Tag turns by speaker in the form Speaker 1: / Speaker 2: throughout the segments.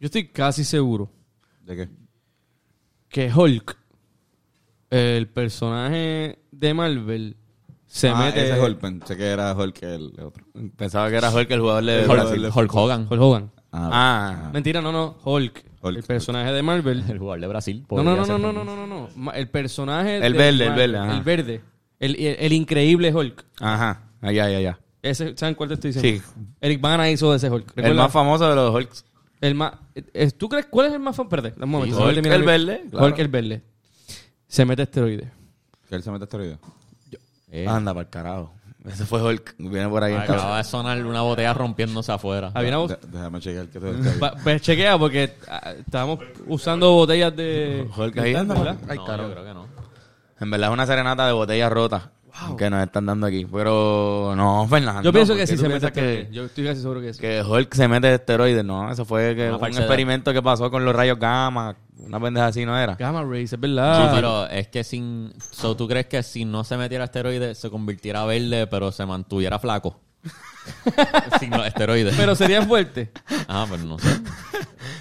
Speaker 1: Yo estoy casi seguro
Speaker 2: ¿De qué?
Speaker 1: que Hulk, el personaje de Marvel, se
Speaker 2: ah,
Speaker 1: mete.
Speaker 2: ese es Hulk. Pensé que era Hulk el otro.
Speaker 3: Pensaba que era Hulk el jugador de
Speaker 2: Hulk.
Speaker 3: Brasil.
Speaker 4: Hulk Hogan.
Speaker 1: Hulk Hogan.
Speaker 3: Ah,
Speaker 1: Mentira, no, no. Hulk.
Speaker 2: Hulk,
Speaker 1: el personaje de Marvel.
Speaker 4: El jugador de Brasil.
Speaker 1: No, no,
Speaker 4: podría
Speaker 1: no,
Speaker 4: ser
Speaker 1: no, no, no,
Speaker 4: también.
Speaker 1: no, no, no. Ma- El personaje.
Speaker 3: El
Speaker 1: de
Speaker 3: verde, el
Speaker 1: Marvel,
Speaker 3: verde, ajá.
Speaker 1: El verde. El, el- el increíble Hulk.
Speaker 3: ajá. Ah, Allá, allá, allá.
Speaker 1: Ese, ¿Saben cuál te estoy diciendo?
Speaker 3: Sí.
Speaker 1: Eric Bana hizo de ese Hulk.
Speaker 3: El más famoso de los Hulks.
Speaker 1: El más. eh, ¿Tú crees cuál es el más famoso? Perdón, un momento.
Speaker 3: Sí, Hulk
Speaker 1: déjame terminar.
Speaker 3: el verde, claro.
Speaker 1: Hulk el verde. Se mete esteroides.
Speaker 2: ¿Que él se mete este esteroides?
Speaker 4: Eh,
Speaker 3: Anda, para el carajo. Ese fue Hulk. Viene por ahí en casa.
Speaker 4: acaba de sonar una botella rompiéndose afuera.
Speaker 1: Había una voz-
Speaker 2: De- Déjame chequear que
Speaker 4: Mm.
Speaker 2: te doy
Speaker 1: Va- Pues chequea porque ah, estábamos usando botellas de.
Speaker 3: Hulk ahí.
Speaker 1: ¿Verdad?
Speaker 3: Ay,
Speaker 4: no,
Speaker 3: carajo.
Speaker 4: yo creo que no.
Speaker 3: En verdad es una serenata de botellas rotas que nos están dando aquí. Pero no, Fernando.
Speaker 1: Yo pienso
Speaker 3: ¿por
Speaker 1: que
Speaker 3: qué
Speaker 1: sí
Speaker 3: tú
Speaker 1: se mete
Speaker 3: piensas que,
Speaker 1: esteroides.
Speaker 4: este
Speaker 1: Yo estoy casi seguro que sí.
Speaker 3: que Hulk se mete esteroides? No, eso fue que
Speaker 4: Una
Speaker 3: un
Speaker 4: falsedad.
Speaker 3: experimento que pasó con los rayos gamma. Una pendeja así, ¿no era?
Speaker 1: Gamma rays, es
Speaker 4: Sí,
Speaker 1: verdad.
Speaker 4: pero es que sin... So, ¿Tú crees que si no se metiera esteroides se convirtiera verde pero se mantuviera flaco? sin los esteroides.
Speaker 1: Pero sería fuerte.
Speaker 4: Ah, pero no sé.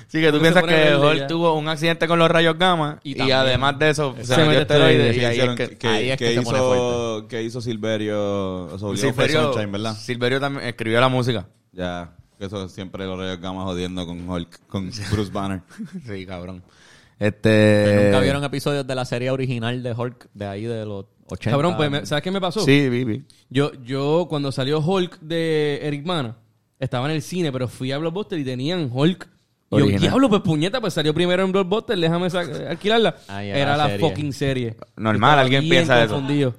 Speaker 3: Sí, que tú
Speaker 1: se
Speaker 3: piensas
Speaker 1: pone
Speaker 3: que
Speaker 1: verde
Speaker 3: Hulk
Speaker 1: ya.
Speaker 3: tuvo un accidente con los rayos gamma
Speaker 4: Y
Speaker 3: y,
Speaker 4: también.
Speaker 3: además de eso se,
Speaker 1: Se
Speaker 3: metió
Speaker 1: mete
Speaker 3: esteroides.
Speaker 1: esteroides,
Speaker 3: Y ahí es
Speaker 2: este hicieron-
Speaker 3: que...
Speaker 2: que,
Speaker 4: ahí es que
Speaker 2: que
Speaker 4: se pone
Speaker 2: hizo, que hizo Silverio. O sea, obligó fue
Speaker 3: Silverio,
Speaker 2: Sunshine, ¿verdad?
Speaker 3: Silverio también escribió la música.
Speaker 2: Ya. Que eso siempre los Reyes Gama jodiendo con Hulk, con Bruce Banner.
Speaker 3: Sí, cabrón.
Speaker 1: Eh.
Speaker 3: Este...
Speaker 4: Nunca vieron episodios de la serie original de Hulk de ahí de los 80.
Speaker 1: Cabrón, pues, me- ¿sabes qué me pasó?
Speaker 3: Sí, vi, vi.
Speaker 1: Yo, yo, cuando salió Hulk de Eric Mana, estaba en el cine, pero fui a Blockbuster y tenían Hulk. Y Yo,
Speaker 3: Original.
Speaker 1: diablo, pues puñeta, pues salió primero en Blockbuster, déjame sa- eh, alquilarla.
Speaker 4: Ah, ya,
Speaker 1: era
Speaker 4: la
Speaker 1: la
Speaker 4: serie.
Speaker 1: fucking serie.
Speaker 3: Normal,
Speaker 1: Estaba
Speaker 3: alguien
Speaker 1: bien
Speaker 3: piensa eso. Eh.
Speaker 1: confundido.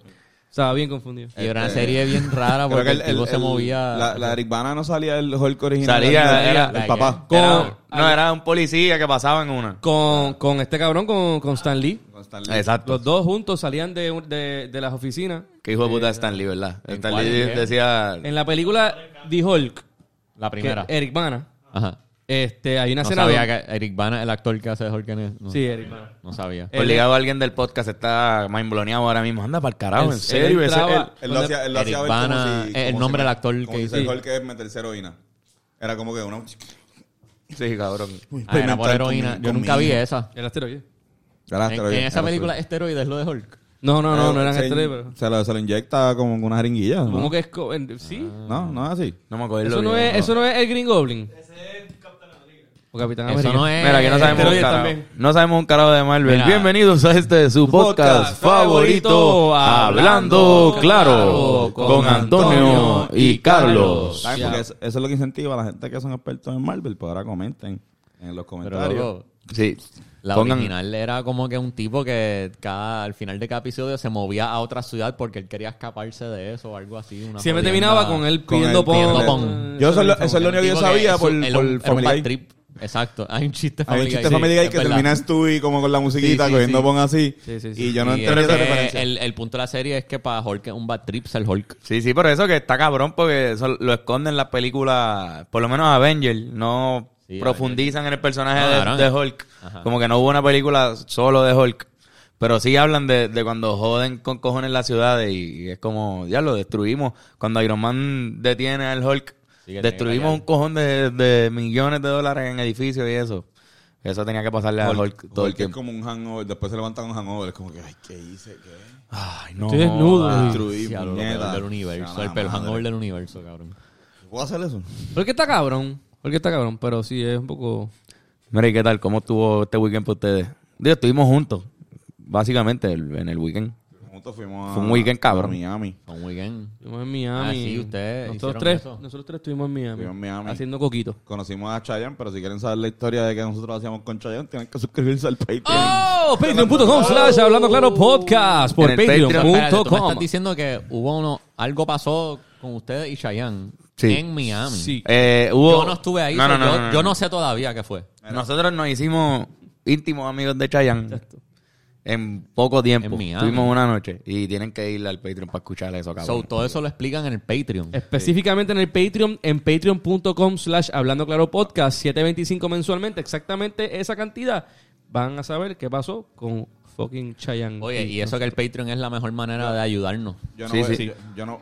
Speaker 1: Estaba bien confundido.
Speaker 4: Y era una serie
Speaker 1: eh,
Speaker 4: bien rara Ah, porque el, tipo se movía...
Speaker 2: La, la Eric Bana no salía el Hulk original.
Speaker 3: Salía,
Speaker 2: era
Speaker 3: era-
Speaker 2: el
Speaker 4: la-
Speaker 2: papá.
Speaker 1: Con-
Speaker 3: Era- no, era un policía que pasaba en una.
Speaker 1: Con, con este cabrón, con, con Stan Lee.
Speaker 2: Con Stan Lee.
Speaker 3: Exacto.
Speaker 1: Los dos juntos salían de, un- de, de las oficinas.
Speaker 3: Que hijo de puta Stan Lee, ¿verdad? Stan
Speaker 4: cuál?
Speaker 3: Lee
Speaker 4: ¿En qué?
Speaker 3: decía...
Speaker 1: En la película The Hulk,
Speaker 4: La
Speaker 1: que
Speaker 4: primera.
Speaker 1: Eric Bana,
Speaker 4: Ajá.
Speaker 1: este, hay una
Speaker 4: No
Speaker 1: escena
Speaker 4: sabía
Speaker 1: donde-
Speaker 4: que Eric Bana, el actor que hace de Hulk en el- no,
Speaker 1: Sí, Eh, Eric Bana.
Speaker 4: no sabía. Ah,
Speaker 1: él-
Speaker 3: Obligado a alguien del podcast está mindbloneado ahora mismo. Anda para el carajo,
Speaker 1: Él-
Speaker 3: en serio.
Speaker 1: él
Speaker 3: Ese-
Speaker 1: entraba-
Speaker 3: él-
Speaker 2: Él lo hacía, él lo
Speaker 4: Eric
Speaker 2: hacía ver
Speaker 4: Bana,
Speaker 2: como si,
Speaker 4: eh, el
Speaker 2: como
Speaker 4: nombre
Speaker 2: si-
Speaker 4: del actor
Speaker 2: como
Speaker 4: que
Speaker 2: si
Speaker 4: hizo-
Speaker 2: el Hulk es meterse heroína. Era como que una...
Speaker 3: Sí, cabrón.
Speaker 4: Ah, era por
Speaker 2: experimental
Speaker 4: heroína.
Speaker 2: con mi-
Speaker 4: Yo
Speaker 2: con
Speaker 4: nunca
Speaker 2: mi
Speaker 4: vi
Speaker 2: hija.
Speaker 4: esa.
Speaker 1: El asteroide.
Speaker 2: Era
Speaker 4: En,
Speaker 2: asteroide,
Speaker 4: en esa
Speaker 2: era
Speaker 4: película,
Speaker 2: asteroide.
Speaker 4: esteroides, lo de Hulk.
Speaker 1: No, no, no, no eran
Speaker 2: Eh, Se-
Speaker 1: asteroides, pero...
Speaker 2: Se lo, se lo inyecta como con una jeringuilla, ¿no?
Speaker 1: ¿Cómo que es? co- en- Sí.
Speaker 2: No, no es así.
Speaker 3: No me acuerdo.
Speaker 1: Eso no,
Speaker 3: bien,
Speaker 1: es, eso no es el Green Goblin. Ese es Capitán América.
Speaker 4: Eso no es.
Speaker 3: Mira, que
Speaker 1: Eh,
Speaker 3: no sabemos un
Speaker 1: Esteroides
Speaker 3: carajo.
Speaker 1: también.
Speaker 3: No sabemos un carajo de Marvel.
Speaker 4: Mira.
Speaker 3: Bienvenidos a este su podcast,
Speaker 1: podcast
Speaker 3: favorito,
Speaker 1: favorito,
Speaker 3: Hablando
Speaker 1: Hablando
Speaker 3: Claro,
Speaker 1: Claro,
Speaker 3: con
Speaker 1: con
Speaker 3: Antonio
Speaker 1: Antonio
Speaker 3: y
Speaker 1: y
Speaker 3: Carlos.
Speaker 2: ¿Saben?
Speaker 1: Ya.
Speaker 2: Porque eso, eso es lo que incentiva a la gente que son expertos en Marvel. Pues ahora comenten en los
Speaker 4: Pero
Speaker 2: comentarios.
Speaker 4: luego,
Speaker 3: Sí.
Speaker 4: la
Speaker 3: Pongan-
Speaker 4: original era como que un tipo que cada, al final de cada episodio se movía a otra ciudad porque él quería escaparse de eso o algo así. una
Speaker 1: Siempre
Speaker 4: jodienda-
Speaker 1: terminaba con él
Speaker 2: Con
Speaker 1: pidiendo
Speaker 2: él
Speaker 1: pon.
Speaker 4: pidiendo
Speaker 1: Eh,
Speaker 4: pon.
Speaker 2: Yo eso, es lo- eso es lo
Speaker 4: Un
Speaker 2: único que yo
Speaker 4: tipo
Speaker 2: sabía
Speaker 4: eso-
Speaker 2: por,
Speaker 4: era
Speaker 2: por
Speaker 4: un- era un
Speaker 2: Family
Speaker 4: bad
Speaker 2: Guy.
Speaker 4: trip. Exacto. Hay un chiste
Speaker 2: Hay un
Speaker 4: Family
Speaker 2: chiste
Speaker 4: Guy.
Speaker 2: Family
Speaker 4: Sí,
Speaker 2: Guy
Speaker 4: es
Speaker 2: que
Speaker 4: verdad.
Speaker 2: terminas tú y como con la musiquita,
Speaker 4: Sí, sí,
Speaker 2: cogiendo
Speaker 4: sí.
Speaker 2: pon así.
Speaker 1: Sí, sí, sí.
Speaker 2: Y yo no
Speaker 4: Y
Speaker 2: entendí
Speaker 4: es
Speaker 2: esa
Speaker 4: que
Speaker 2: referencia.
Speaker 4: el, el punto de la serie es que para Hulk es un bad trip ser Hulk.
Speaker 3: Sí, sí, por eso que está cabrón, porque eso lo esconden en las películas, por lo menos Avenger, no
Speaker 4: Sí,
Speaker 3: profundizan en el personaje
Speaker 4: No,
Speaker 3: de-
Speaker 4: cabrón.
Speaker 3: de, Hulk.
Speaker 4: Ajá.
Speaker 3: Como que no hubo una película solo de Hulk. Pero sí hablan de, de cuando joden con cojones las ciudades y, y es como, ya lo destruimos. Cuando Iron Man detiene al Hulk,
Speaker 4: Sí, que
Speaker 3: destruimos un
Speaker 4: tiene
Speaker 3: cojón de, de millones de dólares en edificios y eso. Eso tenía que pasarle a Hulk, todo el
Speaker 2: Hulk es
Speaker 3: tiempo.
Speaker 2: como un hangover. Después se levanta un hangover. Es como que, ay, ¿qué hice? ¿Qué?
Speaker 3: Ay, no.
Speaker 1: Estoy desnudo.
Speaker 3: jodas.
Speaker 1: Ah,
Speaker 2: Destruí,
Speaker 4: Sí, a lo
Speaker 2: puñeta.
Speaker 4: peor del
Speaker 2: O
Speaker 4: universo.
Speaker 2: sea,
Speaker 4: El
Speaker 2: la
Speaker 4: peor
Speaker 2: madre.
Speaker 4: hangover del universo, cabrón.
Speaker 2: ¿Puedo hacer eso?
Speaker 1: Porque está cabrón. Porque está cabrón, pero sí es un poco.
Speaker 3: Mira, ¿y qué tal? ¿Cómo estuvo este weekend para ustedes? Digo, estuvimos juntos, básicamente, el- en el weekend.
Speaker 2: Juntos fuimos a,
Speaker 3: Fue un weekend cabrón.
Speaker 2: a Miami.
Speaker 4: Un weekend.
Speaker 1: Estuvimos en Miami.
Speaker 4: Ah, sí, ustedes hicieron
Speaker 1: Nosotros tres,
Speaker 4: eso.
Speaker 1: nosotros tres estuvimos en Miami.
Speaker 2: Estuvimos en Miami.
Speaker 1: Haciendo coquito.
Speaker 2: Conocimos a Chayanne, pero si quieren saber la historia de que nosotros hacíamos con Chayanne, tienen que suscribirse al Patreon.
Speaker 1: Oh, patreon.com slash hablando claro podcast por
Speaker 3: En el Patreon.
Speaker 4: Pero espérate, tú me
Speaker 1: patreon.com.
Speaker 4: estás diciendo que hubo uno, algo pasó con ustedes y Chayanne
Speaker 3: Sí.
Speaker 4: en Miami.
Speaker 1: Sí.
Speaker 3: Eh, hubo...
Speaker 4: Yo no estuve ahí,
Speaker 3: No,
Speaker 4: so
Speaker 3: no, no,
Speaker 4: yo,
Speaker 3: no, no.
Speaker 4: yo no sé todavía qué fue.
Speaker 3: Nosotros nos hicimos íntimos amigos de Chayanne en poco tiempo.
Speaker 4: En Miami.
Speaker 3: Tuvimos una noche y tienen que ir al Patreon para escuchar eso, cabrón.
Speaker 4: So, todo eso lo explican en el Patreon.
Speaker 1: Específicamente en el Patreon, en patreon.com slash hablando claro podcast, 725 mensualmente, exactamente esa cantidad, van a saber qué pasó con fucking Chayanne.
Speaker 4: Oye, y eso que el Patreon es la mejor manera de ayudarnos.
Speaker 2: Yo no,
Speaker 3: Sí,
Speaker 2: voy-
Speaker 3: sí.
Speaker 2: Yo, yo no.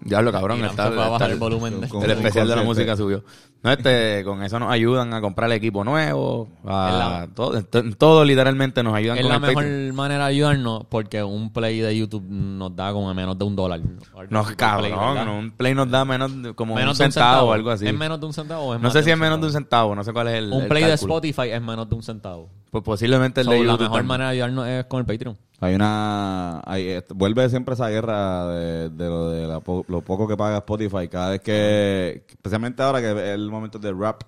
Speaker 3: Diablo, cabrón.
Speaker 4: Y no
Speaker 3: está-
Speaker 4: se puede bajar
Speaker 3: está-
Speaker 4: el volumen. de- este.
Speaker 2: con-
Speaker 3: el especial de la
Speaker 2: consciente.
Speaker 3: música subió. No, este, con eso nos ayudan a comprar el equipo nuevo. A,
Speaker 4: Es
Speaker 3: todo, to- todo literalmente nos ayudan
Speaker 4: Es
Speaker 3: con
Speaker 4: la
Speaker 3: el
Speaker 4: mejor
Speaker 3: Patreon.
Speaker 4: manera de ayudarnos porque un play de YouTube nos da como menos de un dólar.
Speaker 3: No,
Speaker 4: Un
Speaker 3: cabrón.
Speaker 4: play, ¿verdad?
Speaker 3: no, un play nos da menos de- como
Speaker 4: Menos
Speaker 3: un
Speaker 4: de
Speaker 3: centavo o algo así.
Speaker 4: ¿Es menos de un centavo o es
Speaker 3: no
Speaker 4: más
Speaker 3: sé si es menos de un centavo, no sé cuál es el.
Speaker 4: Un
Speaker 3: el
Speaker 4: play de
Speaker 3: cálculo.
Speaker 4: Spotify es menos de un centavo.
Speaker 3: Pues posiblemente el
Speaker 4: So,
Speaker 3: de
Speaker 4: la
Speaker 3: YouTube
Speaker 4: mejor
Speaker 3: también.
Speaker 4: manera de ayudarnos es con el Patreon.
Speaker 2: Hay una... hay- eh, vuelve siempre esa guerra de, de lo, de la po- lo poco que paga Spotify. Cada vez que... Especialmente ahora que es el momento de rap.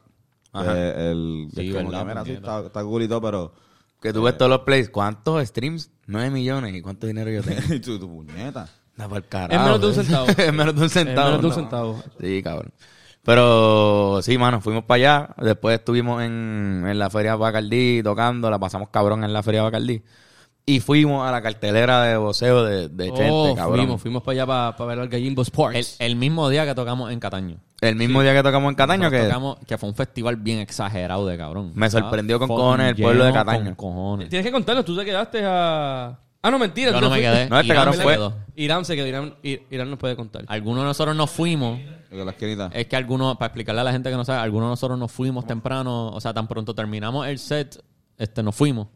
Speaker 2: eh, el,
Speaker 4: Sí,
Speaker 2: es como
Speaker 4: verdad,
Speaker 2: que, mira, sí,
Speaker 4: puñeta.
Speaker 2: está, está cool y todo, pero...
Speaker 3: Que tú ves todos los plays. ¿Cuántos streams? 9 millones. ¿Y cuánto dinero yo tengo?
Speaker 2: y tu, tu puñeta.
Speaker 3: No, por carajo.
Speaker 1: Es menos de un
Speaker 3: eh.
Speaker 1: centavo.
Speaker 3: es menos de un centavo.
Speaker 1: menos de un
Speaker 3: no.
Speaker 1: centavo.
Speaker 3: Sí, cabrón. Pero sí, mano, fuimos para allá. Después estuvimos en, en la Feria Bacardí tocando. La pasamos cabrón en la Feria Bacardí. Y fuimos a la cartelera de voceo de, de Chente,
Speaker 1: Oh,
Speaker 3: cabrón.
Speaker 1: fuimos, fuimos para allá para, ver al Gallimbo
Speaker 4: El,
Speaker 1: Sports.
Speaker 4: el mismo día que tocamos en Cataño.
Speaker 3: El mismo día que tocamos en Cataño, que
Speaker 4: Nosotros tocamos- que fue un festival bien exagerado de cabrón.
Speaker 3: Me
Speaker 4: Estaba
Speaker 3: sorprendió con
Speaker 4: fucking
Speaker 3: cojones el pueblo de
Speaker 4: lleno
Speaker 3: Cataño.
Speaker 4: con cojones.
Speaker 1: Tienes que contarnos, tú te quedaste a... Ah, no, mentira.
Speaker 4: Yo
Speaker 1: tú
Speaker 4: no me
Speaker 1: fuiste.
Speaker 4: quedé.
Speaker 3: No, este
Speaker 4: Irán
Speaker 3: cabrón
Speaker 4: se
Speaker 3: fue.
Speaker 4: quedó.
Speaker 1: Irán se quedó, Irán, Ir- Irán nos puede contar.
Speaker 4: Algunos de nosotros nos fuimos.
Speaker 2: Y con la esquinita.
Speaker 4: Es que algunos, para explicarle a la gente que no sabe, algunos de nosotros nos fuimos temprano. O sea, tan pronto terminamos el set, este, nos fuimos.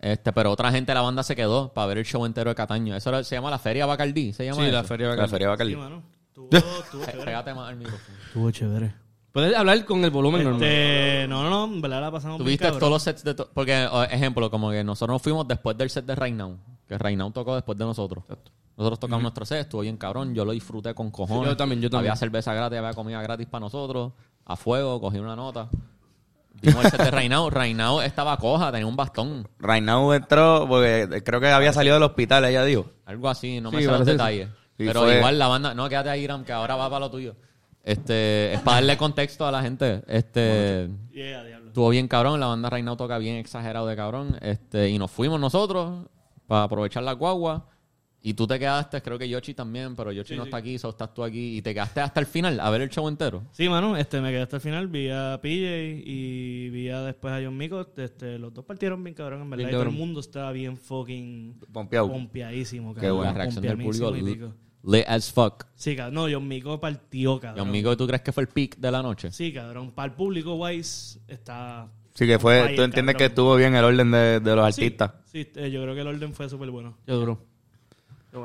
Speaker 4: Este, pero otra gente de la banda se quedó para ver el show entero de Cataño. Eso era- se llama la Feria Bacardí. Se llama
Speaker 1: Sí, la
Speaker 4: eso?
Speaker 1: feria
Speaker 3: la
Speaker 1: bacana.
Speaker 3: Feria Bacardí.
Speaker 4: Pe- Pégate más al micrófono.
Speaker 5: Estuvo chévere.
Speaker 1: Puedes hablar con el volumen normal.
Speaker 5: Este, no, no, no, en verdad la pasamos bien,
Speaker 4: Tuviste
Speaker 5: cabrón.
Speaker 4: todos los sets de... to- porque, o- ejemplo, como que nosotros nos fuimos después del set de Right Now. Que Right Now tocó después de nosotros. Nosotros tocamos nuestro set, estuvo bien cabrón. Yo lo disfruté con cojones.
Speaker 1: yo también, yo también.
Speaker 4: Había cerveza gratis, había comida gratis para nosotros. A fuego, cogí una nota. Dimos el set de Right Now. Right Now estaba coja, tenía un bastón.
Speaker 3: Reinau entró porque creo que había salido del hospital, ella dijo.
Speaker 4: Algo así, no
Speaker 1: Sí,
Speaker 4: me sé los
Speaker 1: parece que
Speaker 4: detalles.
Speaker 3: Sí,
Speaker 4: Pero
Speaker 3: fue-
Speaker 4: igual la banda... No, quédate ahí, Ram, que ahora va para lo tuyo. Este, es para darle contexto a la gente. Este...
Speaker 5: Yeah, diablo.
Speaker 4: Estuvo bien cabrón, la banda Reinao toca bien exagerado de cabrón. Este, y nos fuimos nosotros para aprovechar la guagua. Y tú te quedaste, creo que Yoshi también, pero Yoshi no está aquí, solo estás tú aquí. Y te quedaste hasta el final a ver el show entero.
Speaker 5: Sí, mano, este, me quedé hasta el final, vi a PJ y vi a después a John Mico, este, los dos partieron bien cabrón, en verdad,
Speaker 1: Bien
Speaker 5: y todo el
Speaker 1: cabrón.
Speaker 5: mundo estaba bien fucking
Speaker 3: Pompeado.
Speaker 5: pompeadísimo,
Speaker 4: Qué
Speaker 5: cabrón,
Speaker 4: buena reacción del
Speaker 5: pompeadísimo
Speaker 4: público.
Speaker 5: y pico.
Speaker 4: Lit as fuck.
Speaker 5: Sí, cabrón, no, John Mico partió,
Speaker 4: Y
Speaker 5: cabrón.
Speaker 4: conmigo, ¿tú crees que fue el peak de la noche?
Speaker 5: Sí, cabrón, para el público wise está...
Speaker 3: Así que
Speaker 5: on
Speaker 3: fue,
Speaker 5: fire,
Speaker 3: tú entiendes que
Speaker 5: cabrón.
Speaker 3: estuvo bien el orden de, de los
Speaker 5: Sí,
Speaker 3: artistas.
Speaker 5: Sí, eh, yo creo que el orden fue súper bueno.
Speaker 1: Yo duro.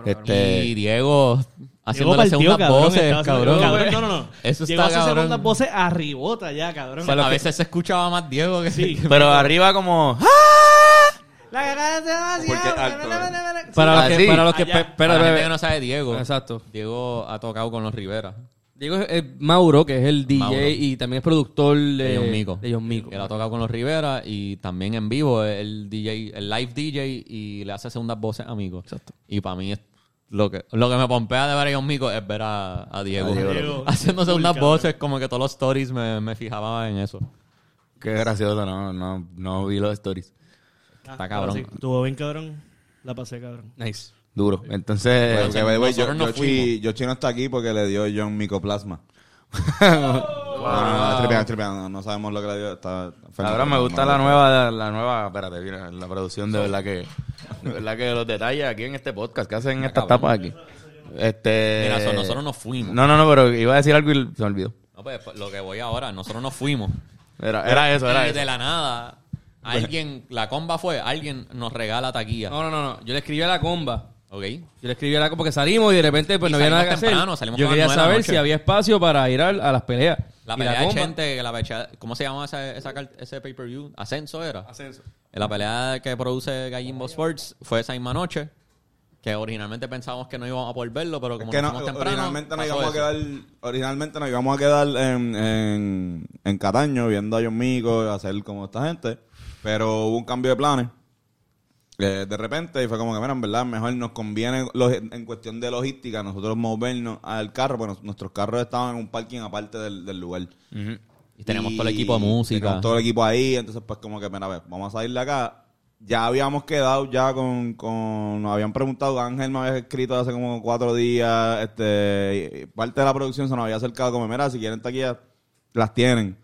Speaker 3: Este,
Speaker 4: Y Diego haciendo
Speaker 5: Llegó
Speaker 4: las
Speaker 5: partió,
Speaker 4: segundas
Speaker 5: cabrón,
Speaker 4: voces,
Speaker 5: estaba haciendo-
Speaker 4: cabrón.
Speaker 5: No, no, no.
Speaker 4: Eso
Speaker 5: Llegó a
Speaker 4: está
Speaker 5: hacer
Speaker 4: cabrón.
Speaker 5: segundas voces arribota ya, cabrón.
Speaker 4: a veces se escuchaba más Diego que
Speaker 5: Sí.
Speaker 3: pero arriba como... ¡ah!
Speaker 5: La ganada se va hacia-
Speaker 3: Porque alto,
Speaker 5: la- la- la- la- la-
Speaker 1: Para los
Speaker 3: Ah,
Speaker 1: que...
Speaker 3: sí.
Speaker 1: Para los que...
Speaker 5: Allá.
Speaker 1: pe-
Speaker 4: Para
Speaker 1: Espera,
Speaker 4: la
Speaker 1: espera,
Speaker 4: gente que
Speaker 1: espera.
Speaker 4: no sabe Diego.
Speaker 1: Exacto.
Speaker 4: Diego ha tocado con los Rivera.
Speaker 1: Diego es, es Mauro, que es el DJ
Speaker 4: Mauro.
Speaker 1: y también es productor de,
Speaker 4: de John Mico.
Speaker 1: de John Mico.
Speaker 4: Que la toca con los Rivera y también en vivo es el DJ, el live DJ y le hace segundas voces a Mico. Exacto. Y para mí es lo que, lo que me pompea de ver a John Mico es ver a, a Diego,
Speaker 3: A
Speaker 5: Diego.
Speaker 4: haciendo
Speaker 5: Full,
Speaker 4: segundas
Speaker 5: cabrón.
Speaker 4: voces, como que todos los stories me, me fijaba en eso.
Speaker 3: Qué gracioso, no, no, no vi los stories.
Speaker 4: Está cabrón.
Speaker 5: Ahora Ah, sí, Estuvo bien cabrón. La pasé cabrón.
Speaker 1: Nice.
Speaker 3: Duro. Entonces,
Speaker 2: Porque, by the way, yo,
Speaker 4: nosotros nos
Speaker 2: Yoshi- Yoshi no está aquí porque le dio John micoplasma. No, no, no, tripeando, tripeando, no, no sabemos lo que le dio. Está enfermo.
Speaker 3: ahora me
Speaker 2: No,
Speaker 3: gusta
Speaker 2: no,
Speaker 3: la
Speaker 2: no.
Speaker 3: nueva, la nueva, espérate, mira, la producción de verdad que, de verdad que los detalles aquí en este podcast, que hacen estas
Speaker 4: cabrón.
Speaker 3: tapas aquí. Este,
Speaker 4: Mira, so, nosotros nos fuimos.
Speaker 3: No, no, no, pero iba a decir algo y se me olvidó.
Speaker 4: No, pues, lo que voy ahora, nosotros nos fuimos.
Speaker 3: Era, era eso, era
Speaker 4: Y
Speaker 3: eso.
Speaker 4: de la nada, alguien, la comba fue, alguien nos regala taquilla.
Speaker 1: No, no, no, no. Yo le escribí a la comba.
Speaker 4: ¿Ok?
Speaker 1: Yo le escribí a la comba porque salimos y de repente pues
Speaker 4: Y
Speaker 1: no había nada que
Speaker 4: salimos temprano,
Speaker 1: hacer.
Speaker 4: salimos
Speaker 1: Yo
Speaker 4: como a las
Speaker 1: quería
Speaker 4: nueve de
Speaker 1: saber
Speaker 4: la noche.
Speaker 1: si había espacio para ir a, a las peleas.
Speaker 4: La
Speaker 1: Y
Speaker 4: pelea de
Speaker 1: comba-
Speaker 4: gente, la pelea- ¿cómo se llama esa, esa car- ese pay-per-view? ¿Ascenso era?
Speaker 1: Ascenso.
Speaker 4: La pelea que produce Gallimbo Sports fue esa misma noche, que originalmente pensábamos que no íbamos a poder verlo, pero
Speaker 2: Es
Speaker 4: como
Speaker 2: que
Speaker 4: nos
Speaker 2: no,
Speaker 4: fuimos temprano,
Speaker 2: originalmente nos
Speaker 4: pasó
Speaker 2: íbamos a
Speaker 4: eso.
Speaker 2: quedar, originalmente nos íbamos a quedar en, en, en Cataño viendo a John Mico hacer como esta gente, pero hubo un cambio de planes. eh, de repente, y fue como que, mira, en verdad, mejor nos conviene lo- en cuestión de logística nosotros movernos al carro, porque nos- nuestros carros estaban en un parking aparte del, del lugar.
Speaker 4: Y tenemos todo el equipo de música.
Speaker 2: Teníamos todo el equipo ahí, entonces pues como que, mira, a ver, vamos a salir de acá. Ya habíamos quedado ya con, con- nos habían preguntado, Ángel me había escrito hace como cuatro días, este, y- y parte de la producción se nos había acercado como, mira, si quieren taquillas, las tienen.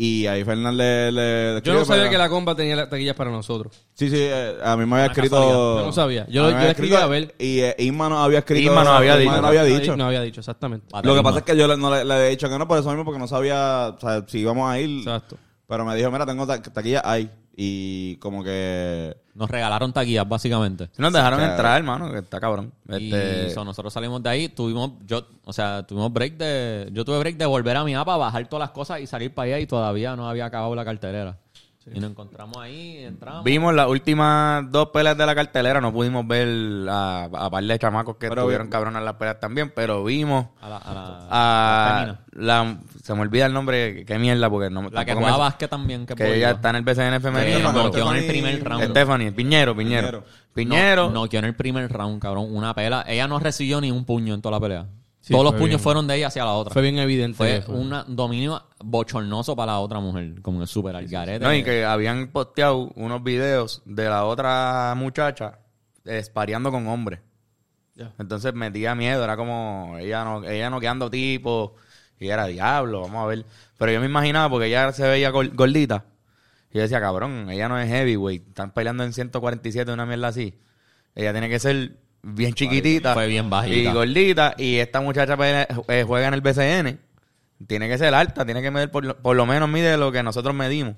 Speaker 2: Y ahí Fernández le, le
Speaker 1: Yo
Speaker 2: escribe
Speaker 1: no sabía
Speaker 2: para-
Speaker 1: que la compa tenía las taquillas para nosotros.
Speaker 2: Sí, sí, eh, a mí me había escrito...
Speaker 1: casualidad. Yo no sabía. Yo-
Speaker 2: a mí me
Speaker 1: yo
Speaker 2: había
Speaker 1: le escribí
Speaker 2: escrito
Speaker 1: a Abel.
Speaker 2: Y eh, Isma nos había escrito...
Speaker 3: Isma nos había dicho.
Speaker 2: Ah, no había dicho.
Speaker 1: No había dicho, exactamente.
Speaker 2: Lo que pasa es que yo le- no le, le había dicho que no por eso mismo, porque no sabía o sea, si íbamos a ir.
Speaker 1: Exacto.
Speaker 2: Pero me dijo, mira, tengo ta- taquilla ahí. Y como que...
Speaker 4: Nos regalaron taquillas, básicamente.
Speaker 3: Si nos dejaron
Speaker 2: Claro.
Speaker 3: entrar, hermano, que está cabrón. Este,
Speaker 4: Y so, nosotros salimos de ahí, tuvimos, yo, o sea, tuvimos break de, yo tuve break de volver a mi app, bajar todas las cosas y salir para allá y todavía no había acabado la cartelera. Y nos encontramos ahí, entramos.
Speaker 3: Vimos las últimas dos pelas de la cartelera, no pudimos ver a, a par de chamacos que
Speaker 2: Pero
Speaker 3: estuvieron
Speaker 2: vi-
Speaker 3: cabronas las pelas también, pero vimos
Speaker 4: a la, a la-
Speaker 3: a
Speaker 4: Canina.
Speaker 3: la se me olvida el nombre, qué mierda, porque no
Speaker 4: la que
Speaker 3: tampoco me-
Speaker 4: jugaba básquet también, que,
Speaker 3: que ella está en el BCN femenino.
Speaker 2: Estefan-
Speaker 4: Que nos
Speaker 3: pero-
Speaker 4: noqueó en el
Speaker 2: Stephanie-
Speaker 4: primer round.
Speaker 1: Este
Speaker 3: Stephanie, Piñero, Piñero. Piñero.
Speaker 4: No, noqueó en el primer round, cabrón. Una pela. Ella no recibió ni un puño en toda la pelea. Todos los
Speaker 1: fue
Speaker 4: puños
Speaker 1: bien.
Speaker 4: fueron de ella hacia la otra.
Speaker 1: Fue bien evidente.
Speaker 4: Fue
Speaker 1: que fue.
Speaker 4: un dominio bochornoso para la otra mujer, como el super algarete.
Speaker 3: No, y que habían posteado unos videos de la otra muchacha espareando con hombres.
Speaker 1: Ya.
Speaker 3: Entonces metía miedo, era como ella no ella noqueando tipo y era diablo, vamos a ver. Pero yo me imaginaba porque ella se veía gor- gordita. Y yo decía, cabrón, ella no es heavyweight, están peleando en 147 una mierda así. Ella tiene que ser bien chiquitita
Speaker 4: Fue bien bajita.
Speaker 3: y gordita y esta muchacha pelea- eh, juega en el BCN. Tiene que ser alta, tiene que medir por lo, por lo menos mide lo que nosotros medimos.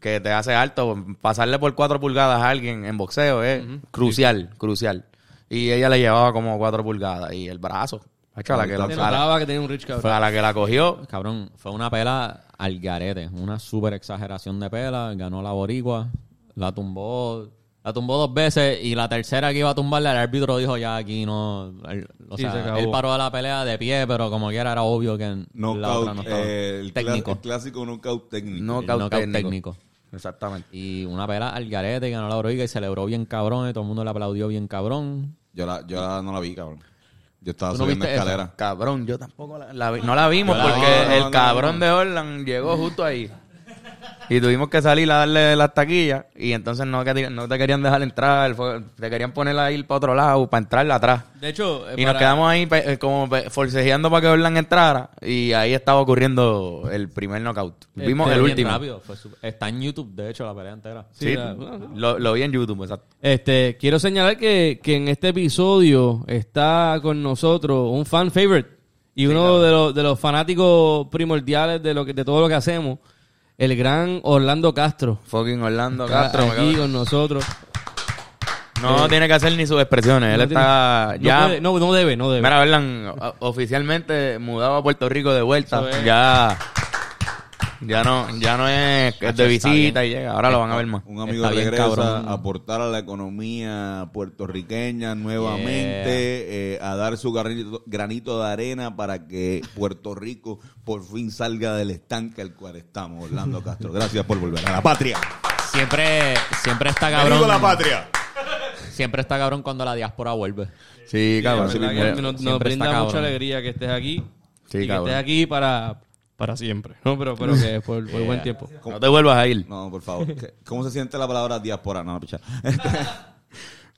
Speaker 3: Que te hace alto. Pasarle por cuatro pulgadas a alguien en boxeo es crucial, crucial. Y ella le llevaba como cuatro pulgadas. Y el brazo. macho, a la que la-
Speaker 1: Se
Speaker 3: a la-
Speaker 1: notaba que tenía un rich cabrón.
Speaker 3: a la que la cogió,
Speaker 4: Cabrón, fue una pela al garete, una super exageración de pela, ganó la boricua, la tumbó, la tumbó dos veces y la tercera que iba a tumbarla, el árbitro dijo ya aquí no, el- o
Speaker 1: Sí,
Speaker 4: sea,
Speaker 1: se acabó.
Speaker 4: él paró la pelea de pie, pero como quiera era obvio que la otra
Speaker 2: Knockout.
Speaker 4: no estaba.
Speaker 2: eh, el, cla-
Speaker 4: técnico,
Speaker 2: el clásico knockout técnico.
Speaker 3: no
Speaker 4: el knockout técnico.
Speaker 3: Exactamente.
Speaker 4: Y una pela al garete, ganó la boricua y celebró bien cabrón, y todo el mundo le aplaudió bien cabrón.
Speaker 2: Yo, la, yo la- no la vi, cabrón. Yo estaba
Speaker 4: ¿Tú no
Speaker 2: subiendo
Speaker 4: viste eso?
Speaker 2: escalera.
Speaker 3: Cabrón, yo tampoco la, la vi- No la vimos
Speaker 4: Yo la
Speaker 3: porque
Speaker 2: vi. No, no,
Speaker 3: el
Speaker 2: no,
Speaker 3: cabrón de Orlan llegó justo ahí. Y tuvimos que salir a darle las taquillas. Y entonces no, que- no te querían dejar entrar. fue- te querían poner a ir para otro lado, para entrarla atrás.
Speaker 1: De hecho, eh,
Speaker 3: Y nos
Speaker 1: para-
Speaker 3: quedamos ahí pe- eh, como pe- forcejeando para que Orlan entrara. Y ahí estaba ocurriendo el primer knockout.
Speaker 1: Este,
Speaker 3: Vimos
Speaker 4: Fue
Speaker 3: Este, el
Speaker 4: bien
Speaker 3: último.
Speaker 4: rápido, fue super- está en YouTube, de hecho, la pelea entera.
Speaker 3: Sí,
Speaker 1: Sí, la-
Speaker 3: lo, lo vi en YouTube, exacto.
Speaker 1: Este, quiero señalar que, que en este episodio está con nosotros un fan favorite y uno de, los, de los fanáticos primordiales de, lo que, de todo lo que hacemos, el gran Orlando Castro.
Speaker 3: Fucking Orlando
Speaker 1: Está
Speaker 3: Castro. me
Speaker 1: aquí
Speaker 3: cago-
Speaker 1: con nosotros.
Speaker 3: No tiene que hacer ni sus expresiones. Él
Speaker 1: No
Speaker 3: está
Speaker 1: tiene-
Speaker 3: ya.
Speaker 1: No, puede- no, no debe, no debe.
Speaker 3: Mira, Berlan, o- oficialmente mudado a Puerto Rico de vuelta.
Speaker 1: Eso es.
Speaker 3: Ya. Ya no, ya no es, es de
Speaker 4: está
Speaker 3: visita y llega. Ahora lo van a ver más.
Speaker 2: Un amigo
Speaker 4: Está bien,
Speaker 2: regresa
Speaker 4: cabrón.
Speaker 2: a aportar a la economía puertorriqueña nuevamente, eh, a dar su granito, granito de arena para que Puerto Rico por fin salga del estanque al cual estamos, Orlando Castro. Gracias por volver a la patria.
Speaker 4: Siempre, siempre está
Speaker 2: ¡Viva
Speaker 4: cabrón.
Speaker 2: la patria!
Speaker 4: Siempre está cabrón cuando la diáspora vuelve.
Speaker 3: Sí, cabrón.
Speaker 1: La verdad que nos- nos,
Speaker 4: Siempre está
Speaker 1: brinda
Speaker 4: cabrón.
Speaker 1: mucha alegría que estés aquí.
Speaker 3: Sí,
Speaker 1: y que
Speaker 3: cabrón.
Speaker 1: estés aquí para, para siempre. No, pero, pero que por, por buen
Speaker 4: Yeah.
Speaker 1: tiempo.
Speaker 3: No te vuelvas a ir.
Speaker 2: No, por favor. ¿Qué- ¿Cómo se siente la palabra diáspora? No, picha.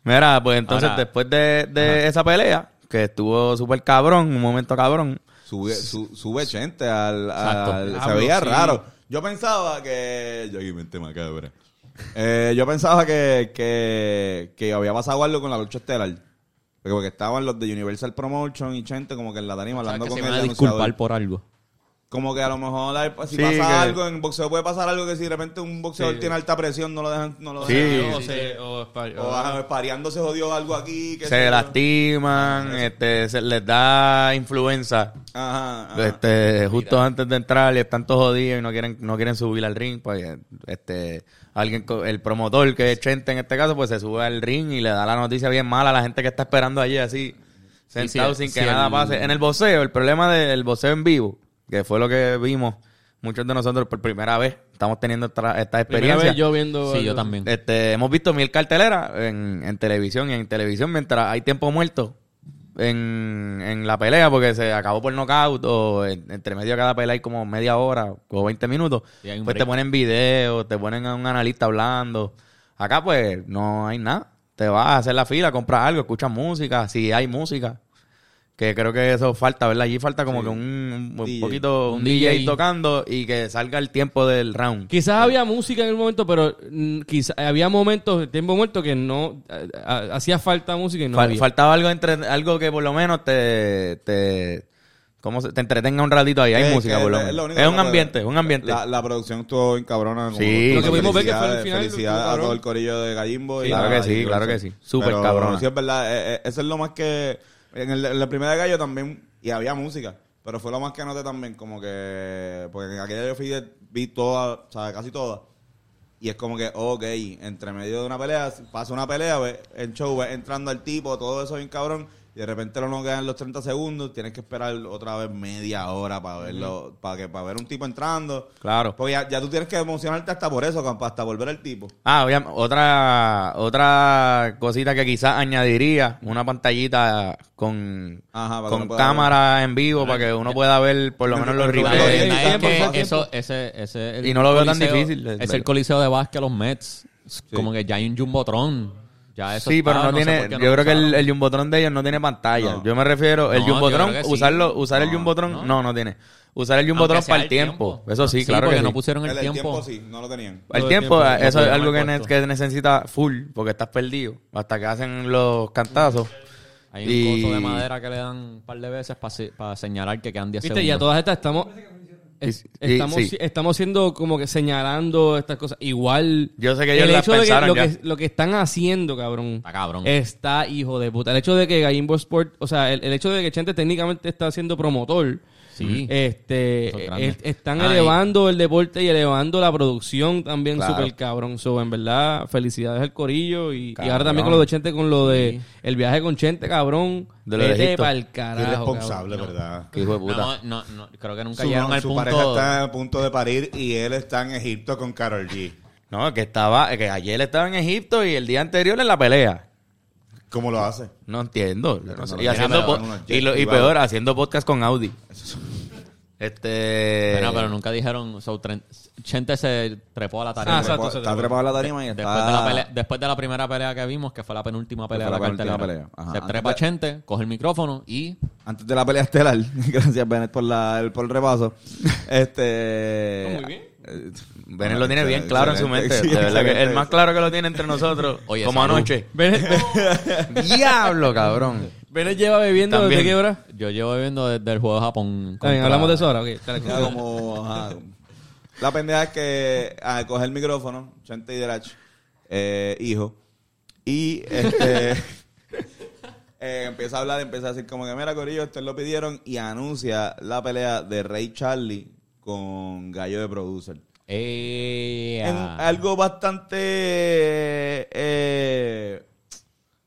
Speaker 3: Mira, pues entonces
Speaker 4: Ahora-
Speaker 3: después de, de esa pelea, que estuvo súper cabrón, un momento cabrón.
Speaker 2: Sube, su- sube gente al...
Speaker 4: Exacto.
Speaker 2: al- se
Speaker 1: Diablo,
Speaker 2: veía
Speaker 1: sí.
Speaker 2: raro. Yo pensaba que... Yo aquí mente macabra. Eh, yo pensaba que, que, que había pasado algo con la lucha estelar. Porque porque estaban los de Universal Promotion y gente como que en la tarima
Speaker 4: O sea,
Speaker 2: hablando
Speaker 4: que
Speaker 2: con
Speaker 4: se
Speaker 2: el
Speaker 4: van a
Speaker 2: anunciador.
Speaker 4: disculpar por algo.
Speaker 2: Como que a lo mejor hay- si
Speaker 3: Sí,
Speaker 2: pasa
Speaker 3: que-
Speaker 2: algo en boxeo, puede pasar algo que si de repente un boxeador tiene alta presión, no lo dejan... No lo dejan
Speaker 1: O se- o-
Speaker 2: O ah, pareando se jodió algo aquí. qué sé
Speaker 3: Se
Speaker 2: yo.
Speaker 3: lastiman, este, se les da influenza.
Speaker 2: Ajá, ajá.
Speaker 3: Este, justo antes de entrar y están todos jodidos y no quieren, no quieren subir al ring, pues eh, este, alguien, co- el promotor que es Chente en este caso, pues se sube al ring y le da la noticia bien mala a la gente que está esperando allí así, sentado
Speaker 4: sí,
Speaker 3: sin
Speaker 4: sí,
Speaker 3: que nada
Speaker 4: el-
Speaker 3: pase. En el voceo, el problema del voceo en vivo, que fue lo que vimos muchos de nosotros por primera vez, estamos teniendo esta,
Speaker 1: Primera
Speaker 3: esta experiencia.
Speaker 1: vez yo viendo.
Speaker 4: Sí, yo también.
Speaker 3: Este, hemos visto mil carteleras en, en televisión y en televisión mientras hay tiempo muerto en, en la pelea porque se acabó por nocaut o en- entre medio de cada pelea hay como media hora o 20 minutos.
Speaker 4: Sí, hay un
Speaker 3: pues te
Speaker 4: break.
Speaker 3: ponen videos, te ponen a un analista hablando. Acá pues no hay nada. Te vas a hacer la fila, compras algo, escuchas música, si hay música. Que creo que eso falta, ¿verdad? Allí falta como que un, un
Speaker 2: DJ.
Speaker 3: poquito, un,
Speaker 1: Un
Speaker 3: DJ,
Speaker 1: DJ.
Speaker 3: tocando y que salga el tiempo del round.
Speaker 1: Quizás había música en el momento, pero mm, quizá- había momentos, el tiempo muerto, que no eh, ah, hacía falta música y no
Speaker 3: Fal-
Speaker 1: había.
Speaker 3: faltaba algo entre algo que por lo menos te te, ¿cómo se- te entretenga un ratito ahí. Hay
Speaker 2: Que-
Speaker 3: música
Speaker 2: que
Speaker 3: por lo
Speaker 2: es lo
Speaker 3: menos.
Speaker 2: único
Speaker 3: Es
Speaker 2: que
Speaker 3: un
Speaker 2: no-
Speaker 3: ambiente, un ambiente.
Speaker 2: La, la producción estuvo bien cabrona. como-
Speaker 3: Sí. Lo que
Speaker 1: pudimos ver que fue el
Speaker 2: felicidades-
Speaker 1: final,
Speaker 2: Felicidades
Speaker 1: estuvo
Speaker 2: a todo
Speaker 1: cabrón.
Speaker 2: el corillo de Gallimbo. y
Speaker 3: Sí, claro
Speaker 2: la-
Speaker 3: que sí,
Speaker 2: y
Speaker 3: claro que
Speaker 2: Wilson.
Speaker 3: sí. Súper
Speaker 2: Pero
Speaker 3: cabrona.
Speaker 2: Sí, es verdad. eh, eh, Eso es lo más que... En el, en la primera de Gallo también... Y había música. Pero fue lo más que noté también. Como que... Porque en aquella yo fui, vi toda, o sea, casi toda. Y es como que, ok, entre medio de una pelea, pasa una pelea, ves el show, ves entrando al tipo, todo eso bien cabrón, y de repente no quedan los 30 segundos, tienes que esperar otra vez media hora para verlo, para que para ver un tipo entrando.
Speaker 3: Claro.
Speaker 2: Porque ya, ya tú tienes que emocionarte hasta por eso, compa, hasta volver al tipo.
Speaker 3: Ah, obvia- otra otra cosita que quizás añadiría, una pantallita con,
Speaker 2: Ajá, Ah, para que
Speaker 3: con
Speaker 2: uno pueda
Speaker 3: cámara en vivo para que uno pueda ver por lo menos los
Speaker 2: Pero
Speaker 4: Nadie-
Speaker 2: lo
Speaker 3: replays.
Speaker 2: que-
Speaker 4: nadie-
Speaker 2: tiempo,
Speaker 4: que-
Speaker 2: tiempo.
Speaker 4: eso- ese- ese- el
Speaker 3: Y no lo veo tan
Speaker 4: coliseo-
Speaker 3: difícil, de-
Speaker 4: Es
Speaker 3: de-
Speaker 4: el coliseo de básquet, los Mets. Como que ya hay un jumbotron. Ya eso
Speaker 3: Sí, pero
Speaker 4: está,
Speaker 3: no
Speaker 4: sé
Speaker 3: tiene.
Speaker 4: por qué no
Speaker 3: yo creo que el,
Speaker 4: usaron.
Speaker 3: el jumbotron de ellos no tiene pantalla.
Speaker 2: No.
Speaker 3: Yo me refiero. El
Speaker 4: No, yo
Speaker 3: jumbotron,
Speaker 4: creo que sí.
Speaker 3: usarlo, usar el
Speaker 4: No,
Speaker 3: jumbotron, no.
Speaker 4: no.
Speaker 3: no, tiene. Usar el jumbotron
Speaker 4: Aunque sea
Speaker 3: para el tiempo. Eso sí,
Speaker 4: Sí,
Speaker 3: claro
Speaker 4: porque
Speaker 3: que
Speaker 4: no
Speaker 3: sí.
Speaker 4: pusieron el,
Speaker 2: El, el
Speaker 4: tiempo.
Speaker 2: sí, no lo tenían.
Speaker 3: El
Speaker 1: Todo el
Speaker 3: tiempo,
Speaker 1: tiempo,
Speaker 3: eso es
Speaker 4: no
Speaker 3: algo que,
Speaker 4: podíamos
Speaker 3: ne-
Speaker 4: puesto.
Speaker 3: que necesita full, porque estás perdido. Hasta que hacen los cantazos.
Speaker 4: Hay un
Speaker 3: Y-
Speaker 4: coso de madera que le dan un par de veces para señalar que quedan 10
Speaker 1: Viste,
Speaker 4: segundos.
Speaker 1: y a todas estas estamos. es-
Speaker 3: Sí, sí,
Speaker 1: Estamos,
Speaker 3: sí.
Speaker 1: estamos siendo como que señalando estas cosas. Igual.
Speaker 3: Yo sé que ellos las
Speaker 1: de que
Speaker 3: pensaron
Speaker 1: lo,
Speaker 3: ya.
Speaker 1: que lo que están haciendo, cabrón.
Speaker 4: Está cabrón.
Speaker 3: Eh,
Speaker 1: Está hijo de puta. El hecho de que Gallimbo Sport, o sea, el, el hecho de que Chente técnicamente está siendo promotor.
Speaker 4: Sí.
Speaker 1: Este,
Speaker 4: Eso es grande.
Speaker 1: es- están
Speaker 4: Ah, y-
Speaker 1: elevando el deporte y elevando la producción también
Speaker 3: Claro.
Speaker 1: súper cabrón. So, en verdad, felicidades al corillo. Y, y ahora
Speaker 3: Cabrón.
Speaker 1: también con lo de Chente, con lo de el viaje con Chente, cabrón.
Speaker 3: De lo de
Speaker 1: Vete
Speaker 3: Egipto.
Speaker 1: pa'l carajo.
Speaker 2: Irresponsable,
Speaker 1: cabrón.
Speaker 2: ¿verdad?
Speaker 3: Qué hijo de puta.
Speaker 4: No, no, no, creo que nunca
Speaker 2: Su,
Speaker 4: llegaron al
Speaker 2: su
Speaker 4: punto.
Speaker 2: pareja está a punto de parir y él está en Egipto con Carol G.
Speaker 3: No, que estaba, que ayer estaba en Egipto y el día anterior en la pelea.
Speaker 2: ¿Cómo lo hace?
Speaker 3: No entiendo.
Speaker 2: La
Speaker 3: No sé. Y,
Speaker 2: tecnología
Speaker 3: haciendo
Speaker 4: me da
Speaker 3: po-
Speaker 2: unos jets
Speaker 3: y, lo- y
Speaker 2: privados.
Speaker 3: peor, haciendo podcast con Audi. Este.
Speaker 4: Bueno, pero nunca dijeron. so, tren- Chente se trepó a la
Speaker 1: Ah,
Speaker 4: tarea.
Speaker 1: exacto,
Speaker 2: Trepa-
Speaker 1: exacto.
Speaker 2: está trepado a la tarima y está...
Speaker 4: Después, de la pelea- después de la primera pelea que vimos, que fue la penúltima pelea de
Speaker 2: Después de
Speaker 4: la,
Speaker 2: la
Speaker 4: cartelera,
Speaker 2: penúltima pelea, ajá.
Speaker 4: se trepa
Speaker 2: Antes
Speaker 4: Chente, coge el micrófono y
Speaker 2: Antes de la pelea estelar, gracias Bennett por, la, el, por el repaso. Este.
Speaker 1: No, muy bien.
Speaker 2: eh,
Speaker 3: Benet lo tiene bien
Speaker 2: excelente,
Speaker 3: claro en su mente.
Speaker 2: sí,
Speaker 3: de verdad que el
Speaker 2: excelente.
Speaker 3: más claro que lo tiene entre nosotros.
Speaker 4: Oye,
Speaker 3: como
Speaker 4: salud.
Speaker 3: anoche.
Speaker 1: Bennett,
Speaker 3: Diablo, cabrón.
Speaker 1: Bennett lleva bebiendo
Speaker 3: También.
Speaker 1: desde qué hora?
Speaker 4: yo llevo viendo desde el juego de Japón.
Speaker 1: Está bien,
Speaker 4: contra-
Speaker 1: hablamos de eso ahora. ok, dale.
Speaker 2: Ya como, ajá. La pendeja es que al coger el micrófono, Chente Hidrach, eh, hijo, y este. eh, empieza a hablar, empieza a decir como que, mira, Corillo, ustedes lo pidieron y anuncia la pelea de Rey Charlie con Gallo de Producer.
Speaker 4: Ea.
Speaker 2: En algo bastante. eh,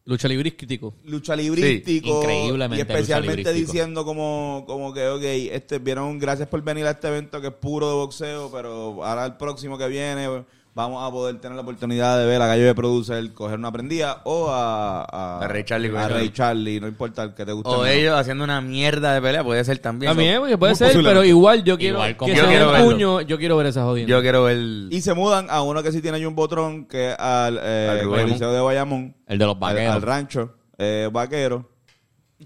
Speaker 1: Lucha librístico.
Speaker 2: lucha librístico.
Speaker 4: Sí, increíblemente
Speaker 2: Y especialmente
Speaker 4: lucha librístico.
Speaker 2: diciendo como, como que, ok, este, vieron, gracias por venir a este evento que es puro de boxeo, pero ahora el próximo que viene vamos a poder tener la oportunidad de ver a Gallo de Producer coger una prendida o a, a,
Speaker 3: A Ray Charlie,
Speaker 2: a
Speaker 3: coño.
Speaker 2: Ray Charlie, no importa el que te guste.
Speaker 3: O
Speaker 2: menos.
Speaker 3: ellos haciendo una mierda de pelea, puede ser también.
Speaker 1: También, porque puede
Speaker 2: Muy
Speaker 1: ser,
Speaker 2: posible.
Speaker 1: pero igual yo quiero
Speaker 4: Igual como-
Speaker 1: que
Speaker 3: Yo
Speaker 1: se
Speaker 3: quiero
Speaker 1: den
Speaker 3: verlo.
Speaker 1: puño, yo quiero ver esa jodienda.
Speaker 3: Yo quiero el.
Speaker 2: Y se mudan a uno que sí tiene ahí un botrón, que es al,
Speaker 3: Al
Speaker 2: eh,
Speaker 3: Bayamón.
Speaker 2: Coliseo de Bayamón.
Speaker 4: El de los
Speaker 2: al,
Speaker 4: vaqueros.
Speaker 2: al rancho eh, vaquero,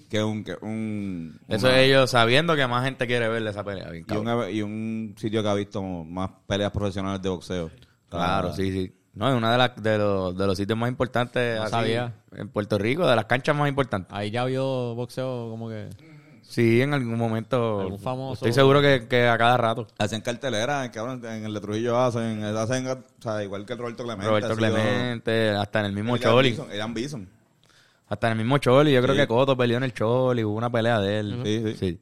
Speaker 2: que es un... Que un
Speaker 3: Eso
Speaker 2: una-
Speaker 3: es ellos sabiendo que más gente quiere verle esa pelea. bien
Speaker 2: Y
Speaker 3: cabrón.
Speaker 2: un, y un sitio que ha visto más peleas profesionales de boxeo.
Speaker 3: Claro,
Speaker 2: Ah,
Speaker 3: sí, sí. No, es uno de, las- de, los, de los sitios más importantes
Speaker 4: No
Speaker 3: así,
Speaker 4: sabía.
Speaker 3: en Puerto Rico, de las canchas más importantes.
Speaker 4: Ahí ya vio boxeo como que.
Speaker 3: Sí, en algún momento.
Speaker 4: Algún famoso.
Speaker 3: Estoy seguro que, que a cada rato.
Speaker 2: Hacen cartelera, cabrón, en el de Trujillo hacen, hacen o sea, igual que el Roberto Clemente.
Speaker 3: Roberto
Speaker 2: ha sido-
Speaker 3: Clemente, hasta en el mismo
Speaker 2: Eran
Speaker 3: Choli.
Speaker 2: Bison, Eran Bison.
Speaker 3: Hasta en el mismo Choli. Yo creo
Speaker 2: Sí.
Speaker 3: que Coto peleó en el Choli, hubo una pelea de él.
Speaker 2: Sí, sí.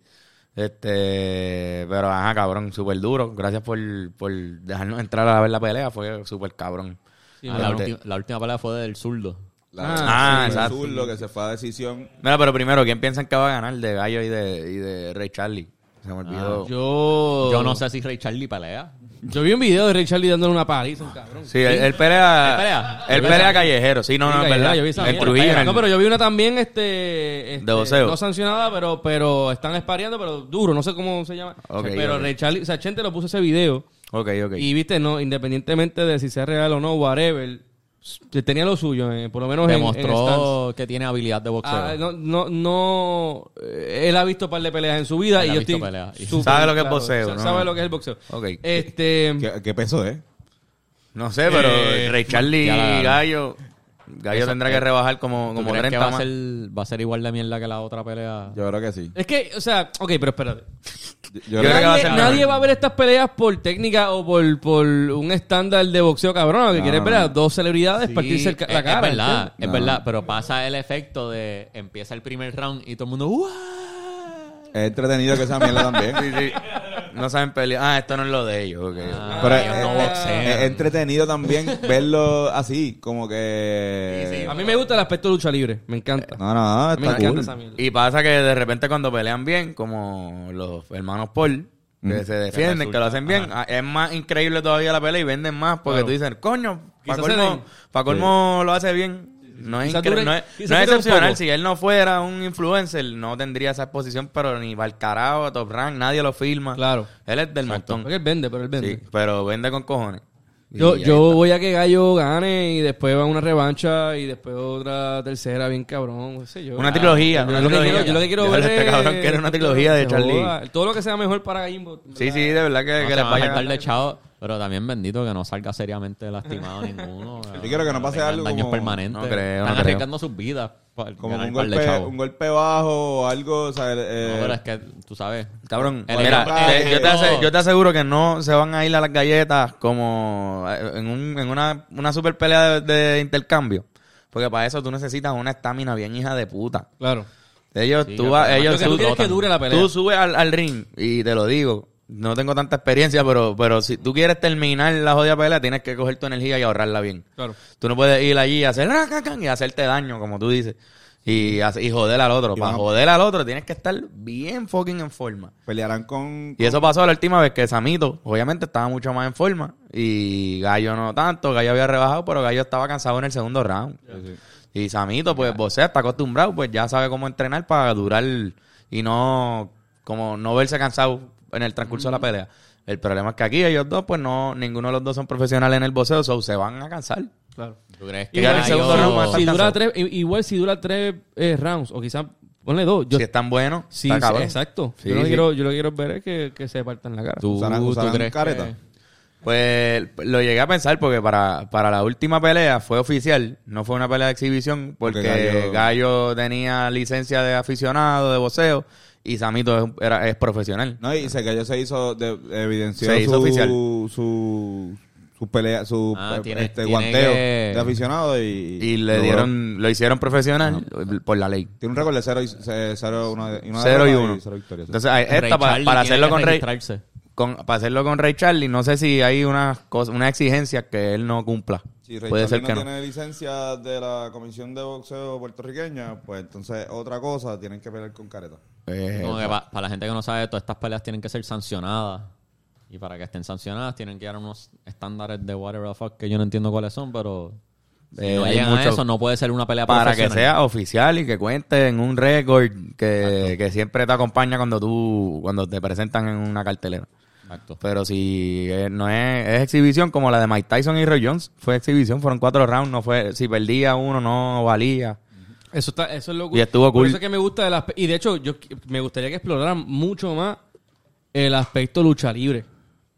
Speaker 3: Este, pero ajá, cabrón, súper duro. Gracias por, por dejarnos entrar a ver la pelea. Fue Este, súper cabrón.
Speaker 1: Sí,
Speaker 4: Ah,
Speaker 1: pero-
Speaker 4: la,
Speaker 3: porque-
Speaker 4: ulti- la última pelea fue del zurdo.
Speaker 3: Ah,
Speaker 2: el
Speaker 3: exacto.
Speaker 2: Sur, lo que se fue a decisión.
Speaker 3: Mira, pero primero, ¿quién piensan que va a ganar de Gallo y de, y de Ray Charlie? Se me olvidó.
Speaker 1: Ah,
Speaker 2: Oh.
Speaker 1: Yo...
Speaker 4: Ah, Yo no sé si Ray Charlie pelea.
Speaker 1: Yo vi un video de Ray Charlie dándole una paliza, un cabrón.
Speaker 3: Sí, él, él pelea.
Speaker 4: ¿Él pelea?
Speaker 3: él
Speaker 4: Yo
Speaker 3: pelea
Speaker 4: pensaba-
Speaker 3: callejero. Sí, no, no,
Speaker 1: Sí,
Speaker 3: es
Speaker 1: callejera,
Speaker 3: verdad.
Speaker 1: Yo vi esa
Speaker 3: En
Speaker 1: mierda.
Speaker 3: Trujillo, en el-
Speaker 1: No, pero yo vi una también, este... este,
Speaker 3: De boxeo.
Speaker 1: No sancionada, pero, pero están espareando, pero duro, no sé cómo se llama.
Speaker 3: Ok,
Speaker 1: pero
Speaker 3: ok.
Speaker 1: Ray Charlie, o sea, Chente lo puso ese video.
Speaker 3: Ok, ok.
Speaker 1: Y viste, no, independientemente de si sea real o no, whatever, tenía lo suyo, eh, por lo menos en- en stands.
Speaker 4: Demostró que tiene habilidad de boxeo.
Speaker 1: Ah, no, no, no. eh, Él ha visto un par de peleas en su vida
Speaker 4: Él
Speaker 1: y
Speaker 4: ha
Speaker 1: yo
Speaker 4: visto
Speaker 1: estoy.
Speaker 4: peleas. Y
Speaker 1: súper
Speaker 3: sabe lo que es
Speaker 1: claro,
Speaker 3: boxeo,
Speaker 1: sa-
Speaker 3: ¿no?
Speaker 1: Sabe lo que es el boxeo.
Speaker 3: Ok.
Speaker 1: Este.
Speaker 2: ¿Qué, qué peso es?
Speaker 3: No sé, pero
Speaker 4: Eh,
Speaker 3: Ray Charlie
Speaker 4: ya la-
Speaker 3: y Gallo. Gallo
Speaker 4: Eso-
Speaker 3: tendrá que
Speaker 4: eh,
Speaker 3: rebajar como,
Speaker 4: ¿Tú
Speaker 3: como
Speaker 4: crees
Speaker 3: 30
Speaker 4: que va a,
Speaker 3: más.
Speaker 4: ser, va a ser igual de mierda que la otra pelea?
Speaker 2: Yo creo que sí.
Speaker 1: Es que, o sea, ok, pero espérate.
Speaker 2: Yo,
Speaker 3: Yo
Speaker 2: creo
Speaker 3: creo que va a
Speaker 1: Nadie,
Speaker 3: ser la
Speaker 1: nadie
Speaker 3: misma.
Speaker 1: va a ver estas peleas por técnica o por, por un estándar de boxeo cabrón. Lo que
Speaker 2: No,
Speaker 1: quieres
Speaker 2: no,
Speaker 1: ver
Speaker 2: no.
Speaker 1: a dos celebridades partirse el ca-
Speaker 4: es,
Speaker 1: la cara.
Speaker 4: es verdad,
Speaker 1: ¿entiendes?
Speaker 4: es
Speaker 2: No.
Speaker 4: verdad, pero pasa el efecto de empieza el primer round y todo el mundo "Uah".
Speaker 2: Es entretenido que esa mierda también.
Speaker 3: Sí, sí. No saben pelear. Ah, esto no es lo de ellos. ok.
Speaker 4: Ah,
Speaker 2: Pero
Speaker 4: ellos no
Speaker 2: es-
Speaker 4: boxean.
Speaker 2: es entretenido también verlo así, como
Speaker 4: Sí, sí.
Speaker 2: que...
Speaker 1: A mí me gusta el aspecto de lucha libre. Me encanta.
Speaker 3: Eh,
Speaker 2: No, no,
Speaker 1: me
Speaker 2: está
Speaker 1: encanta
Speaker 2: cool.
Speaker 1: esa mierda.
Speaker 3: Y pasa que de repente cuando pelean bien, como los hermanos Paul, que se defienden, que lo hacen bien, ah, es más increíble todavía la pelea y venden más porque
Speaker 1: Claro.
Speaker 3: tú dices, coño,
Speaker 1: Quizás
Speaker 3: para
Speaker 1: se
Speaker 3: colmo,
Speaker 1: den.
Speaker 3: pa' colmo lo hace bien. No es,
Speaker 1: Quizás
Speaker 3: incre-
Speaker 1: dure-
Speaker 3: no es,
Speaker 1: quizás
Speaker 3: no es
Speaker 1: dure un
Speaker 3: excepcional.
Speaker 1: poco.
Speaker 3: Si él no fuera un influencer, no tendría esa exposición, pero ni Valcarao, Top Rank, nadie lo filma.
Speaker 1: Claro.
Speaker 3: Él es del montón.
Speaker 1: Porque él vende, pero él vende.
Speaker 3: Sí, pero vende con cojones. Y
Speaker 1: Yo,
Speaker 3: ahí
Speaker 1: yo
Speaker 3: está.
Speaker 1: voy a que Gallo gane y después va a una revancha y después otra tercera bien cabrón, qué sé yo. Ah,
Speaker 3: Una trilogía,
Speaker 1: Yo,
Speaker 3: una
Speaker 1: lo, que
Speaker 3: trilogía.
Speaker 1: quiero, yo lo que quiero
Speaker 3: Ya
Speaker 1: ver
Speaker 3: este
Speaker 1: es-
Speaker 3: cabrón quiere una trilogía de
Speaker 1: que
Speaker 3: Charlie.
Speaker 1: joda. Todo lo que sea mejor para Gallimbo.
Speaker 3: Sí, sí, de verdad que,
Speaker 4: No
Speaker 3: que
Speaker 4: se
Speaker 3: les
Speaker 4: van a
Speaker 3: vaya
Speaker 4: faltar de chavo, pero también bendito que no salga seriamente lastimado ninguno.
Speaker 2: Yo quiero que no pase
Speaker 4: tengan
Speaker 2: algo
Speaker 4: Daños
Speaker 2: como-
Speaker 4: permanentes.
Speaker 3: No creo, no
Speaker 4: Están
Speaker 3: creo.
Speaker 4: arriesgando sus vidas. por
Speaker 2: Como
Speaker 4: ganar
Speaker 2: un
Speaker 4: par de
Speaker 2: golpe,
Speaker 4: chavos.
Speaker 2: un golpe bajo o algo, o sea... el-
Speaker 4: No,
Speaker 2: eh,
Speaker 4: pero es que tú sabes.
Speaker 3: Cabrón,
Speaker 4: El
Speaker 3: mira,
Speaker 4: equipo-
Speaker 3: te-
Speaker 2: eh,
Speaker 3: yo, te
Speaker 4: no.
Speaker 3: ase- yo te aseguro que no se van a ir a las galletas como eh, en, un- en una, una super pelea de, de intercambio. Porque para eso tú necesitas una estamina bien hija de puta.
Speaker 1: Claro.
Speaker 3: Ellos,
Speaker 4: Sí,
Speaker 3: tú,
Speaker 4: yo
Speaker 3: vas-
Speaker 4: creo.
Speaker 3: ellos,
Speaker 1: Lo que tú
Speaker 3: tú-
Speaker 1: quieres es que dure la pelea.
Speaker 3: tú subes al, al ring y te lo digo. No tengo tanta experiencia, pero, pero si tú quieres terminar la jodida pelea, tienes que coger tu energía y ahorrarla bien.
Speaker 1: Claro.
Speaker 3: Tú no puedes ir allí y hacer ra, ca, can, y hacerte daño, como tú dices. Y, hace- y joder al otro.
Speaker 2: Y
Speaker 3: Para
Speaker 2: vamos.
Speaker 3: joder al otro tienes que estar bien fucking en forma.
Speaker 2: Pelearán con...
Speaker 3: Y eso pasó la última vez que Samito, obviamente, estaba mucho más en forma. Y Gallo no tanto. Gallo había rebajado, pero Gallo estaba cansado en el segundo round. Y Samito, pues, vocea, está acostumbrado, pues ya sabe cómo entrenar para durar y no, como no verse cansado en el transcurso de la pelea. El problema es que aquí ellos dos, pues no, ninguno de los dos son profesionales en el voceo, so se van a cansar.
Speaker 1: Claro.
Speaker 4: ¿Tú crees
Speaker 3: Y en el
Speaker 4: Gallo-
Speaker 3: segundo round va a estar
Speaker 1: si dura
Speaker 3: cansado.
Speaker 1: tres, i- igual si dura tres eh, rounds, o quizás ponle dos. Yo,
Speaker 3: si están buenos,
Speaker 1: sí,
Speaker 3: está
Speaker 1: sí,
Speaker 3: cabrón.
Speaker 1: exacto.
Speaker 3: Sí,
Speaker 1: yo, lo que
Speaker 3: sí.
Speaker 1: quiero, yo lo que quiero ver es que, que se partan la cara.
Speaker 4: ¿Tú,
Speaker 2: Usarán-
Speaker 4: tú
Speaker 2: usarán
Speaker 4: crees
Speaker 2: careta.
Speaker 4: que-
Speaker 3: Pues lo llegué a pensar porque para, para la última pelea fue oficial, no fue una pelea de exhibición porque
Speaker 2: Porque
Speaker 3: Gallo,
Speaker 2: Gallo-
Speaker 3: tenía licencia de aficionado, de voceo y Samito es, era, es profesional.
Speaker 2: No, y se cayó, se hizo, de, evidenció
Speaker 3: Se hizo
Speaker 2: su,
Speaker 3: oficial.
Speaker 2: su, su pelea, su
Speaker 4: Ah,
Speaker 2: eh,
Speaker 4: tiene-
Speaker 2: este,
Speaker 4: tiene
Speaker 2: guanteo
Speaker 4: que-
Speaker 2: de aficionado y...
Speaker 3: Y le
Speaker 2: logró.
Speaker 3: dieron, lo hicieron profesional por la ley.
Speaker 2: Tiene un récord de 0 y eh, 0 una, una
Speaker 3: 0 y
Speaker 2: derrota
Speaker 3: 1.
Speaker 2: cero victorias.
Speaker 3: Entonces, ahí-
Speaker 4: Ray
Speaker 3: esta pa-
Speaker 4: Charlie
Speaker 3: para
Speaker 4: tiene
Speaker 3: hacerlo
Speaker 4: que
Speaker 3: con Ray,
Speaker 4: registrarse.
Speaker 3: con- para hacerlo con Ray Charlie, no sé si hay unas cosas, una exigencia que él no cumpla.
Speaker 2: Si Ray
Speaker 3: Puede
Speaker 2: Charlie
Speaker 3: ser que
Speaker 2: no
Speaker 3: no.
Speaker 2: tiene licencia de la Comisión de Boxeo puertorriqueña, pues entonces otra cosa, tienen que pelear con careta.
Speaker 3: Eh,
Speaker 4: Como que para la gente que no sabe, todas estas peleas tienen que ser sancionadas. Y para que estén sancionadas, tienen que dar unos estándares de whatever the fuck que yo no entiendo cuáles son, pero. Si
Speaker 3: Eh,
Speaker 4: no
Speaker 3: hay
Speaker 4: llegan a
Speaker 3: mucho-
Speaker 4: eso, no puede ser una pelea
Speaker 3: para que
Speaker 4: profesional.
Speaker 3: sea oficial y que cuente en un récord que, que siempre te acompaña cuando tú cuando te presentan en una cartelera.
Speaker 4: Exacto.
Speaker 3: Pero si eh, no es, es exhibición como la de Mike Tyson y Roy Jones, fue exhibición, fueron cuatro rounds, no fue si perdía uno no valía.
Speaker 1: Eso está, eso es lo
Speaker 3: Y estuvo
Speaker 1: Por
Speaker 3: cool.
Speaker 1: eso es que me gusta el aspe- Y de hecho, yo qu- me gustaría que exploraran mucho más el aspecto lucha libre.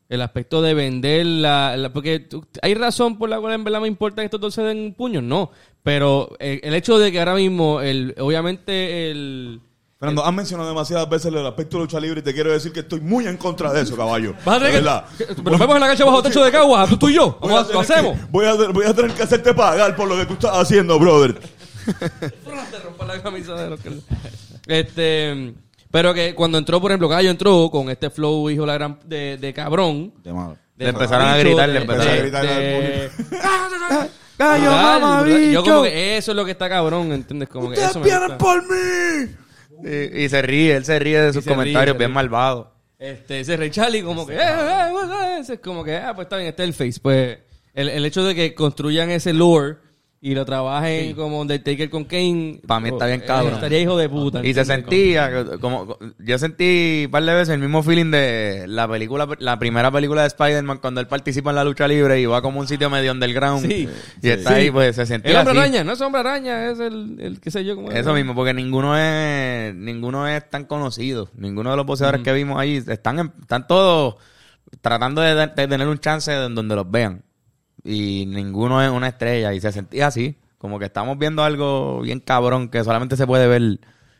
Speaker 1: El aspecto de vender la. la- porque tú- hay razón por la cual en verdad me importa que estos dos se den puños, no. Pero eh, el, el hecho de que ahora mismo, el, obviamente, el.
Speaker 2: Fernando, has mencionado demasiadas veces el aspecto de lucha libre y te quiero decir que estoy muy en contra de eso, caballo.
Speaker 1: Vas a tener
Speaker 2: De
Speaker 1: que-
Speaker 2: verdad.
Speaker 1: que- Nos vemos en la cancha bajo techo de Caguas, tú, tú y yo.
Speaker 2: Voy a
Speaker 1: Vamos, lo
Speaker 2: tener que-
Speaker 1: hacemos.
Speaker 2: voy, a, voy a tener que hacerte pagar por lo que tú estás haciendo, brother.
Speaker 1: Te rompo la camisa de los que- Este. Pero que cuando entró, por ejemplo, Gallo entró con este flow, hijo de la gran. de, de cabrón.
Speaker 2: De madre.
Speaker 3: Le empezaron a gritar, le empezaron
Speaker 2: a gritar al
Speaker 3: Gallo,
Speaker 1: Brutal,
Speaker 3: mamá,
Speaker 1: brutal. Yo
Speaker 3: bicho.
Speaker 1: como que eso es lo que está cabrón, ¿entiendes? Como que eso me gusta.
Speaker 2: por mí!
Speaker 3: Y, y se ríe, él se ríe de sus
Speaker 1: se ríe,
Speaker 3: comentarios
Speaker 1: se
Speaker 3: bien
Speaker 1: ríe.
Speaker 3: malvado.
Speaker 1: Este, ese Ray Charlie como que... eh, eh, eh, eh, ese es como que, ah, pues está bien, este es el face. Pues el, el hecho de que construyan ese lore y lo trabajen como Undertaker con Kane.
Speaker 3: Pa' mí está bien
Speaker 1: eh,
Speaker 3: cabrón.
Speaker 1: Estaría hijo de puta.
Speaker 3: Y se sentía, que- como, co- yo sentí un par de veces el mismo feeling de la película, la primera película de Spider-Man cuando él participa en la lucha libre y va como a un sitio medio underground.
Speaker 1: Sí.
Speaker 3: y está ahí, pues se sentía
Speaker 1: El hombre
Speaker 3: así.
Speaker 1: araña, no es hombre araña, es el, el qué sé yo. cómo es.
Speaker 3: Eso mismo, porque ninguno es, ninguno es tan conocido. Ninguno de los boxeadores que vimos ahí están, en- están todos tratando de, de tener un chance en donde los vean. Y ninguno es una estrella. Y se sentía así, como que estamos viendo algo bien cabrón que solamente se puede ver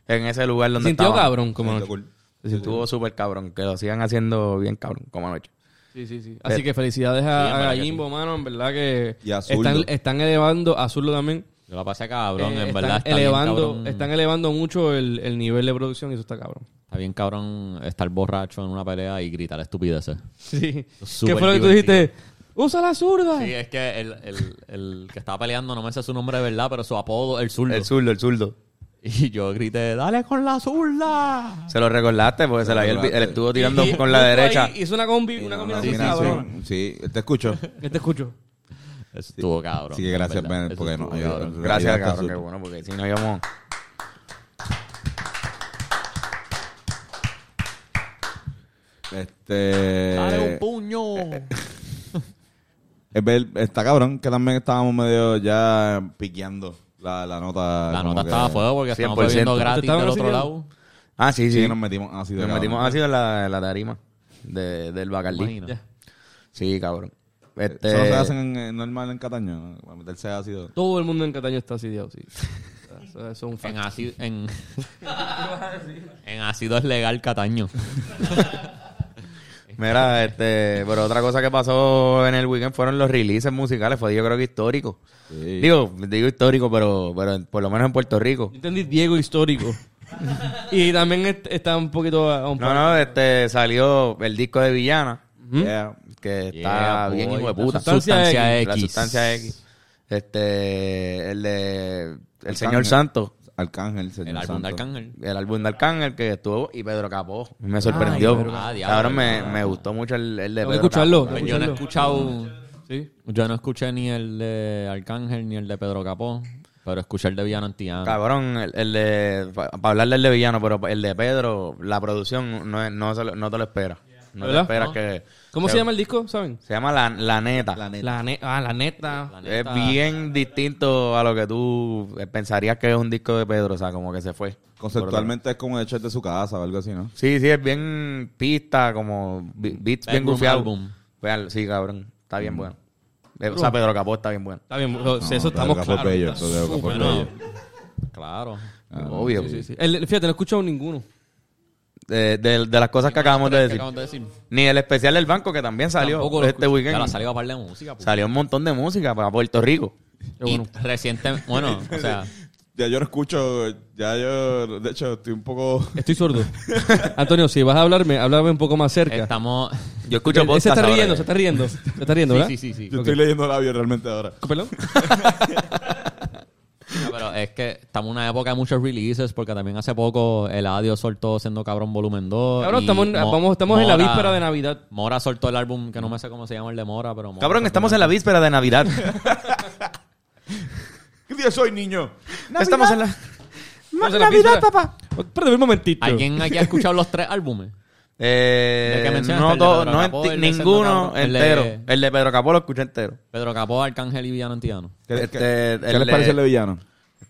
Speaker 3: en ese lugar donde
Speaker 1: Sintió
Speaker 3: estaba.
Speaker 1: cabrón como
Speaker 2: Está
Speaker 1: noche.
Speaker 2: cool.
Speaker 3: Estuvo súper cabrón, que lo sigan haciendo bien cabrón, como anoche.
Speaker 1: Sí, sí, sí. Así que felicidades
Speaker 4: Sí, en
Speaker 1: a,
Speaker 4: verdad
Speaker 1: a
Speaker 4: que
Speaker 1: Jimbo, mano. En verdad que
Speaker 2: Y a Zurdo.
Speaker 1: están, están elevando, a Zurdo también.
Speaker 4: Yo la pasé cabrón,
Speaker 1: eh,
Speaker 4: en
Speaker 1: están
Speaker 4: verdad. Está
Speaker 1: elevando,
Speaker 4: bien cabrón,
Speaker 1: están elevando mucho el, el nivel de producción y eso está cabrón.
Speaker 4: está bien cabrón estar borracho en una pelea y gritar estupideces.
Speaker 1: Sí. ¿Qué
Speaker 4: Súper
Speaker 1: fue lo que tú
Speaker 4: divertido.
Speaker 1: dijiste? ¡Usa la zurda!
Speaker 4: Sí, es que el, el, el que estaba peleando, no me sé su nombre de verdad, pero su apodo, el zurdo.
Speaker 3: El zurdo, el zurdo.
Speaker 4: Y yo grité, dale con la zurda.
Speaker 3: Se lo recordaste porque se la había olvi- él estuvo tirando
Speaker 1: Y-
Speaker 3: con la
Speaker 1: justo ahí
Speaker 3: derecha.
Speaker 1: Hizo una combi, una combinación cabrona.
Speaker 2: Sí, te escucho.
Speaker 1: Que te escucho.
Speaker 4: Eso estuvo cabrón.
Speaker 2: Sí, que gracias,
Speaker 4: en verdad.
Speaker 2: Ben,
Speaker 4: Eso
Speaker 2: porque
Speaker 4: estuvo
Speaker 2: nos ayudó.
Speaker 4: cabrón.
Speaker 3: Gracias,
Speaker 2: Ahí está
Speaker 3: cabrón,
Speaker 2: el
Speaker 3: qué
Speaker 2: zurdo.
Speaker 3: bueno, porque si no íbamos...
Speaker 4: Dale
Speaker 2: Este.
Speaker 4: un puño.
Speaker 2: es ver- Está cabrón que también estábamos medio ya piqueando la, la
Speaker 3: Ah,
Speaker 2: nota.
Speaker 4: La
Speaker 2: como
Speaker 4: nota
Speaker 2: que-
Speaker 4: estaba a fuego porque estamos
Speaker 3: 100%.
Speaker 4: bebiendo
Speaker 1: ¿Te
Speaker 4: gratis
Speaker 1: estaban
Speaker 4: del otro
Speaker 1: recibiendo?
Speaker 4: lado.
Speaker 3: Ah, sí, sí.
Speaker 2: Sí, nos metimos ácido.
Speaker 3: Nos
Speaker 2: cabrón.
Speaker 3: metimos ácido en la, en la tarima de- del Bacardí.
Speaker 4: Imagina.
Speaker 3: Sí, cabrón. Este,
Speaker 2: Eso no Eh, se hacen en- en normal en Cataño, ¿no? Para meterse ácido.
Speaker 1: Todo el mundo en Cataño está asidiado, sí. Eso, eso es un
Speaker 4: En
Speaker 1: fact.
Speaker 4: ácido, en, en ácido es legal Cataño.
Speaker 3: Mira, este, pero otra cosa que pasó en el weekend fueron los releases musicales. Fue, yo creo que histórico.
Speaker 2: Sí.
Speaker 3: Digo, digo histórico, pero, pero en- por lo menos en Puerto Rico.
Speaker 1: Yo entendí Diego histórico. y también est- está un poquito... a- a un
Speaker 3: No, no, este, salió el disco de Villana,
Speaker 2: Yeah.
Speaker 3: que
Speaker 4: Yeah,
Speaker 3: está bien
Speaker 4: boy.
Speaker 3: hijo de puta.
Speaker 1: La sustancia
Speaker 4: Sustancia X.
Speaker 3: La sustancia X. Este, el de El,
Speaker 2: Arcángel.
Speaker 3: Señor Santo.
Speaker 2: Arcángel, señor.
Speaker 4: El álbum
Speaker 2: santo.
Speaker 4: de Arcángel.
Speaker 3: el álbum de Arcángel que estuvo y Pedro Capó. Me sorprendió.
Speaker 4: Pedro Capó. Ah, diablo,
Speaker 3: Cabrón, me,
Speaker 4: Pedro.
Speaker 3: me gustó mucho el, el de
Speaker 1: Tengo
Speaker 3: Pedro
Speaker 1: que escucharlo.
Speaker 3: Capó.
Speaker 1: tengo que
Speaker 4: Pues Yo no he
Speaker 1: escucharlo.
Speaker 4: escuchado.
Speaker 1: Sí.
Speaker 4: Yo no escuché ni el de Arcángel ni el de Pedro Capó, pero escuché el de Villano Antiano.
Speaker 3: Cabrón, el, el de. Para hablar del de villano, pero el de Pedro, la producción no, es- no, se lo- no te lo espera. No te
Speaker 1: ¿Verdad?
Speaker 3: esperas
Speaker 1: No.
Speaker 3: que.
Speaker 1: ¿Cómo se llama el disco, saben?
Speaker 3: Se llama La, La Neta.
Speaker 1: La ne- ah, la neta.
Speaker 3: Es bien distinto a lo que tú pensarías que es un disco de Pedro, o sea, como que se fue.
Speaker 2: Conceptualmente es como el chat de su casa o algo así, ¿no?
Speaker 3: Sí, sí, es bien pista, como bi- beats bien
Speaker 4: Bedroom
Speaker 3: gufiados.
Speaker 4: album.
Speaker 3: Vean, sí, cabrón, está bien bueno. Eh, O sea, Pedro Capó está bien bueno.
Speaker 1: Está bien, o sea, eso
Speaker 2: No,
Speaker 1: estamos
Speaker 2: Pedro Capó es
Speaker 1: claros.
Speaker 2: bello,
Speaker 1: está
Speaker 2: Pedro Capó es
Speaker 1: súper
Speaker 2: bello.
Speaker 1: bello.
Speaker 4: Claro.
Speaker 3: Obvio.
Speaker 1: Sí, sí. El- fíjate, no he escuchado ninguno.
Speaker 3: De, de- de las cosas que acabamos de
Speaker 4: ¿Qué
Speaker 3: decir.
Speaker 4: acabas de decir?
Speaker 3: Ni el especial del banco que también salió
Speaker 4: Tampoco lo
Speaker 3: este
Speaker 4: escuché.
Speaker 3: weekend.
Speaker 4: Ya la salió a par de música. pu-
Speaker 3: Salió un montón de música para Puerto Rico.
Speaker 4: Y recientemente, bueno, o sea,
Speaker 2: Ya yo no escucho, ya yo, de hecho, estoy un poco...
Speaker 1: Estoy sordo. Antonio, si vas a hablarme, háblame un poco más cerca.
Speaker 4: estamos.
Speaker 3: Yo escucho
Speaker 1: Él- él se
Speaker 3: podcast
Speaker 1: está
Speaker 3: ahora.
Speaker 1: riendo, se está riendo. Se está riendo, ¿verdad?
Speaker 4: Sí, sí, sí. sí.
Speaker 2: Yo estoy leyendo labios realmente ahora.
Speaker 1: ¿Perdón?
Speaker 4: No, pero es que estamos en una época de muchos releases porque también hace poco el Eladio soltó Siendo Cabrón Volumen 2.
Speaker 1: Cabrón,
Speaker 4: Oh, y
Speaker 1: estamos, en-
Speaker 4: Mo-
Speaker 1: vamos- estamos en la
Speaker 4: Mora-
Speaker 1: víspera de Navidad.
Speaker 4: Mora soltó el álbum que no me sé cómo se llama el de Mora, pero. Mora
Speaker 3: Cabrón,
Speaker 4: soltó
Speaker 3: estamos
Speaker 4: un-
Speaker 3: en la víspera de Navidad.
Speaker 2: ¿Qué día soy, niño?
Speaker 3: Estamos en la.
Speaker 1: Navidad, papá. Espérate un momentito.
Speaker 4: ¿Alguien aquí ha escuchado los tres álbumes? ¿De qué
Speaker 3: Eh,
Speaker 4: mencionaste?
Speaker 3: no,
Speaker 4: El de
Speaker 3: todo-
Speaker 4: Pedro
Speaker 3: no
Speaker 4: Capó,
Speaker 3: enti-
Speaker 4: el de Sendo
Speaker 3: ninguno
Speaker 4: Cabrón, el de-
Speaker 3: entero. El de... Pedro Capó lo escuché entero.
Speaker 4: Pedro Capó, Arcángel y Villano Antiano.
Speaker 2: ¿Qué,
Speaker 3: Este,
Speaker 2: qué-
Speaker 3: el
Speaker 2: qué les
Speaker 3: de-
Speaker 2: parece el de villano?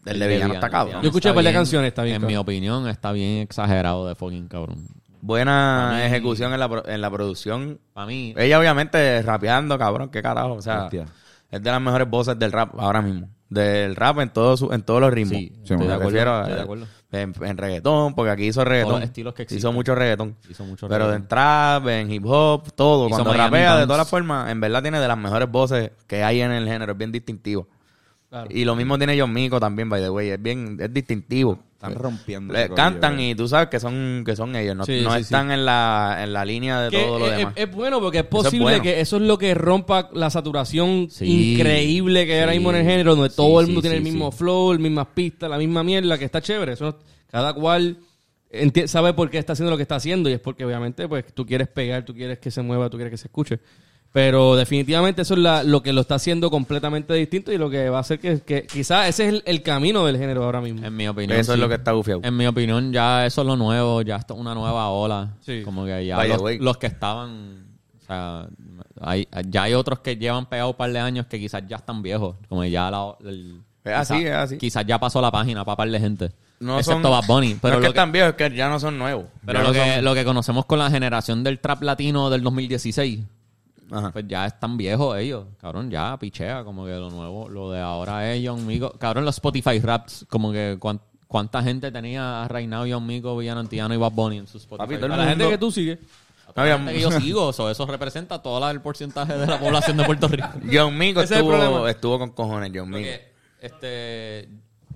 Speaker 3: El de Villano está cabrón.
Speaker 1: Yo escuché
Speaker 4: Está
Speaker 1: par de
Speaker 4: bien,
Speaker 1: canciones, está bien,
Speaker 4: En
Speaker 1: cabrón.
Speaker 4: mi opinión, está bien exagerado de fucking cabrón.
Speaker 3: Buena ejecución en la, pro- en la producción.
Speaker 4: Para mí,
Speaker 3: Ella obviamente rapeando, cabrón, qué carajo. O sea,
Speaker 2: Hostia.
Speaker 3: es de las mejores voces del rap ahora mismo. Del rap en, todo su- en todos los ritmos.
Speaker 4: Sí,
Speaker 2: estoy de
Speaker 3: Me
Speaker 4: acuerdo,
Speaker 3: refiero a-
Speaker 4: estoy de acuerdo.
Speaker 3: En, en reggaetón, porque aquí hizo reggaetón.
Speaker 4: los estilos que
Speaker 3: hizo
Speaker 4: existen.
Speaker 3: mucho reggaetón.
Speaker 4: Hizo mucho
Speaker 3: Pero
Speaker 4: reggaetón.
Speaker 3: en trap, en hip hop, todo.
Speaker 4: Hizo
Speaker 3: Cuando
Speaker 4: Miami
Speaker 3: rapea, de
Speaker 4: Dance.
Speaker 3: todas las formas, en verdad tiene de las mejores voces que hay en el género. Es bien distintivo.
Speaker 1: Claro.
Speaker 3: Y lo mismo tiene John Mico también, by the way. Es bien, es distintivo.
Speaker 2: Están rompiendo
Speaker 3: Le-
Speaker 2: ese eh. corillo,
Speaker 3: cantan
Speaker 2: bro.
Speaker 3: y tú sabes que son, que son ellos. No,
Speaker 1: Sí,
Speaker 3: no
Speaker 1: sí,
Speaker 3: están En, la, en la línea de
Speaker 1: Que
Speaker 3: todo lo
Speaker 1: es,
Speaker 3: demás.
Speaker 1: es- es bueno porque es
Speaker 3: es
Speaker 1: posible
Speaker 3: bueno.
Speaker 1: que eso es lo que rompa la saturación
Speaker 4: Sí.
Speaker 1: increíble que hay ahora
Speaker 4: Sí.
Speaker 1: mismo en el género, donde
Speaker 4: Sí,
Speaker 1: todo el
Speaker 4: sí,
Speaker 1: mundo tiene
Speaker 4: sí,
Speaker 1: el mismo
Speaker 4: sí.
Speaker 1: flow, las mismas pistas, la misma mierda, que está chévere. Eso, no- cada cual enti- sabe por qué está haciendo lo que está haciendo y es porque obviamente pues tú quieres pegar, tú quieres que se mueva, tú quieres que se escuche. Pero definitivamente eso es la- lo que lo está haciendo completamente distinto y lo que va a hacer que, que quizás ese es el, el camino del género ahora mismo.
Speaker 4: En mi opinión.
Speaker 3: Eso es
Speaker 4: sí. Em,
Speaker 3: lo que está gufiado.
Speaker 4: En mi opinión, ya eso es lo nuevo, ya esto es una nueva ola.
Speaker 1: Sí.
Speaker 4: Como que ya
Speaker 3: By the
Speaker 4: los,
Speaker 3: way.
Speaker 4: los que estaban. O sea, hay, ya hay otros que llevan pegados un par de años que quizás ya están viejos. Como que ya la. el-
Speaker 3: Es así,
Speaker 4: quizás-
Speaker 3: es así.
Speaker 4: Quizás ya pasó la página para par de gente.
Speaker 3: No
Speaker 4: Excepto
Speaker 3: son-
Speaker 4: Bad Bunny.
Speaker 3: no es
Speaker 4: Pero
Speaker 3: que
Speaker 4: lo que-
Speaker 3: están viejos, es que ya no son nuevos.
Speaker 4: pero
Speaker 3: Ya
Speaker 4: lo
Speaker 3: no
Speaker 4: que,
Speaker 3: son-
Speaker 4: lo que conocemos con la generación del trap latino del 2016,
Speaker 3: Ajá.
Speaker 4: pues ya están viejos ellos. Cabrón, ya pichea, como que lo nuevo, lo de ahora es John Mico. Cabrón, los Spotify raps, como que cuan- cuánta gente tenía a Reinao, John Mico, Villano Antiano y Bad Bunny en sus Spotify.
Speaker 3: Papi, todo el
Speaker 1: A
Speaker 4: raps.
Speaker 1: la gente que
Speaker 3: mundo-
Speaker 1: tú sigues.
Speaker 3: No, John-
Speaker 4: Gente que yo sigo, eso, eso representa todo la- el porcentaje de la población de Puerto Rico.
Speaker 3: John Mico
Speaker 1: Ese es el
Speaker 3: estuvo,
Speaker 1: problema.
Speaker 3: estuvo con cojones, John Mico.
Speaker 4: Porque, este,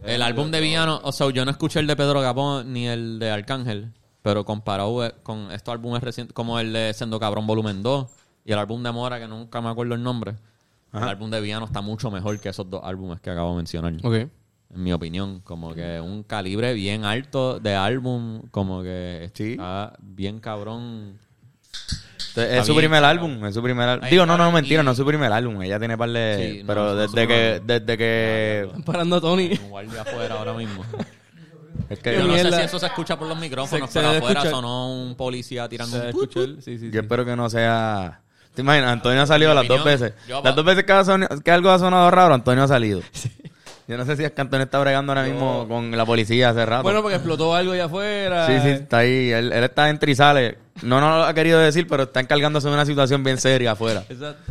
Speaker 4: el álbum de Villano, o sea, yo no escuché el de Pedro Capón ni el de Arcángel, pero comparado eh, con estos álbumes recientes, como el de Sendo Cabrón Volumen 2 y el álbum de Mora, que nunca me acuerdo el nombre, el álbum de Villano está mucho mejor que esos dos álbumes que acabo de mencionar.
Speaker 1: Ok.
Speaker 4: En mi opinión, como que un calibre bien alto de álbum, como que
Speaker 3: Sí.
Speaker 4: está bien cabrón.
Speaker 3: Entonces, Este, Es su
Speaker 4: bien,
Speaker 3: primer álbum, es su primer álbum.
Speaker 4: Ahí
Speaker 3: Digo, no,
Speaker 4: está,
Speaker 3: no, mentira,
Speaker 4: y-
Speaker 3: no es su primer álbum. Ella tiene par de...
Speaker 4: Sí, no,
Speaker 3: pero
Speaker 4: no,
Speaker 3: desde
Speaker 4: no,
Speaker 3: que... Desde que...
Speaker 1: Están parando a Tony.
Speaker 4: Un guardia afuera ahora mismo.
Speaker 3: Es que
Speaker 4: Yo
Speaker 3: yo,
Speaker 4: no sé
Speaker 1: Mierda.
Speaker 4: si eso se escucha por los micrófonos,
Speaker 1: Se- se
Speaker 4: pero
Speaker 1: debe
Speaker 4: afuera
Speaker 1: escuchar.
Speaker 4: sonó un policía tirando un...
Speaker 1: Sí, sí,
Speaker 3: yo espero que no sea... ¿Te imaginas? Antonio ha salido las dos
Speaker 4: opinión,
Speaker 3: veces.
Speaker 4: yo-
Speaker 3: Las dos veces que, ha soni- que algo ha sonado raro, Antonio ha salido. Yo no sé si es que Antonio está bregando ahora mismo con la policía hace
Speaker 2: Ah,
Speaker 3: rato.
Speaker 1: Bueno, pues, eh, porque explotó algo allá afuera.
Speaker 3: Sí, sí, está ahí. Él, él está en Trizales. No nos lo ha querido decir, pero está encargándose de una situación bien seria afuera.
Speaker 1: Exacto.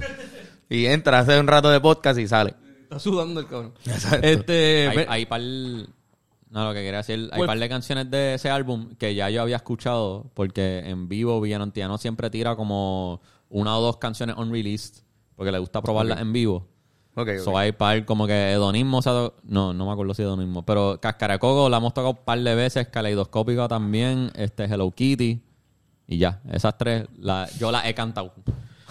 Speaker 3: Y entra, hace un rato de podcast y sale.
Speaker 1: Está sudando el cabrón. Este,
Speaker 4: hay,
Speaker 1: ve-
Speaker 4: hay par. No, lo que quería decir, hay
Speaker 1: Pues-
Speaker 4: par de canciones de ese álbum que ya yo había escuchado, porque en vivo Villanantiano siempre tira como una o dos canciones unreleased, porque le gusta probarlas en vivo.
Speaker 3: Ok, ok.
Speaker 4: So hay par como que hedonismo, o sea, do- no, no me acuerdo si hedonismo, pero Cascaracogo la hemos tocado un par de veces, Caleidoscópica también, este Hello Kitty, y ya, esas tres la, yo las he cantado.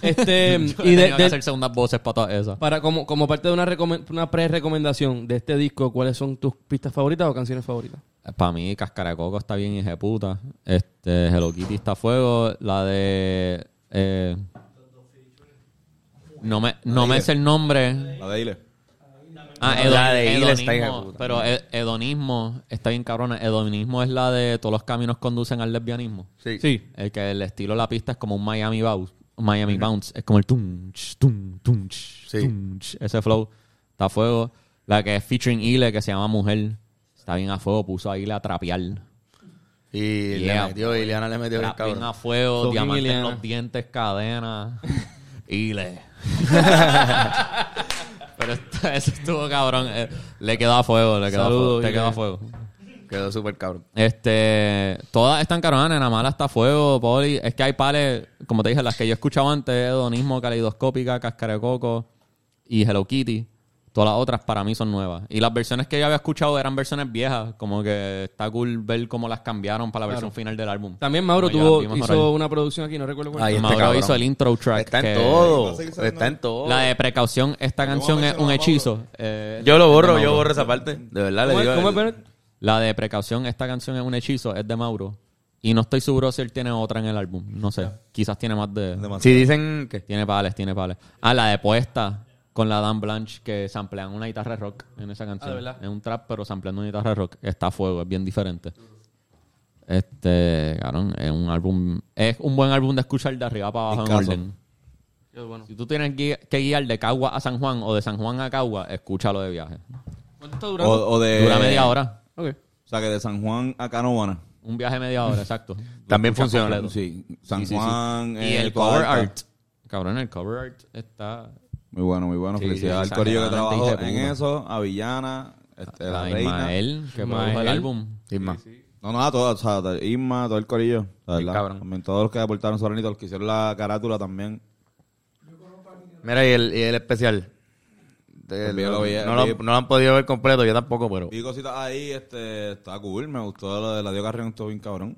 Speaker 1: este,
Speaker 4: Yo he
Speaker 1: y de-
Speaker 4: tenido que
Speaker 1: de-
Speaker 4: hacer segundas voces para todas esas.
Speaker 1: para como, como parte de una, recomen- una pre-recomendación de este disco, ¿cuáles son tus pistas favoritas o canciones favoritas?
Speaker 4: Para mí, Cascaracoco está bien ejeputa. Este, Hello Kitty está a fuego. La de. eh, no me, no me es el nombre.
Speaker 2: La de Ile.
Speaker 4: Ah,
Speaker 3: La
Speaker 4: hedon-
Speaker 3: de Isla está
Speaker 4: hedonismo.
Speaker 3: hijeputa.
Speaker 4: Pero he- hedonismo está bien cabrona. Hedonismo es la de todos los caminos conducen al lesbianismo.
Speaker 3: Sí.
Speaker 4: El que el estilo de la pista es como un Miami bounce. Miami bounce. Es como el tunch, tunch, tunch,
Speaker 3: Sí.
Speaker 4: tunch. Ese flow está a fuego. La que es featuring Ile, que se llama Mujer, está bien a fuego. Puso a Ile a trapear.
Speaker 3: Y
Speaker 4: Yeah,
Speaker 3: le metió, y Liana le metió el
Speaker 4: Trap bien a
Speaker 3: cabrón.
Speaker 4: fuego,
Speaker 1: Fucking
Speaker 4: diamantes en
Speaker 1: Ileana.
Speaker 4: los dientes, cadena. Ile. Pero esto- eso estuvo cabrón. Eh, Le quedó a fuego, le quedó a
Speaker 1: Saludos,
Speaker 4: fuego. Te
Speaker 1: Ile.
Speaker 4: quedó a fuego.
Speaker 3: Quedó súper cabrón.
Speaker 4: Este, todas están cabronas, Nena Mala está a fuego, Poli. Es que hay pales, como te dije, las que yo escuchaba antes, Hedonismo, Caleidoscópica, Cáscara de Coco y Hello Kitty. Todas las otras para mí son nuevas. Y las versiones que yo había escuchado eran versiones viejas. Como que está cool ver cómo las cambiaron para la versión final del álbum.
Speaker 1: También Mauro
Speaker 4: Como ya
Speaker 1: tuvo,
Speaker 4: las vi
Speaker 1: hizo
Speaker 4: mejorar.
Speaker 1: una producción aquí, no recuerdo cuál.
Speaker 3: Ay, este
Speaker 4: Mauro
Speaker 3: cabrón.
Speaker 4: hizo el intro track.
Speaker 3: Está en
Speaker 4: que-
Speaker 3: todo.
Speaker 2: Vas a seguir saliendo
Speaker 3: Está en todo.
Speaker 4: La de precaución, esta canción es un hechizo. Eh,
Speaker 3: Yo lo borro,
Speaker 4: de
Speaker 3: yo
Speaker 4: Mauro.
Speaker 3: borro esa parte. De verdad le
Speaker 1: ¿Cómo es-
Speaker 3: digo.
Speaker 1: cómo
Speaker 3: el-
Speaker 1: es, Bennett?
Speaker 4: La de precaución, esta canción es un hechizo, es de Mauro. Y no estoy seguro si él tiene otra en el álbum. No sé. Quizás tiene más de.
Speaker 3: Si dicen que...
Speaker 4: Tiene pales, tiene pales. Ah, la de puesta con la Dan Blanche que samplean una guitarra de rock en esa
Speaker 1: Ah, de
Speaker 4: canción.
Speaker 1: verdad.
Speaker 4: es un trap, pero sampleando una guitarra de rock. Está a fuego, es bien diferente. Este, cabrón, es un álbum. Es un buen álbum de escuchar de arriba para abajo en
Speaker 2: Discaso.
Speaker 4: orden.
Speaker 1: Yo, bueno.
Speaker 4: Si tú tienes gui- que guiar de Cagua a San Juan o de San Juan a Cagua, escúchalo de viaje.
Speaker 1: ¿Cuánto está
Speaker 2: O,
Speaker 1: durando?
Speaker 2: o de.
Speaker 4: Dura media hora.
Speaker 1: Ok.
Speaker 2: O sea, que de San Juan a Canovana.
Speaker 4: Un viaje de media hora, exacto. Lo
Speaker 3: También
Speaker 4: escuchas
Speaker 3: funciona,
Speaker 4: completo.
Speaker 2: Sí. San
Speaker 4: Sí, sí, sí.
Speaker 2: Juan.
Speaker 4: Y
Speaker 2: eh,
Speaker 4: el cover
Speaker 2: Toalta.
Speaker 4: art. Cabrón, el cover art está...
Speaker 2: Muy bueno, muy bueno.
Speaker 4: Sí,
Speaker 2: Felicidades
Speaker 4: sí,
Speaker 2: al corillo que
Speaker 4: exageradamente
Speaker 2: trabajó
Speaker 4: hijo de
Speaker 2: en
Speaker 4: puta.
Speaker 2: eso. A Villana. Este, la,
Speaker 4: A
Speaker 2: reina.
Speaker 4: Ismael, que produjo el
Speaker 1: Ismael.
Speaker 4: álbum.
Speaker 3: Sin más.
Speaker 2: No, no, a todos, o sea, Isma, todo el corillo, la verdad.
Speaker 3: cabrón.
Speaker 2: También todos los que aportaron su granito, los que hicieron la carátula también.
Speaker 3: Mira, y el, y el especial. De-
Speaker 2: Pues yo lo vi,
Speaker 3: no, lo,
Speaker 2: vi-
Speaker 3: no lo han podido ver completo, yo tampoco, pero...
Speaker 2: Vi cositas ahí, este, está cool, me gustó lo de la Dio Carrión, estuvo bien cabrón.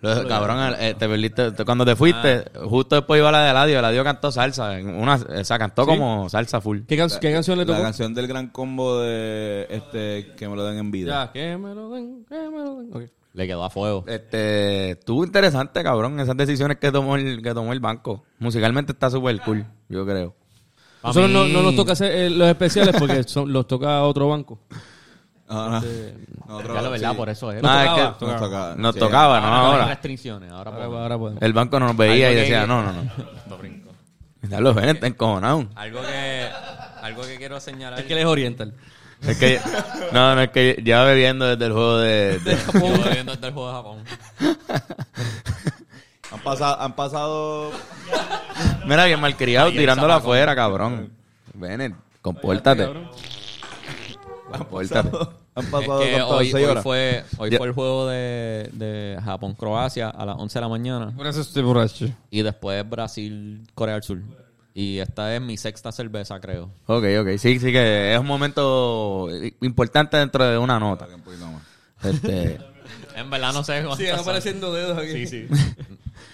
Speaker 3: Lo- cabrón, eh, te perdiste. te- Cuando te fuiste,
Speaker 2: Ah.
Speaker 3: justo después iba la de Eladio. Eladio cantó salsa. en Una, o sea, cantó como salsa full.
Speaker 1: ¿Qué, can- qué canción le
Speaker 2: La
Speaker 1: tocó?
Speaker 2: canción del gran combo de, este, que me lo den en vida.
Speaker 1: Ya, que me lo den, que me lo den. Ok.
Speaker 4: Le quedó a fuego.
Speaker 3: Este, estuvo interesante, cabrón, esas decisiones que tomó el, que tomó el banco. Musicalmente está súper cool, yo creo.
Speaker 4: Pa'
Speaker 1: Nosotros no,
Speaker 4: mí-
Speaker 1: no nos toca hacer eh, los especiales porque son- los toca otro banco.
Speaker 2: Ah, no. Nosotros-
Speaker 4: Ya lo Este, verdad,
Speaker 2: sí.
Speaker 4: por eso es.
Speaker 1: No,
Speaker 3: Ah, es
Speaker 1: tocaba,
Speaker 3: que-
Speaker 2: Nos tocaba.
Speaker 3: Nos
Speaker 2: Sí, Ah,
Speaker 3: tocaba, no
Speaker 4: ahora, hay
Speaker 3: ahora.
Speaker 4: restricciones. Ahora,
Speaker 1: Ahora,
Speaker 4: podemos.
Speaker 1: ahora podemos.
Speaker 3: El banco no nos veía y
Speaker 4: Algo que-
Speaker 3: decía, no, no, no.
Speaker 4: Lo brinco.
Speaker 3: Ya Los ven, está encojonado.
Speaker 4: Algo que, algo que quiero señalar.
Speaker 1: Es que él es oriental.
Speaker 3: Es que, no, no, es que ya bebiendo desde el juego de... de-
Speaker 4: Llevo viendo desde el juego de Japón.
Speaker 2: Han pasado, han pasado
Speaker 3: Mira, bien malcriado, tirándola afuera, cabrón. Ven, compórtate. Compórtate.
Speaker 2: han
Speaker 4: Es
Speaker 2: pasado
Speaker 4: que
Speaker 2: tantas
Speaker 4: hoy,
Speaker 2: seis
Speaker 4: hoy
Speaker 2: horas.
Speaker 4: fue, hoy
Speaker 3: Ya.
Speaker 4: fue el juego de, de Japón-Croacia a las 11 de la mañana
Speaker 1: Por eso estoy borracho.
Speaker 4: y después Brasil-Corea del Sur. Y esta es mi sexta cerveza, creo.
Speaker 3: Ok, ok. Sí, sí que es un momento importante dentro de una nota.
Speaker 2: Un poquito más.
Speaker 3: Este,
Speaker 4: En verdad no sé cuántas son.
Speaker 1: dedos aquí. Sí, sí.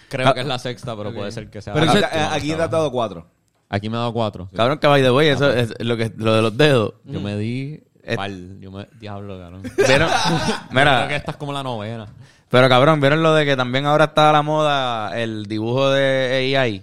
Speaker 4: Creo que es la sexta, pero puede ser que sea
Speaker 1: Pero
Speaker 4: la
Speaker 1: eso-
Speaker 2: Acá-
Speaker 4: séptima,
Speaker 2: eh, aquí te
Speaker 4: octava.
Speaker 2: has dado cuatro.
Speaker 4: Aquí me ha dado cuatro.
Speaker 3: cabrón, que by the way, eso es lo, que, lo de los dedos.
Speaker 4: Yo me di...
Speaker 3: Es-
Speaker 4: pal, yo me... Diablo, cabrón.
Speaker 3: ¿Vieron?
Speaker 4: Creo que
Speaker 3: Mira,
Speaker 4: esta es como la novena.
Speaker 3: pero cabrón, ¿vieron lo de que también ahora está a la moda el dibujo de AI?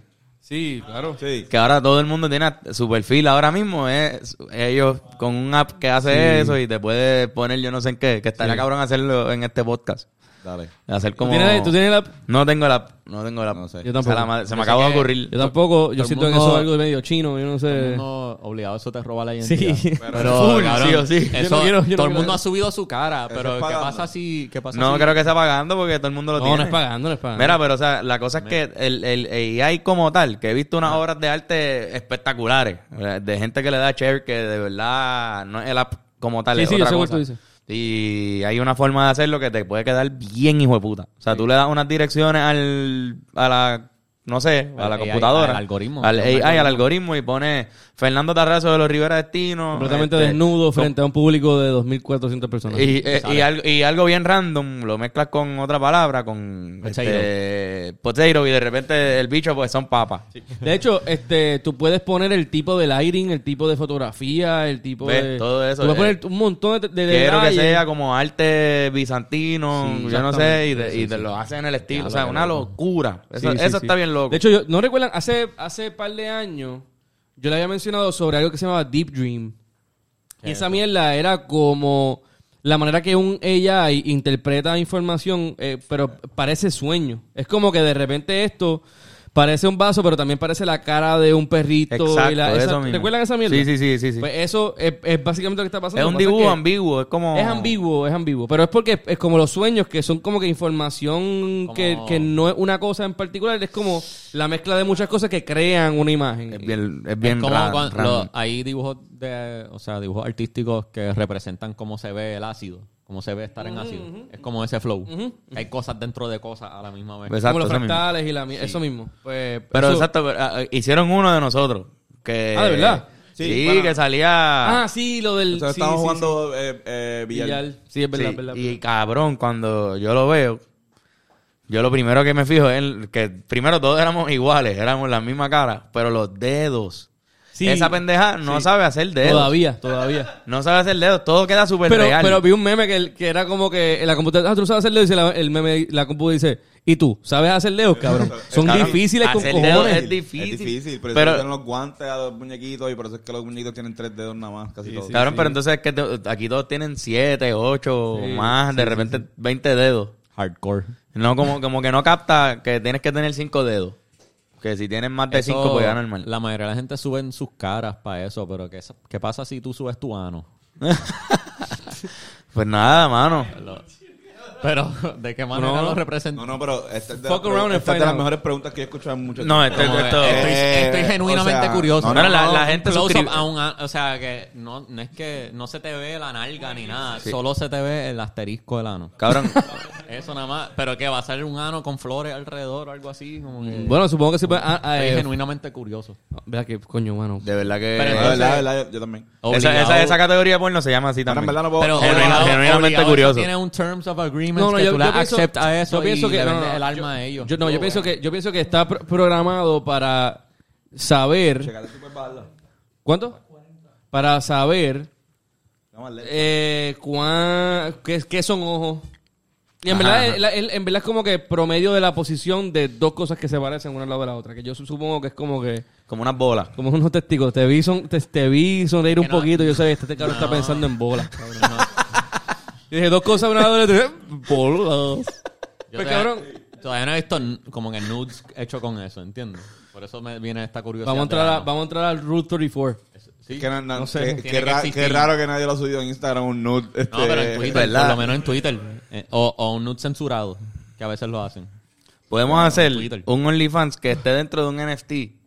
Speaker 1: claro.
Speaker 2: Sí.
Speaker 3: Que ahora todo el mundo tiene a- su perfil. Ahora mismo es ellos con un app que hace eso y te puede poner yo no sé en qué. Que estaría cabrón hacerlo en este podcast.
Speaker 2: Dale.
Speaker 3: Hacer como...
Speaker 1: ¿Tú, tienes, tú tienes la...
Speaker 3: No tengo la... No tengo la...
Speaker 2: No sé.
Speaker 1: Yo tampoco.
Speaker 3: Se, la ma- se me
Speaker 4: Yo sé
Speaker 3: acaba de
Speaker 4: que-
Speaker 3: ocurrir.
Speaker 1: Yo tampoco,
Speaker 4: Todo
Speaker 1: yo
Speaker 4: el
Speaker 1: siento que
Speaker 4: mundo-
Speaker 1: eso es algo de medio chino, yo no
Speaker 4: Todo el
Speaker 1: sé.
Speaker 4: mundo obligado, eso te roba la
Speaker 1: Eh. Sí.
Speaker 4: identidad. Pero,
Speaker 3: Full,
Speaker 4: cabrón,
Speaker 3: sí o sí.
Speaker 4: eso-
Speaker 1: Yo no quiero- yo no
Speaker 4: todo el
Speaker 1: quiero
Speaker 4: mundo
Speaker 1: eso.
Speaker 4: ha subido su cara,
Speaker 2: es
Speaker 4: pero ¿qué
Speaker 2: pagando.
Speaker 4: pasa si... ¿Qué pasa
Speaker 3: No
Speaker 4: si-
Speaker 3: creo que sea pagando porque todo el mundo lo
Speaker 1: No,
Speaker 3: tiene.
Speaker 1: no es pagando, no es pagando.
Speaker 3: Mira, pero o sea, la cosa es que el, el AI como tal, que he visto
Speaker 1: Ah.
Speaker 3: unas obras de arte espectaculares, eh, de gente que le da share que de verdad no es el app como tal,
Speaker 1: Sí,
Speaker 3: es
Speaker 1: sí, yo
Speaker 3: otra
Speaker 1: sé cuál
Speaker 3: cosa.
Speaker 1: tú dices.
Speaker 3: Y hay una forma de hacerlo que te puede quedar bien hijo de puta. O sea, tú le das unas direcciones al, a la, no sé, a
Speaker 4: Al
Speaker 3: la
Speaker 4: AI,
Speaker 3: computadora.
Speaker 4: al algoritmo.
Speaker 3: Al
Speaker 4: Un
Speaker 3: AI, al
Speaker 4: algoritmo.
Speaker 3: algoritmo y pone Fernando Tarrazo de los Rivera Destino.
Speaker 1: Completamente
Speaker 3: este,
Speaker 1: desnudo frente a un público de 2.400 personas.
Speaker 3: y, eh, y algo, y algo bien random lo mezclas con otra palabra, con
Speaker 4: Potato.
Speaker 3: este, potato, y de repente el bicho pues son papas.
Speaker 1: De hecho, este, tú puedes poner el tipo de lighting, el tipo de fotografía, el tipo
Speaker 3: Ves,
Speaker 1: de...
Speaker 3: todo eso,
Speaker 1: Tú puedes
Speaker 3: eh.
Speaker 1: poner un montón de, de
Speaker 3: Quiero que
Speaker 1: detalles.
Speaker 3: sea como arte bizantino,
Speaker 1: Sí,
Speaker 3: yo no sé, y te,
Speaker 1: exactamente.
Speaker 3: y
Speaker 1: Sí,
Speaker 3: te
Speaker 1: sí,
Speaker 3: lo
Speaker 1: sí.
Speaker 3: hacen en el estilo.
Speaker 1: Ya,
Speaker 3: o sea,
Speaker 1: lo
Speaker 3: una
Speaker 1: que loco.
Speaker 3: locura. Eso,
Speaker 1: Sí, sí,
Speaker 3: eso
Speaker 1: sí.
Speaker 3: está bien loco.
Speaker 1: De hecho, yo, ¿no recuerdan? Hace, hace par de años yo le había mencionado sobre algo que se llamaba Deep Dream. Y esa mierda era como la manera que un AI interpreta información, eh, pero parece sueño. Es como que de repente esto parece un vaso, pero también parece la cara de un perrito. y la-
Speaker 3: Exacto,
Speaker 1: esa-
Speaker 3: eso mismo.
Speaker 1: ¿Recuerdan esa mierda?
Speaker 3: Sí, sí, sí, sí, sí.
Speaker 1: Pues eso es, es básicamente lo que está pasando.
Speaker 3: es un
Speaker 1: Lo que pasa
Speaker 3: dibujo
Speaker 1: que-
Speaker 3: ambiguo, es como...
Speaker 1: es ambiguo, es ambiguo. Pero es porque es como los sueños, que son como que información que, que no es una cosa en particular, es como la mezcla de muchas cosas que crean una imagen.
Speaker 3: Es bien, es
Speaker 4: Es
Speaker 3: bien
Speaker 4: como
Speaker 3: ra-
Speaker 4: cuando-
Speaker 3: random.
Speaker 4: lo- hay dibujos de, o sea, dibujos artísticos que representan cómo se ve el ácido, cómo se ve estar en ácido. Es como ese flow. Hay cosas dentro de cosas a la misma vez.
Speaker 3: Exacto,
Speaker 1: como los
Speaker 3: eso mismo.
Speaker 1: fractales y la mi- eso mismo. Pues,
Speaker 3: Pero
Speaker 1: eso-
Speaker 3: exacto, pero, ah, ah, hicieron uno de nosotros. Que,
Speaker 1: Ah, ¿de verdad?
Speaker 3: Sí,
Speaker 2: Sí, bueno.
Speaker 3: que salía...
Speaker 1: Ah, sí, lo del.
Speaker 2: O sea,
Speaker 1: sí,
Speaker 2: estamos
Speaker 1: sí,
Speaker 2: jugando eh, eh,
Speaker 1: sí.
Speaker 2: billar.
Speaker 1: Villar. Sí, es verdad,
Speaker 3: Sí,
Speaker 1: verdad.
Speaker 3: Y
Speaker 1: verdad.
Speaker 3: cabrón, cuando yo lo veo, yo lo primero que me fijo es el- que primero todos éramos iguales, éramos la misma cara, pero los dedos.
Speaker 1: Sí.
Speaker 3: Esa pendeja no sabe hacer dedos.
Speaker 1: Todavía, todavía.
Speaker 3: No sabe hacer dedos, todo queda súper
Speaker 1: Pero,
Speaker 3: real.
Speaker 1: pero vi un meme que, que era como que en la computadora. Ah, tú sabes hacer dedos. Y la- el meme, la compu dice: ¿Y tú? ¿Sabes hacer dedos, cabrón? Son
Speaker 3: Cabrón,
Speaker 1: difíciles con
Speaker 3: hacer dedos
Speaker 1: cojones.
Speaker 3: Es difícil.
Speaker 2: Es difícil, por eso
Speaker 3: Pero-
Speaker 2: usan los guantes a los muñequitos y por eso es que los muñequitos tienen tres dedos nada más, casi todos.
Speaker 3: cabrón, pero entonces es que te- aquí todos tienen siete, ocho,
Speaker 1: Sí,
Speaker 3: más, de repente 20 dedos.
Speaker 4: Hardcore.
Speaker 3: No, como, como que no capta que tienes que tener cinco dedos. Que si tienes más de
Speaker 4: Eso-
Speaker 3: cinco, pues ya normal.
Speaker 4: La mayoría de la gente sube en sus caras para eso, pero ¿qué, qué pasa si tú subes tu ano?
Speaker 3: Pues nada, mano.
Speaker 4: Pero, ¿de qué manera
Speaker 1: No,
Speaker 4: lo
Speaker 2: No,
Speaker 4: representas?
Speaker 2: no, pero esta es de,
Speaker 1: Fuck around and
Speaker 2: esta es
Speaker 1: find
Speaker 2: de las
Speaker 1: out.
Speaker 2: mejores preguntas que yo he escuchado en mucho
Speaker 3: No, este,
Speaker 4: Como de,
Speaker 3: esto-
Speaker 4: estoy,
Speaker 2: Eh,
Speaker 4: estoy genuinamente
Speaker 2: o sea,
Speaker 4: curioso.
Speaker 2: no,
Speaker 3: no, la- la gente
Speaker 4: close
Speaker 3: suscribe-
Speaker 4: up a un a- o sea, que no, no es que no se te ve la nalga ni nada, solo se te ve el asterisco del ano.
Speaker 3: Cabrón,
Speaker 4: Eso nada más, pero que va a ser un ano con flores alrededor o algo así. Como que...
Speaker 1: Bueno, supongo que sí. pues, ah, ah,
Speaker 4: estoy
Speaker 1: eh,
Speaker 4: genuinamente curioso.
Speaker 1: Verdad que, coño, mano.
Speaker 3: de verdad que...
Speaker 4: Pero
Speaker 2: La
Speaker 4: entonces-
Speaker 2: verdad, la verdad, yo también.
Speaker 3: Esa, esa,
Speaker 4: Obligado.
Speaker 3: esa categoría de porno se llama así
Speaker 2: Ahora, en
Speaker 3: también.
Speaker 2: verdad no puedo... no, no,
Speaker 4: Pero
Speaker 3: Genuina-
Speaker 4: obligado-
Speaker 3: genuinamente
Speaker 4: obligado, eso
Speaker 3: curioso.
Speaker 4: Tiene un terms of agreement
Speaker 1: No, no,
Speaker 4: que
Speaker 1: yo,
Speaker 4: tú
Speaker 1: yo
Speaker 4: le
Speaker 1: pienso,
Speaker 4: acceptas a eso
Speaker 1: yo pienso
Speaker 4: y
Speaker 1: que
Speaker 4: le
Speaker 1: no,
Speaker 4: vendes
Speaker 1: no,
Speaker 4: el
Speaker 1: yo-
Speaker 4: alma a ellos.
Speaker 1: Yo, no, yo pienso que yo pienso que está pro- programado para saber
Speaker 2: Checate si puedes bajarla.
Speaker 1: ¿cuánto? Para saber
Speaker 2: Vamos a darle.
Speaker 1: eh, cuán- qué, qué son ojos, Y en verdad, es- la- es- en verdad es como que promedio de la posición de dos cosas que se parecen una al lado de la otra. Que yo su- supongo que es como que,
Speaker 3: Como unas bolas.
Speaker 1: como unos testigos. Te vi, son, te, te vi sonreír un
Speaker 4: no-
Speaker 1: poquito. Yo sé, este cabrón está pensando en bolas. cabrón. Yo dije dos cosas una al lado de la otra. Bolas.
Speaker 4: Yo
Speaker 1: Pues,
Speaker 4: todavía-
Speaker 1: cabrón.
Speaker 4: Todavía no he visto n- como en el nudes hecho con eso, ¿entiendes? Por eso me viene esta curiosidad.
Speaker 1: Vamos a, entrar
Speaker 4: de,
Speaker 1: a-
Speaker 4: ah, no.
Speaker 1: vamos a entrar al Route 34.
Speaker 4: Sí.
Speaker 2: Que na- na-
Speaker 1: No sé.
Speaker 2: que-
Speaker 1: Tiene
Speaker 2: que
Speaker 4: que
Speaker 2: ra-
Speaker 4: existir.
Speaker 2: que raro que nadie lo ha subido en Instagram un nude. este,
Speaker 4: No, pero
Speaker 1: eh,
Speaker 4: en Twitter,
Speaker 3: ¿verdad?
Speaker 4: por lo menos en Twitter. Eh, o, o un nude censurado, que a veces lo hacen.
Speaker 3: Podemos hacer
Speaker 4: Twitter.
Speaker 3: un OnlyFans que esté dentro de un NFT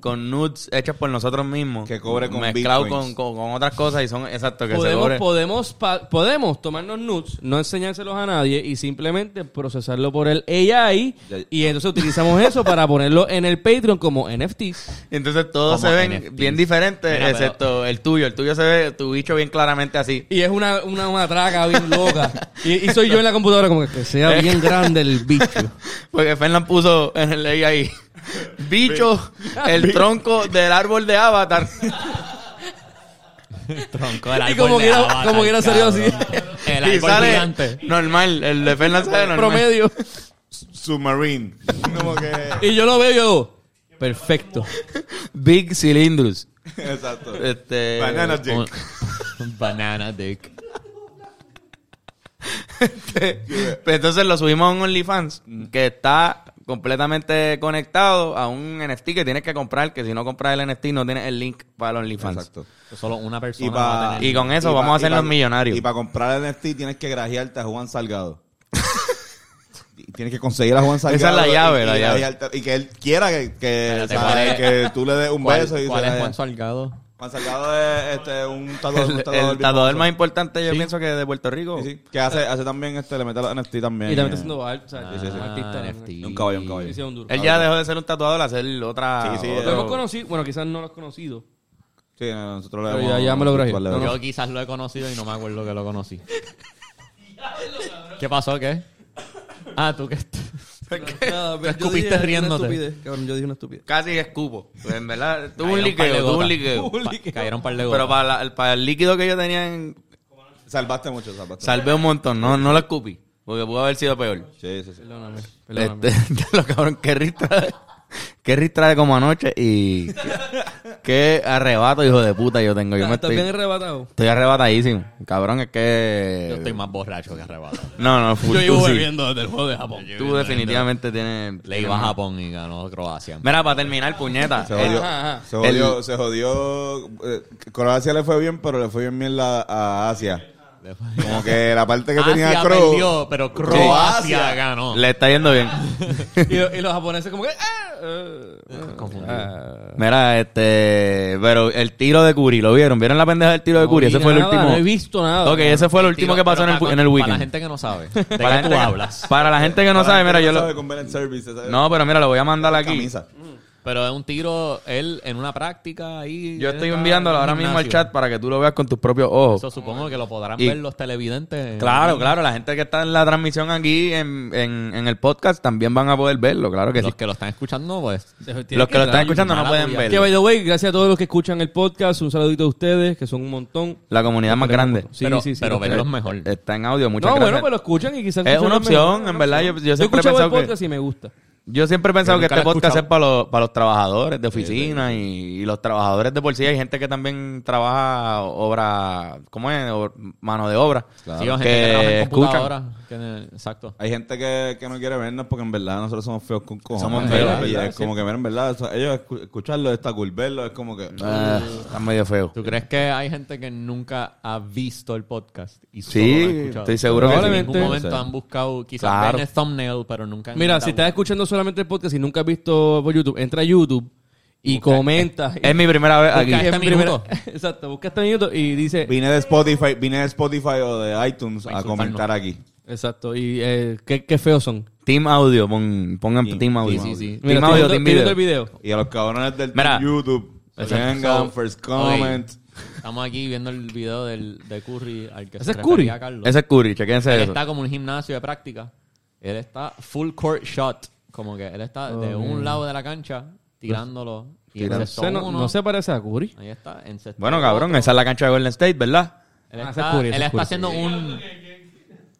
Speaker 3: con nudes hechas por nosotros mismos.
Speaker 2: Que cobre con
Speaker 3: Mezclado con,
Speaker 2: bitcoins.
Speaker 3: con, con otras cosas y son exacto que se
Speaker 1: Podemos,
Speaker 3: cobre.
Speaker 1: podemos, pa- podemos tomarnos nudes, no enseñárselos a nadie y simplemente procesarlo por el AI.
Speaker 2: Ya-
Speaker 1: Y entonces utilizamos eso para ponerlo en el Patreon como NFTs.
Speaker 3: Y Entonces todos
Speaker 4: Como
Speaker 3: se ven
Speaker 4: NFTs.
Speaker 3: bien diferentes,
Speaker 4: Mira, pero-
Speaker 3: excepto el tuyo. El tuyo se ve, tu bicho bien claramente así.
Speaker 1: Y es una, una matraca bien loca. Y, y soy yo en la computadora como que, que sea bien grande el bicho.
Speaker 3: Porque Fernán puso en el ley ahí. Bicho, el tronco del árbol de Avatar.
Speaker 4: Tronco del
Speaker 1: Y
Speaker 4: árbol
Speaker 1: como
Speaker 4: de
Speaker 1: quiera-
Speaker 4: Avatar,
Speaker 1: como quiera salió así.
Speaker 4: cabrón. El
Speaker 3: y
Speaker 4: árbol
Speaker 3: sale
Speaker 4: gigante.
Speaker 3: normal. El de Fernán sale normal.
Speaker 1: Promedio.
Speaker 2: Submarine. Como que.
Speaker 1: Y yo lo veo y yo hago, perfecto.
Speaker 3: Big Cilindros.
Speaker 2: Exacto.
Speaker 4: Eh,
Speaker 3: Este,
Speaker 2: Banana dick.
Speaker 4: Un banana dick.
Speaker 3: Pero pues entonces lo subimos a un OnlyFans que está completamente conectado a un NFT que tienes que comprar, que si no compras el NFT no tienes el link para el OnlyFans.
Speaker 2: Exacto.
Speaker 4: Solo una persona
Speaker 2: Y,
Speaker 4: va a
Speaker 2: pa-
Speaker 4: tener-
Speaker 3: Y con eso vamos
Speaker 2: pa-
Speaker 3: a hacernos
Speaker 2: y pa-
Speaker 3: millonarios.
Speaker 2: Y para comprar el NFT tienes que grajearte a Juan Salgado. Y tienes que conseguir a Juan Salgado.
Speaker 3: Esa es la llave,
Speaker 2: y- y
Speaker 3: la llave.
Speaker 2: grajearte- Y que él quiera que, que,
Speaker 4: Espérate,
Speaker 2: ¿sabes?
Speaker 4: ¿cuál es?
Speaker 2: que tú le des un
Speaker 4: ¿Cuál,
Speaker 2: beso. Y
Speaker 4: cuál
Speaker 2: se
Speaker 4: es
Speaker 2: la-
Speaker 4: Juan Salgado?
Speaker 2: Juan Salgado es este, un tatuador.
Speaker 3: El,
Speaker 2: un
Speaker 3: el
Speaker 2: tatuador bien
Speaker 3: tatuador
Speaker 2: famoso.
Speaker 3: más importante yo
Speaker 4: Sí.
Speaker 3: pienso que de Puerto Rico.
Speaker 2: Sí, sí. Que hace, hace también, este, le mete los NFT también.
Speaker 1: Y también
Speaker 2: eh.
Speaker 1: está haciendo art, o sea,
Speaker 4: Ah,
Speaker 1: es un artista. ¿no?
Speaker 4: NFT.
Speaker 2: Un caballo, un caballo.
Speaker 1: Sí, sí, es un duro.
Speaker 3: Él ya dejó de ser un tatuador a hacer otra...
Speaker 2: Sí, sí,
Speaker 3: otro-
Speaker 1: Lo hemos conocido, bueno, quizás no lo has conocido.
Speaker 2: Sí, nosotros le
Speaker 1: Pero
Speaker 2: damos-
Speaker 1: ya- ya me lo grajeé.
Speaker 2: igual le
Speaker 1: No,
Speaker 2: damos.
Speaker 4: Yo quizás lo he conocido y no me acuerdo que lo conocí. ¿Qué pasó? ¿Qué? Ah, tú que...
Speaker 1: Nada,
Speaker 4: Te
Speaker 1: yo
Speaker 4: escupiste
Speaker 1: dije una
Speaker 4: riéndote.
Speaker 1: estupidez, cabrón, yo dije una estupidez.
Speaker 3: Casi escupo. Pues En verdad, tuvo
Speaker 4: Cayeron
Speaker 3: un
Speaker 4: par de
Speaker 3: liqueo, tuvo
Speaker 4: gotas.
Speaker 3: un liqueo.
Speaker 4: Pa- Cayeron un par de gotas.
Speaker 3: Pero para, la- para el líquido que yo tenía, en-
Speaker 2: Salvaste mucho, salvaste.
Speaker 3: salvé un montón. No, no lo escupí, porque pudo haber sido peor.
Speaker 2: mucho. sí, sí, sí.
Speaker 1: Perdóname, perdóname.
Speaker 3: Este, lo cabrón, qué ristra qué ristra de como anoche y qué arrebato, hijo de puta, yo tengo. Yo me
Speaker 1: ¿Estás bien
Speaker 3: estoy,
Speaker 1: arrebatado?
Speaker 3: estoy arrebatadísimo. Cabrón, es
Speaker 4: Yo estoy
Speaker 3: que.
Speaker 4: más borracho que arrebatado.
Speaker 3: No, no, full, tú, sí.
Speaker 4: desde el juego de Japón.
Speaker 3: Tú definitivamente tienes.
Speaker 4: Le iba a Japón y ganó Croacia.
Speaker 3: Mira, para terminar, puñeta.
Speaker 2: Se
Speaker 3: eh,
Speaker 2: jodió.
Speaker 1: Ajá, ajá.
Speaker 2: Se jodió.
Speaker 3: El-
Speaker 2: se jodió, eh, Croacia le fue bien, pero le fue bien bien la, a Asia. Como que la parte que tenía
Speaker 4: Asia
Speaker 2: Cro.
Speaker 4: perdió, Ah, pero
Speaker 2: Croacia.
Speaker 4: Croacia ganó.
Speaker 3: le está yendo bien.
Speaker 1: y, lo- y los japoneses como que... ah, eh, ah.
Speaker 3: Mira, este. Pero el tiro de Curi, ¿lo vieron? ¿Vieron la pendeja del tiro de
Speaker 1: No
Speaker 3: Curi?
Speaker 1: vi
Speaker 3: Ese fue el
Speaker 1: nada,
Speaker 3: último.
Speaker 1: no he visto nada.
Speaker 3: Ok, ese fue el último que pasó en el,
Speaker 4: Pero para-
Speaker 3: en el weekend.
Speaker 4: Para la gente que no sabe. ¿De qué
Speaker 3: Para la
Speaker 4: tú
Speaker 3: gente que-
Speaker 4: hablas?
Speaker 3: para la gente que no
Speaker 2: Para
Speaker 3: sabe,
Speaker 2: la
Speaker 3: mira,
Speaker 2: gente
Speaker 3: yo
Speaker 2: que
Speaker 3: lo.
Speaker 2: sabe con Bennett Service, ¿sabes?
Speaker 3: No, pero mira, lo voy a mandar aquí.
Speaker 2: camisa.
Speaker 4: Mm. Pero es un tiro, él en una práctica ahí.
Speaker 3: Yo estoy
Speaker 4: él está
Speaker 3: enviándolo
Speaker 4: en un
Speaker 3: ahora mismo al
Speaker 4: gimnasio.
Speaker 3: chat para que tú lo veas con tus propios ojos.
Speaker 4: Eso supongo que lo podrán
Speaker 3: Y-
Speaker 4: ver los televidentes.
Speaker 3: Claro, claro, la gente que está en la transmisión aquí en, en- en el podcast también van a poder verlo, claro que
Speaker 4: Los
Speaker 3: sí.
Speaker 4: que lo están escuchando, pues.
Speaker 1: Se- tiene
Speaker 3: Los que lo están
Speaker 1: traer-
Speaker 3: escuchando no
Speaker 4: mala
Speaker 3: pueden
Speaker 4: tuya.
Speaker 1: Que, by
Speaker 3: verlo.
Speaker 1: the way, gracias a todos los que escuchan el podcast. Un saludito a ustedes, que son un montón.
Speaker 3: La comunidad más grande. Eh,
Speaker 1: Sí,
Speaker 4: pero
Speaker 1: sí, sí.
Speaker 4: pero
Speaker 1: los
Speaker 4: verlos
Speaker 1: queremos.
Speaker 4: mejor.
Speaker 3: Está en audio, muchas
Speaker 1: No,
Speaker 3: gracias.
Speaker 1: bueno, pues lo escuchan y quizás...
Speaker 3: Es
Speaker 1: escuchan
Speaker 3: una
Speaker 1: los mejores,
Speaker 3: opción,
Speaker 1: una
Speaker 3: en verdad,
Speaker 1: opción.
Speaker 3: yo- yo siempre he
Speaker 1: escuchado
Speaker 3: pensado
Speaker 1: el
Speaker 3: que-
Speaker 1: podcast y me gusta.
Speaker 3: Yo siempre he pensado
Speaker 4: Yo
Speaker 3: que
Speaker 4: nunca
Speaker 3: este
Speaker 4: lo he
Speaker 3: podcast es
Speaker 4: escuchado.
Speaker 3: para los, para los trabajadores de oficina y, y los trabajadores de policía. Hay gente que también trabaja obra, ¿cómo es? O- mano de obra.
Speaker 4: Sí, hay gente
Speaker 3: que
Speaker 4: que trabaja en
Speaker 3: escuchan.
Speaker 4: computadoras, que- Exacto.
Speaker 2: Hay gente que, que no quiere vernos porque en verdad nosotros somos feos con cojones.
Speaker 3: Somos feos,
Speaker 2: Y
Speaker 3: ¿verdad?
Speaker 2: es como que, mira, en verdad, eso- ellos escu- escucharlo está cool, verlo es como que...
Speaker 3: Ah, está medio feo.
Speaker 4: ¿Tú crees que hay gente que nunca ha visto el podcast? Y solo
Speaker 3: Sí,
Speaker 4: lo ha escuchado?
Speaker 3: estoy seguro que sí.
Speaker 4: En
Speaker 1: Probablemente.
Speaker 4: ningún momento han buscado, quizás
Speaker 3: Claro.
Speaker 4: ven el thumbnail, pero nunca han
Speaker 1: Mira, si estás
Speaker 4: intentado.
Speaker 1: escuchando solamente el podcast y nunca has visto por YouTube, entra a YouTube y comenta.
Speaker 3: Es mi primera vez aquí.
Speaker 4: Busca este
Speaker 1: En primera-
Speaker 4: minuto.
Speaker 1: Exacto, busca este minuto y dice...
Speaker 2: Vine de Spotify, vine de Spotify o de iTunes a
Speaker 4: insultarnos.
Speaker 2: comentar aquí.
Speaker 1: Exacto, y eh, qué, qué feos son.
Speaker 3: Team Audio, pon- pongan Team, Audio.
Speaker 4: sí, sí.
Speaker 3: Team
Speaker 1: estoy viendo-
Speaker 3: Audio, Team
Speaker 1: estoy viendo
Speaker 3: Video.
Speaker 1: el video.
Speaker 2: Y a los cabrones del
Speaker 3: Mira.
Speaker 2: YouTube, vengan, first comment.
Speaker 4: Estamos aquí viendo el video del, de Curry al que
Speaker 1: ¿Ese
Speaker 4: se
Speaker 1: es Curry?
Speaker 4: refería Carlos.
Speaker 3: Ese es Curry, chequense
Speaker 4: él
Speaker 3: eso.
Speaker 4: está como en un gimnasio de práctica. Él está full court shot. Como que él está de un lado de la cancha tirándolo. Y
Speaker 3: Tirando.
Speaker 4: en
Speaker 1: Se- no,
Speaker 4: uno.
Speaker 1: no se parece a Curry.
Speaker 4: Ahí está. En
Speaker 3: eh. Bueno, cabrón, esa es la cancha de Golden State, ¿verdad?
Speaker 4: Él
Speaker 1: Ah, ese
Speaker 4: está,
Speaker 1: es Curry, ese
Speaker 4: él
Speaker 1: es
Speaker 4: está
Speaker 1: Curry.
Speaker 4: haciendo un...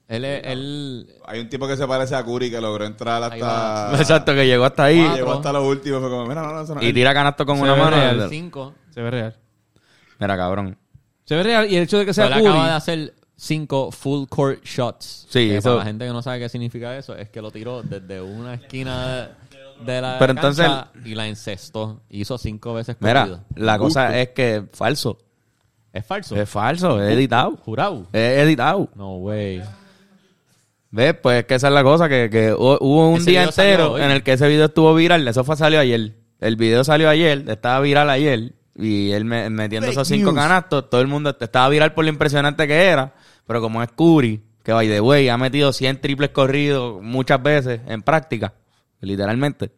Speaker 4: Él, es- él
Speaker 2: Hay un tipo que se parece a Curry que logró entrar
Speaker 4: Ahí va.
Speaker 2: hasta.
Speaker 3: Exacto, que llegó hasta ahí
Speaker 2: Llegó hasta lo último. Fue como, mira, no, no, eso no-
Speaker 3: y tira canasto con
Speaker 1: Se
Speaker 3: una
Speaker 1: ve
Speaker 3: mano.
Speaker 1: real.
Speaker 4: el 5.
Speaker 1: Se ve real.
Speaker 3: Mira, cabrón.
Speaker 1: Se ve real y el hecho de que
Speaker 4: Él
Speaker 1: sea Curry...
Speaker 4: acaba de hacer 5 full court shots.
Speaker 3: Sí,
Speaker 4: Que
Speaker 3: eso-
Speaker 4: Para la gente que no sabe qué significa eso, es que lo tiró desde una esquina de- de la
Speaker 3: Pero
Speaker 4: cancha y la encestó. Hizo 5 veces
Speaker 3: Mira,
Speaker 4: corrido.
Speaker 3: la cosa es que es falso.
Speaker 4: Es falso.
Speaker 3: Es falso, es editado.
Speaker 4: Jurado.
Speaker 3: Es editado.
Speaker 4: No, güey.
Speaker 3: ¿Ves? Pues es que esa es la cosa, que, que hu- hubo un
Speaker 4: Ese
Speaker 3: día
Speaker 4: video salió
Speaker 3: entero
Speaker 4: hoy.
Speaker 3: en el que ese video estuvo viral. Eso fue salió ayer. El video salió ayer, estaba viral ayer. Y él me- metiendo esos cinco canastos, todo el mundo estaba viral por lo impresionante que era. Pero como es Curry, que by the way, ha metido 100 triples corridos muchas veces en práctica, literalmente.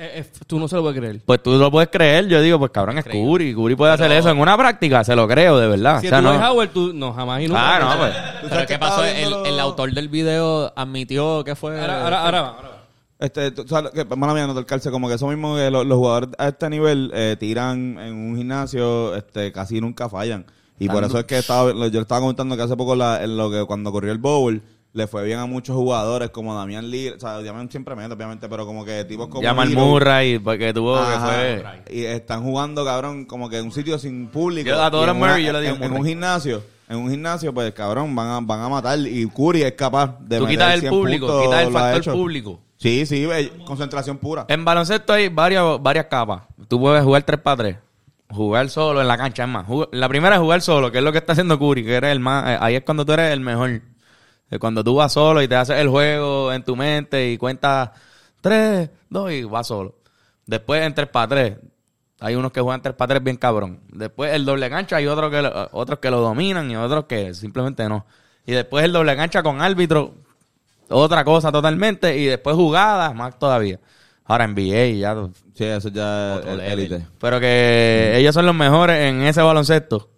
Speaker 1: Eh, eh, tú no se lo puedes creer.
Speaker 3: Pues tú lo puedes creer, yo digo, pues cabrón, es Curry. Curry puede hacer eso en una práctica, se lo creo, de verdad.
Speaker 1: Si
Speaker 3: Ah, o sea,
Speaker 1: tú
Speaker 3: no.
Speaker 1: ves Howard, tú... No, jamás y nunca.
Speaker 3: Ah, no, pues.
Speaker 2: ¿Tú sabes
Speaker 4: Pero
Speaker 2: que
Speaker 4: ¿qué pasó?
Speaker 2: estaba
Speaker 4: El,
Speaker 2: viéndolo?
Speaker 4: el autor del video admitió que fue...
Speaker 1: Ahora, ahora, ahora va, ahora va.
Speaker 2: Este, tú sabes, que, mala mía, no te alcance, como que eso mismo que lo- los jugadores a este nivel eh, tiran en un gimnasio, este, casi nunca fallan. Y por eso es que estaba, lo- yo estaba comentando que hace poco la- en lo que cuando corrió el bowl, le fue bien a muchos jugadores como Damián Lee, o sea, Damián siempre mete, obviamente, pero como que tipos como
Speaker 3: Llama al
Speaker 2: Lillard,
Speaker 3: Murray, porque tuvo que
Speaker 2: Ajá.
Speaker 3: fue.
Speaker 2: Y están jugando, cabrón, como que en un sitio sin público.
Speaker 3: Yo a todos
Speaker 2: Y en
Speaker 3: los Murray, yo le digo
Speaker 2: en, en
Speaker 3: Murray.
Speaker 2: un gimnasio, en un gimnasio, pues, cabrón, van a, van a matar. Y Curry es capaz de
Speaker 3: Tú
Speaker 2: meter
Speaker 3: quitas el
Speaker 2: 100
Speaker 3: público,
Speaker 2: puntos,
Speaker 3: quitas el
Speaker 2: lo ha
Speaker 3: factor
Speaker 2: hecho.
Speaker 3: público.
Speaker 2: Sí, sí, eh, concentración pura.
Speaker 3: En baloncesto hay varias, varias capas. Tú puedes jugar 3 para 3. Jugar solo en la cancha, es más. jug- La primera es jugar solo, que es lo que está haciendo Curry, que eres el más. eh, ahí es cuando tú eres el mejor. Eh, Cuando tú vas solo y te haces el juego en tu mente y cuentas 3, 2 y vas solo. Después en 3 para 3. Hay unos que juegan 3 para 3 bien cabrón. Después el doble cancha hay otros que, lo- otros que lo dominan y otros que simplemente no. Y después el doble cancha con árbitro, otra cosa totalmente. Y después jugadas, más todavía. Ahora NBA ya
Speaker 2: Sí, eso ya es
Speaker 4: Otro
Speaker 2: el
Speaker 4: level.
Speaker 2: élite.
Speaker 3: pero que ellos son los mejores en ese baloncesto.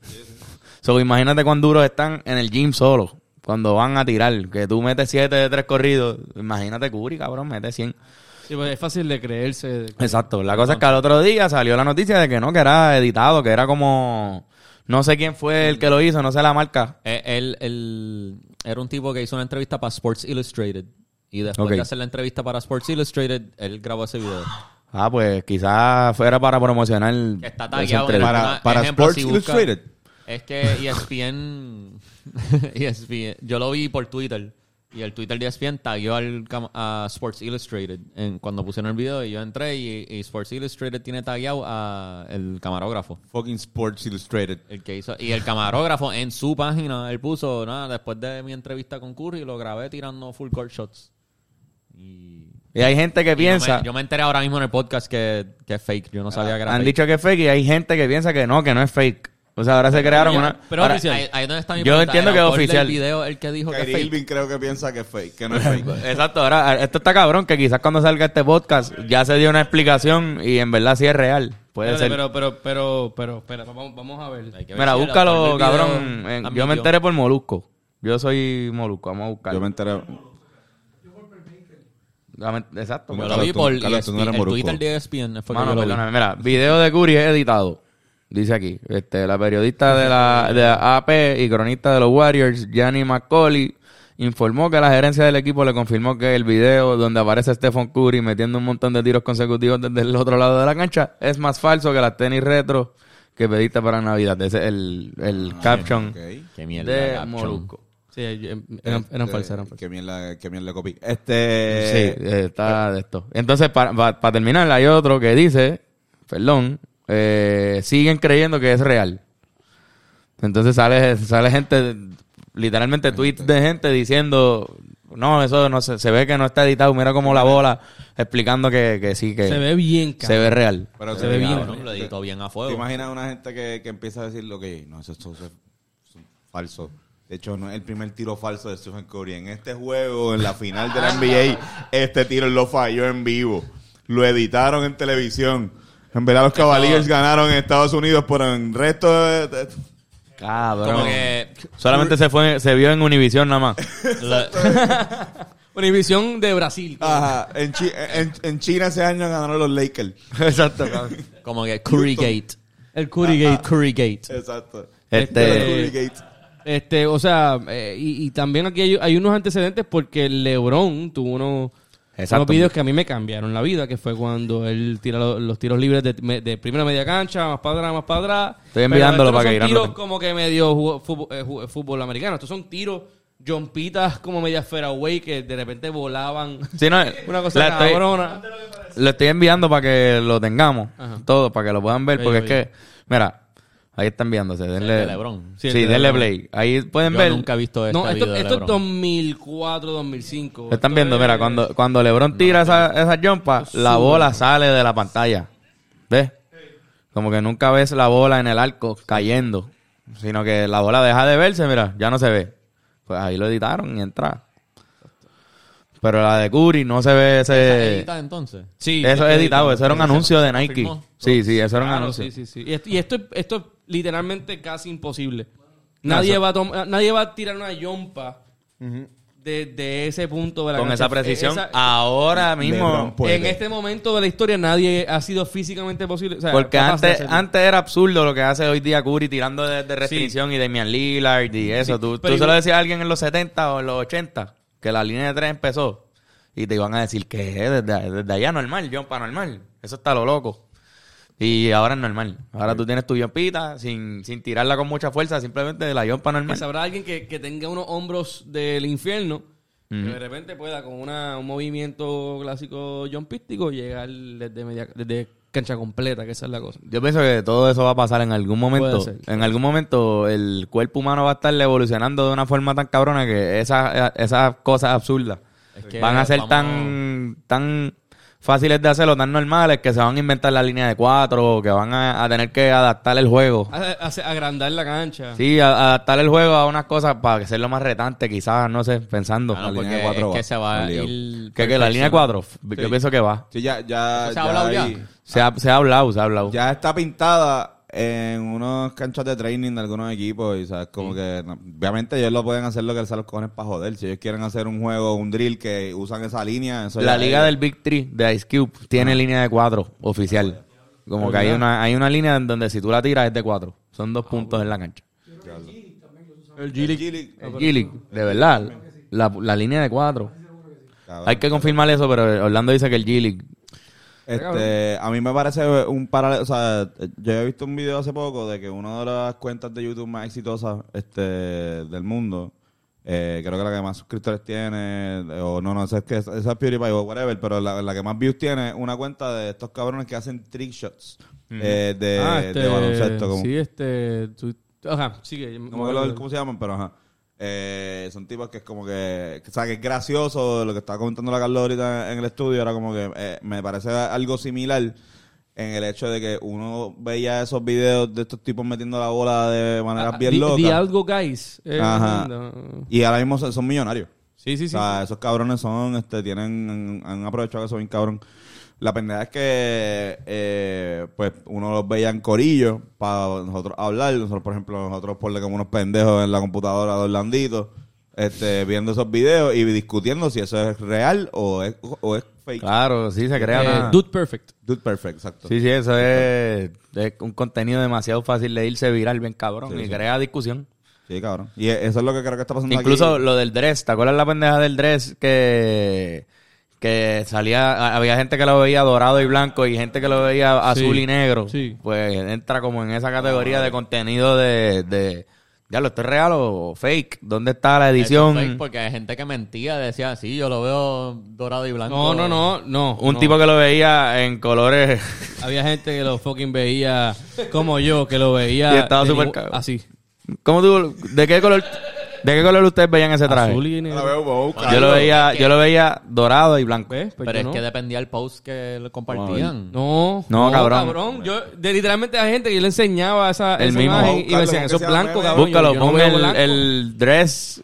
Speaker 3: So, imagínate cuán duros están en el gym solo. Cuando van a tirar, que tú metes 7 de 3 corridos. Imagínate Curry, cabrón, mete 100.
Speaker 1: Sí, pues es fácil de creerse. de-
Speaker 3: Exacto. La cosa es que al otro día salió la noticia de que no, que era editado, que era como... No sé quién fue el que lo hizo, no sé la marca.
Speaker 4: Eh, Él, él- era un tipo que hizo una entrevista para Sports Illustrated. Y después
Speaker 3: Ok.
Speaker 4: de hacer la entrevista para Sports Illustrated, él grabó ese video.
Speaker 3: Ah, pues quizás fuera para promocionar...
Speaker 4: Que está
Speaker 3: esa
Speaker 4: tagueado en
Speaker 3: entrevista.
Speaker 2: Para-
Speaker 4: alguna-
Speaker 2: para Sports
Speaker 4: si busca-
Speaker 2: Illustrated.
Speaker 4: Es que E ESPN, E ESPN... Yo lo vi por Twitter. Y el Twitter de E ESPN tagueó al, cam- a Sports Illustrated en, cuando pusieron el video. Y yo entré y, y Sports Illustrated tiene tagueado a el camarógrafo.
Speaker 2: Fucking Sports Illustrated.
Speaker 4: El que hizo. Y el camarógrafo en su página, él puso, nada, después de mi entrevista con Curry, lo grabé tirando full court shots. Y.
Speaker 3: Y hay gente que
Speaker 4: y yo me-
Speaker 3: piensa... Ah,
Speaker 4: Yo me, enteré ahora mismo en el podcast que, que es fake. Yo no sabía que era
Speaker 3: han
Speaker 4: fake.
Speaker 3: dicho que es fake y hay gente que piensa que no, que no es fake. O sea, ahora se crearon
Speaker 1: Pero-
Speaker 3: una...
Speaker 1: pero
Speaker 3: ahora-
Speaker 1: oficial.
Speaker 4: Ahí, ahí donde está mi
Speaker 3: Yo
Speaker 4: pregunta,
Speaker 3: entiendo
Speaker 4: el
Speaker 3: que es
Speaker 4: autor del
Speaker 3: oficial.
Speaker 4: video el que dijo que es
Speaker 2: Kyrie
Speaker 4: fake.
Speaker 2: Irving creo que piensa que es fake, que no es fake.
Speaker 3: Exacto, ahora ah, esto está cabrón que quizás cuando salga este podcast ya se dio una explicación y en verdad sí es real. Puede
Speaker 1: Espérate,
Speaker 3: ser.
Speaker 1: Pero, pero, pero, pero, espera, vamos, vamos a ver.
Speaker 4: Hay que ver
Speaker 3: Mira,
Speaker 4: si el
Speaker 3: búscalo,
Speaker 4: autor del video
Speaker 3: cabrón. en- yo
Speaker 4: admitió.
Speaker 3: me enteré por Molusco. Yo soy Molusco, vamos a buscar.
Speaker 2: Yo me enteré.
Speaker 3: Exacto.
Speaker 4: Yo
Speaker 3: mano,
Speaker 4: lo vi
Speaker 2: Carlos, tú-
Speaker 4: por
Speaker 2: Carlos, tú no
Speaker 4: ESPN,
Speaker 2: eres
Speaker 4: el
Speaker 2: moruco.
Speaker 4: Twitter de E ESPN. Fue que
Speaker 3: Mano,
Speaker 4: yo lo vi.
Speaker 3: perdóname. Mira, video de Curry es editado. Dice aquí. Este, la periodista de la, de la AP y cronista de los Warriors, Gianni McCauley, informó que la gerencia del equipo le confirmó que el video donde aparece Stephen Curry metiendo un montón de tiros consecutivos desde el otro lado de la cancha es más falso que las tenis retro que pediste para Navidad. Ese es el, el
Speaker 4: Ah,
Speaker 3: caption
Speaker 2: Ok.
Speaker 4: Qué mierda.
Speaker 3: de
Speaker 4: caption.
Speaker 3: Molusco.
Speaker 1: Sí, eran, eran
Speaker 2: Este,
Speaker 1: falsas, eran falsas.
Speaker 2: Qué bien la, qué bien le copié.
Speaker 3: Sí,
Speaker 2: Este.
Speaker 3: eh, está de esto. Entonces, para terminar, hay otro que dice, perdón, eh, siguen creyendo que es real. Entonces sale, sale gente, literalmente tweets de gente diciendo, no, eso no se, se ve que no está editado, mira como la bola, explicando que, que sí, que
Speaker 1: Se ve bien,
Speaker 3: se ve real.
Speaker 2: Pero
Speaker 1: Se ve bien,
Speaker 2: cabrón.
Speaker 4: Cabrón, Lo editó bien a
Speaker 2: ¿Te
Speaker 4: fuego.
Speaker 2: imaginas una gente que, que empieza a decir lo que no, eso, eso- eso es eso es falso? De hecho, no es el primer tiro falso de Stephen Curry. En este juego, en la final de la NBA, este tiro lo falló en vivo. Lo editaron en televisión. En verdad, los Cavaliers ganaron en Estados Unidos, pero en el resto de- de-
Speaker 3: Cabrón.
Speaker 4: Como que.
Speaker 3: Solamente se fue, se vio en Univision nada más.
Speaker 1: Univisión de Brasil.
Speaker 2: Ajá. En, Chi- en- en China ese año ganaron los Lakers.
Speaker 3: Exacto. cabrón.
Speaker 4: como que Curry Gate.
Speaker 1: El Curry Gate.
Speaker 4: Curry Gate.
Speaker 2: Exacto.
Speaker 3: Este-
Speaker 2: Curry Gate.
Speaker 1: Este, o sea, eh, y, y también aquí hay, hay unos antecedentes porque LeBron tuvo unos,
Speaker 3: Exacto.
Speaker 1: unos videos que a mí me cambiaron la vida, que fue cuando él tira lo- los, tiros libres de, me- de primera media cancha, más para atrás, más para atrás.
Speaker 3: Estoy enviándolo
Speaker 1: Pero estos
Speaker 3: para que
Speaker 1: no son
Speaker 3: Irán no
Speaker 1: tiros
Speaker 3: te-
Speaker 1: como que medio jugo- fútbol, eh, ju- fútbol americano. Estos son tiros jumpitas como media fairway que de repente volaban.
Speaker 3: Sí, no,
Speaker 1: Una cosa
Speaker 3: la estoy-
Speaker 1: cabrona.
Speaker 3: Lo estoy enviando para que lo tengamos. Todo, para que lo puedan ver.
Speaker 1: Bello,
Speaker 3: porque es
Speaker 1: bello.
Speaker 3: que, mira, ahí está enviándose. Denle,
Speaker 4: de LeBron.
Speaker 3: Sí,
Speaker 1: Sí, el de
Speaker 3: denle
Speaker 1: LeBron.
Speaker 3: play. Ahí pueden
Speaker 4: Yo
Speaker 3: ver.
Speaker 4: nunca he visto este
Speaker 1: No, esto,
Speaker 4: video de
Speaker 1: esto es
Speaker 4: LeBron.
Speaker 1: 2004, 2005.
Speaker 3: Lo están
Speaker 1: Esto
Speaker 3: viendo,
Speaker 1: es-
Speaker 3: mira, cuando, cuando LeBron tira esa, esa jumpa, la bola sale de la pantalla. ¿Ves? Como que nunca ves la bola en el arco cayendo, sino que la bola deja de verse, mira, ya no se ve. Pues ahí lo editaron y entra. Pero la de Curry no se ve
Speaker 4: ¿Esa
Speaker 3: ese...
Speaker 4: edita entonces?
Speaker 1: Sí,
Speaker 3: eso es editado,
Speaker 1: editado.
Speaker 3: eso era un anuncio de Nike.
Speaker 4: confirmó.
Speaker 3: Sí, sí, eso era un
Speaker 1: Claro,
Speaker 3: anuncio.
Speaker 1: sí, sí, sí. Y esto, y esto, esto es literalmente casi imposible. Nadie, va, a tom- ah, nadie va a tirar una yompa desde ese punto de la
Speaker 3: Con
Speaker 1: cancha.
Speaker 3: esa precisión, ah,
Speaker 1: Esa-
Speaker 3: ahora mismo...
Speaker 2: LeBron puede.
Speaker 1: En este momento de la historia nadie ha sido físicamente posible. o sea,
Speaker 3: Porque
Speaker 1: capaz de
Speaker 3: antes,
Speaker 1: hacerlo.
Speaker 3: antes era absurdo lo que hace hoy día Curry tirando de, de restricción y Damian Lillard y eso. tú tú
Speaker 1: pero
Speaker 3: se lo
Speaker 1: igual-
Speaker 3: decías a alguien en los 70 o en los 80 que la línea de tres empezó y te iban a decir que es desde, desde allá normal, jumpa normal. Eso está lo loco. Y ahora es normal. Ahora tú tienes tu jumpita sin, sin tirarla con mucha fuerza, simplemente la jumpa
Speaker 1: Que
Speaker 3: normal.
Speaker 1: sabrá alguien que, que tenga unos hombros del infierno que de repente pueda con una- un movimiento clásico jumpístico llegar desde, media, desde cancha completa, que esa es la cosa.
Speaker 3: Yo pienso que todo eso va a pasar en algún momento.
Speaker 1: Puede ser.
Speaker 3: En algún momento el cuerpo humano va a estar evolucionando de una forma tan cabrona que esas esas cosas absurdas
Speaker 4: Es que
Speaker 3: van a ser
Speaker 4: vamos-
Speaker 3: tan tan fáciles de hacerlo, tan normales que se van a inventar la línea de cuatro, o que van a, a tener que adaptar el juego.
Speaker 1: Hace- hace- agrandar la cancha.
Speaker 3: Sí, a- adaptar el juego a unas cosas para que sea lo más retante, quizás, no sé, pensando.
Speaker 4: Ah, no,
Speaker 2: La
Speaker 4: porque
Speaker 2: línea de cuatro
Speaker 4: es que
Speaker 2: va.
Speaker 4: se va a
Speaker 2: Obligado.
Speaker 4: ir...
Speaker 3: que, que la línea de cuatro, f- yo
Speaker 2: Sí.
Speaker 3: pienso que va.
Speaker 2: Sí, ya, ya,
Speaker 4: ¿Se ha hablado ya?
Speaker 2: ahí-
Speaker 3: Se ha, se ha hablado, se ha hablado.
Speaker 2: Ya está pintada en unos canchas de training de algunos equipos y sabes como que no- obviamente ellos lo pueden hacer lo que les sale los cojones para joder. Si ellos quieren hacer un juego, un drill que usan esa línea, eso
Speaker 3: la
Speaker 2: ya
Speaker 3: liga
Speaker 2: es-
Speaker 3: del Big Three de Ice Cube tiene línea de cuatro oficial. Como que hay una, hay una línea en donde si tú la tiras es de cuatro. Son dos puntos en la cancha.
Speaker 1: El
Speaker 2: El
Speaker 1: G-League.
Speaker 2: G-League,
Speaker 3: El G-League, de verdad, la, la línea de cuatro.
Speaker 2: cabrón.
Speaker 3: Hay que confirmar eso, pero Orlando dice que el G-League.
Speaker 2: Este, a mí me parece un paralelo, o sea, yo he visto un video hace poco de que una de las cuentas de YouTube más exitosas este, del mundo, eh, creo que la que más suscriptores tiene, o no, no, esa es, que, esa es PewDiePie o whatever, pero la, la que más views tiene es una cuenta de estos cabrones que hacen trick shots eh, de,
Speaker 1: ah,
Speaker 2: de
Speaker 1: este,
Speaker 2: baloncesto. Como,
Speaker 1: Sí, este. tú- ajá, sigue.
Speaker 2: no me acuerdo cómo se llaman, pero ajá. Eh, son tipos que es como que, o sea, que es gracioso lo que estaba comentando la Carlos ahorita en el estudio, era como que eh, me parece algo similar en el hecho de que uno veía esos videos de estos tipos metiendo la bola de maneras
Speaker 1: Ah,
Speaker 2: bien
Speaker 1: di- di
Speaker 2: locas.
Speaker 1: algo, guys. Eh,
Speaker 2: Ajá.
Speaker 1: no.
Speaker 2: Y ahora mismo son son millonarios.
Speaker 1: Sí, sí, sí.
Speaker 2: O sea, esos cabrones son, este, tienen, han, han aprovechado eso bien cabrón. La pendeja es que, eh, pues, uno los veía en corillo para nosotros hablar. Nosotros, por ejemplo, nosotros ponle como unos pendejos en la computadora de Orlandito, este, viendo esos videos y discutiendo si eso es real o es, o es fake.
Speaker 3: Claro, sí, se crea
Speaker 1: Eh,
Speaker 3: una...
Speaker 1: Dude Perfect.
Speaker 2: Dude Perfect, exacto.
Speaker 3: Sí, sí, eso es, es un contenido demasiado fácil de irse viral, bien cabrón,
Speaker 2: Sí,
Speaker 3: y
Speaker 2: sí.
Speaker 3: crea discusión.
Speaker 2: Sí, cabrón. Y e-, eso es lo que creo que está pasando
Speaker 3: Incluso
Speaker 2: aquí.
Speaker 3: lo del dress, ¿te acuerdas la pendeja del dress que, que salía, a- había gente que lo veía dorado y blanco y gente que lo veía azul
Speaker 1: Sí,
Speaker 3: y negro?
Speaker 1: sí.
Speaker 3: Pues entra como en esa categoría de contenido de, de ya lo estoy real o fake, ¿dónde está la
Speaker 4: Edición.
Speaker 3: edición?
Speaker 4: porque hay gente que mentía, decía, sí, yo lo veo dorado y blanco.
Speaker 1: No, no, no, no.
Speaker 3: Ah, Un
Speaker 1: no.
Speaker 3: tipo que lo veía en colores
Speaker 1: Había gente que lo fucking veía como yo, que lo veía.
Speaker 3: Y estaba
Speaker 1: de
Speaker 3: súper
Speaker 1: ningún-
Speaker 3: cagado.
Speaker 1: Así.
Speaker 3: ¿Cómo tú de qué color de qué color ustedes veían ese traje?
Speaker 1: Azul y
Speaker 2: Yo
Speaker 1: negro.
Speaker 2: la veo, wow,
Speaker 3: Yo
Speaker 2: cabrón.
Speaker 3: lo veía, yo lo veía dorado y blanco.
Speaker 1: ¿Ves? Pues
Speaker 4: Pero
Speaker 1: yo
Speaker 4: es
Speaker 1: no.
Speaker 4: que dependía del post que lo compartían.
Speaker 1: No,
Speaker 3: No, cabrón.
Speaker 1: Yo, de, literalmente, hay gente que yo le enseñaba esa,
Speaker 3: El
Speaker 1: esa
Speaker 3: mismo.
Speaker 1: imagen y
Speaker 2: Búscalo,
Speaker 1: me decían,
Speaker 2: que
Speaker 1: eso es
Speaker 2: sea
Speaker 1: blanco,
Speaker 2: meme.
Speaker 1: cabrón.
Speaker 3: Búscalo,
Speaker 1: Yo- yo no
Speaker 3: pon
Speaker 1: veo
Speaker 3: el,
Speaker 1: blanco.
Speaker 3: el dress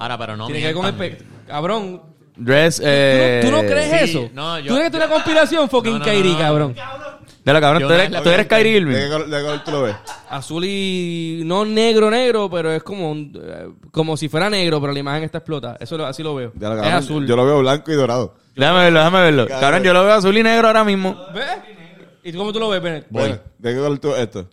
Speaker 4: Ahora, pero no
Speaker 1: Tiene que ver con el...
Speaker 4: mientan.
Speaker 1: pe- Cabrón.
Speaker 3: dress
Speaker 1: ¿Tú no-
Speaker 3: eh,
Speaker 1: ¿Tú no crees
Speaker 4: sí,
Speaker 1: eso?
Speaker 4: no, yo-
Speaker 1: ¿Tú crees que es una conspiración, fucking
Speaker 4: No, no,
Speaker 1: Kairi,
Speaker 4: no, no.
Speaker 1: cabrón?
Speaker 3: De lo cabrón,
Speaker 4: Yo
Speaker 3: tú
Speaker 4: una
Speaker 3: eres,
Speaker 4: vez la
Speaker 3: tú
Speaker 4: vi
Speaker 3: eres
Speaker 2: ¿De
Speaker 3: Kyrie
Speaker 2: qué
Speaker 3: Irving.
Speaker 2: color- de qué color tú lo ves?
Speaker 1: Azul y no negro, negro, pero es como un- eh, como si fuera negro, pero la imagen está explota. Eso lo- así lo veo.
Speaker 2: Ya lo
Speaker 1: es
Speaker 2: cabrón,
Speaker 1: azul.
Speaker 2: Yo lo veo blanco y dorado.
Speaker 3: Déjame verlo, déjame verlo.
Speaker 2: Cabrón.
Speaker 3: Cabrón, yo lo veo azul y negro ahora mismo.
Speaker 1: ¿Ves? ¿Y tú cómo tú lo ves, Bennett?
Speaker 2: ¿De qué color tú ves esto?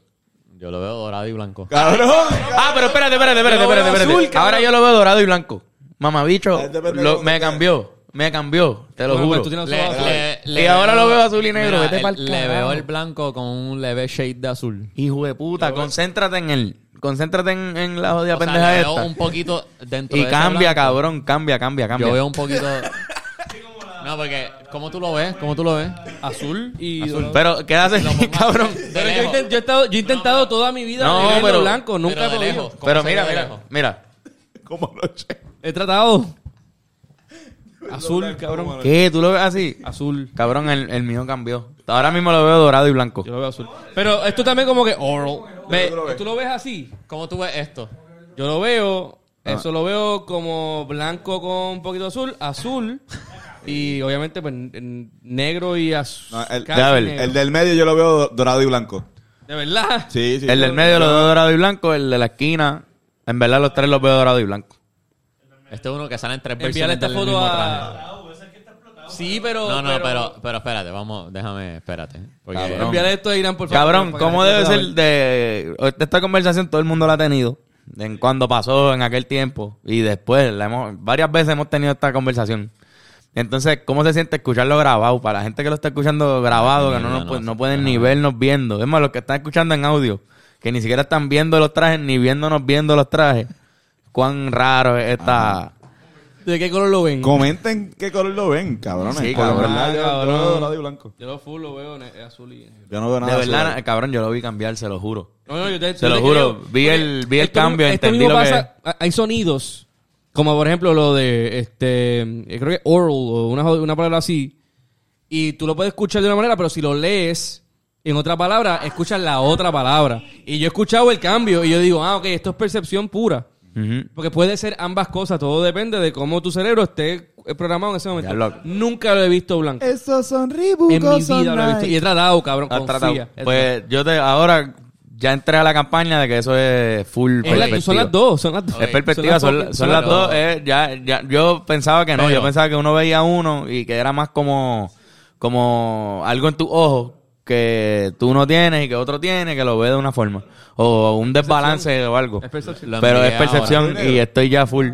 Speaker 4: Yo lo veo dorado y blanco.
Speaker 2: ¡Cabrón!
Speaker 3: Ah, pero espérate, espérate, espérate, espérate, espérate. Ahora yo lo veo dorado y blanco. Mamabicho,
Speaker 2: Ah,
Speaker 4: este
Speaker 2: depende
Speaker 3: lo-
Speaker 2: de
Speaker 3: me
Speaker 2: cómo
Speaker 3: cambió. Me cambió, te lo
Speaker 1: Bueno,
Speaker 3: juro.
Speaker 1: pues tú tienes los ojos azules.
Speaker 4: Le- le-
Speaker 3: y
Speaker 4: le
Speaker 3: ahora
Speaker 4: veo-
Speaker 3: lo veo azul y negro.
Speaker 4: Mira,
Speaker 3: Vete pa'l
Speaker 4: el- Le
Speaker 3: carajo.
Speaker 4: veo el blanco con un leve shade de azul.
Speaker 3: Hijo de puta, concéntrate en él. Concéntrate en, en la jodida
Speaker 4: O sea,
Speaker 3: pendeja
Speaker 4: le veo
Speaker 3: esta.
Speaker 4: un poquito dentro
Speaker 3: Y
Speaker 4: de ese
Speaker 3: cambia,
Speaker 4: blanco.
Speaker 3: cabrón, cambia, cambia, cambia.
Speaker 4: Yo veo un poquito... No, porque... ¿Cómo tú lo ves? ¿Cómo tú lo ves?
Speaker 1: Azul y dorado.
Speaker 3: Azul. Pero quédase aquí, cabrón.
Speaker 4: De
Speaker 1: Pero yo, he
Speaker 4: lejos.
Speaker 1: intent- yo he estado- yo he intentado toda mi vida
Speaker 3: No,
Speaker 1: beberlo
Speaker 3: pero-
Speaker 1: blanco, nunca
Speaker 4: Pero
Speaker 1: he
Speaker 4: de
Speaker 1: podido.
Speaker 4: lejos. ¿Cómo
Speaker 3: Pero
Speaker 4: se
Speaker 3: mira,
Speaker 4: ve de
Speaker 3: mira,
Speaker 4: lejos?
Speaker 3: mira.
Speaker 2: ¿Cómo lo che?
Speaker 1: He tratado. Azul, cabrón.
Speaker 3: ¿Qué? ¿Tú lo ves así?
Speaker 1: Azul.
Speaker 3: Cabrón, el, el mío cambió. Ahora mismo lo veo dorado y blanco.
Speaker 1: Yo lo veo azul. Pero esto también como que oral. Ve,
Speaker 2: ¿Tú lo ves?
Speaker 1: ¿Tú lo ves así?
Speaker 4: ¿Cómo tú ves esto?
Speaker 1: Yo lo veo, eso lo veo como blanco con un poquito azul, azul y obviamente pues n- negro y azul.
Speaker 2: No, el-
Speaker 3: Ya, el-
Speaker 2: El del medio yo lo veo do- dorado y blanco.
Speaker 1: De verdad.
Speaker 2: Sí, sí.
Speaker 3: el del medio lo veo dorado y blanco, el de la esquina. En verdad los tres los veo dorado y blanco.
Speaker 4: Este es uno que sale en tres
Speaker 1: Envíale
Speaker 4: versiones
Speaker 1: esta
Speaker 4: del
Speaker 1: foto
Speaker 4: mismo traje.
Speaker 1: a. Sí, pero.
Speaker 4: No, no, pero, pero espérate, vamos, déjame, espérate. Porque
Speaker 3: Cabrón.
Speaker 1: Envíale esto a Irán, por favor.
Speaker 3: Cabrón,
Speaker 2: pues,
Speaker 1: para que
Speaker 3: ¿cómo
Speaker 1: la
Speaker 3: debe
Speaker 1: gente
Speaker 3: ser de... Esta conversación todo el mundo la ha tenido. En cuando pasó, en aquel tiempo. Y después, la hemos, varias veces hemos tenido esta conversación. Entonces, ¿cómo se siente escucharlo grabado? Para la gente que lo está escuchando grabado, que no,
Speaker 4: mierda,
Speaker 3: nos pu-
Speaker 4: no,
Speaker 3: no pueden ni vernos viendo. Es más, los que están escuchando en audio, que ni siquiera están viendo los trajes, ni viéndonos viendo los trajes. Cuán raro es esta...
Speaker 1: sabe. ¿De qué color lo ven?
Speaker 2: Comenten qué color lo ven, cabrones.
Speaker 3: Sí,
Speaker 2: Por lo
Speaker 3: cabrón.
Speaker 2: general, yo- yo lo veo
Speaker 1: Cabrón.
Speaker 2: dorado y blanco.
Speaker 1: Yo lo full lo veo ne- azul y negro.
Speaker 2: Yo no veo nada
Speaker 3: De verdad,
Speaker 2: azul.
Speaker 3: eh, cabrón, yo lo vi cambiar, se lo juro.
Speaker 1: No, no, yo te,
Speaker 3: Se
Speaker 1: yo
Speaker 3: lo
Speaker 1: te
Speaker 3: juro,
Speaker 1: creo.
Speaker 3: vi el- vi el cambio,
Speaker 1: mismo-
Speaker 3: entendí
Speaker 1: mismo
Speaker 3: lo que
Speaker 1: pasa- ha- Hay sonidos, como por ejemplo lo de, este, eh, creo que oral o una, jo- una palabra así, y tú lo puedes escuchar de una manera, pero si lo lees en otra palabra, escuchas la otra palabra. Y yo he escuchado el cambio y yo digo, ah, ok, esto es percepción pura.
Speaker 3: Ujú.
Speaker 1: Porque puede ser ambas cosas, todo depende de cómo tu cerebro esté eh, programado en ese momento.
Speaker 3: Ya lo-
Speaker 1: Nunca lo he visto blanco.
Speaker 2: Esos son
Speaker 1: En mi
Speaker 2: ribucos
Speaker 1: vida lo he visto. Y he tratado, cabrón,
Speaker 3: Has
Speaker 1: confía.
Speaker 3: tratado.
Speaker 1: He tratado.
Speaker 3: Pues yo te, ahora ya entré a la campaña de que eso es full
Speaker 1: Es la- son las dos, son las dos.
Speaker 3: Es perspectiva, son, la- son las dos. eh, ya, ya, yo pensaba que no,
Speaker 4: Pero-
Speaker 3: yo pensaba que uno veía uno y que era más como, como algo en tus ojos que tú no tienes y que otro tiene, que lo ve de una forma. O un desbalance o algo.
Speaker 1: Es percepción.
Speaker 4: Lo
Speaker 3: Pero
Speaker 4: envié
Speaker 3: es percepción
Speaker 2: ahora.
Speaker 3: y estoy ya full.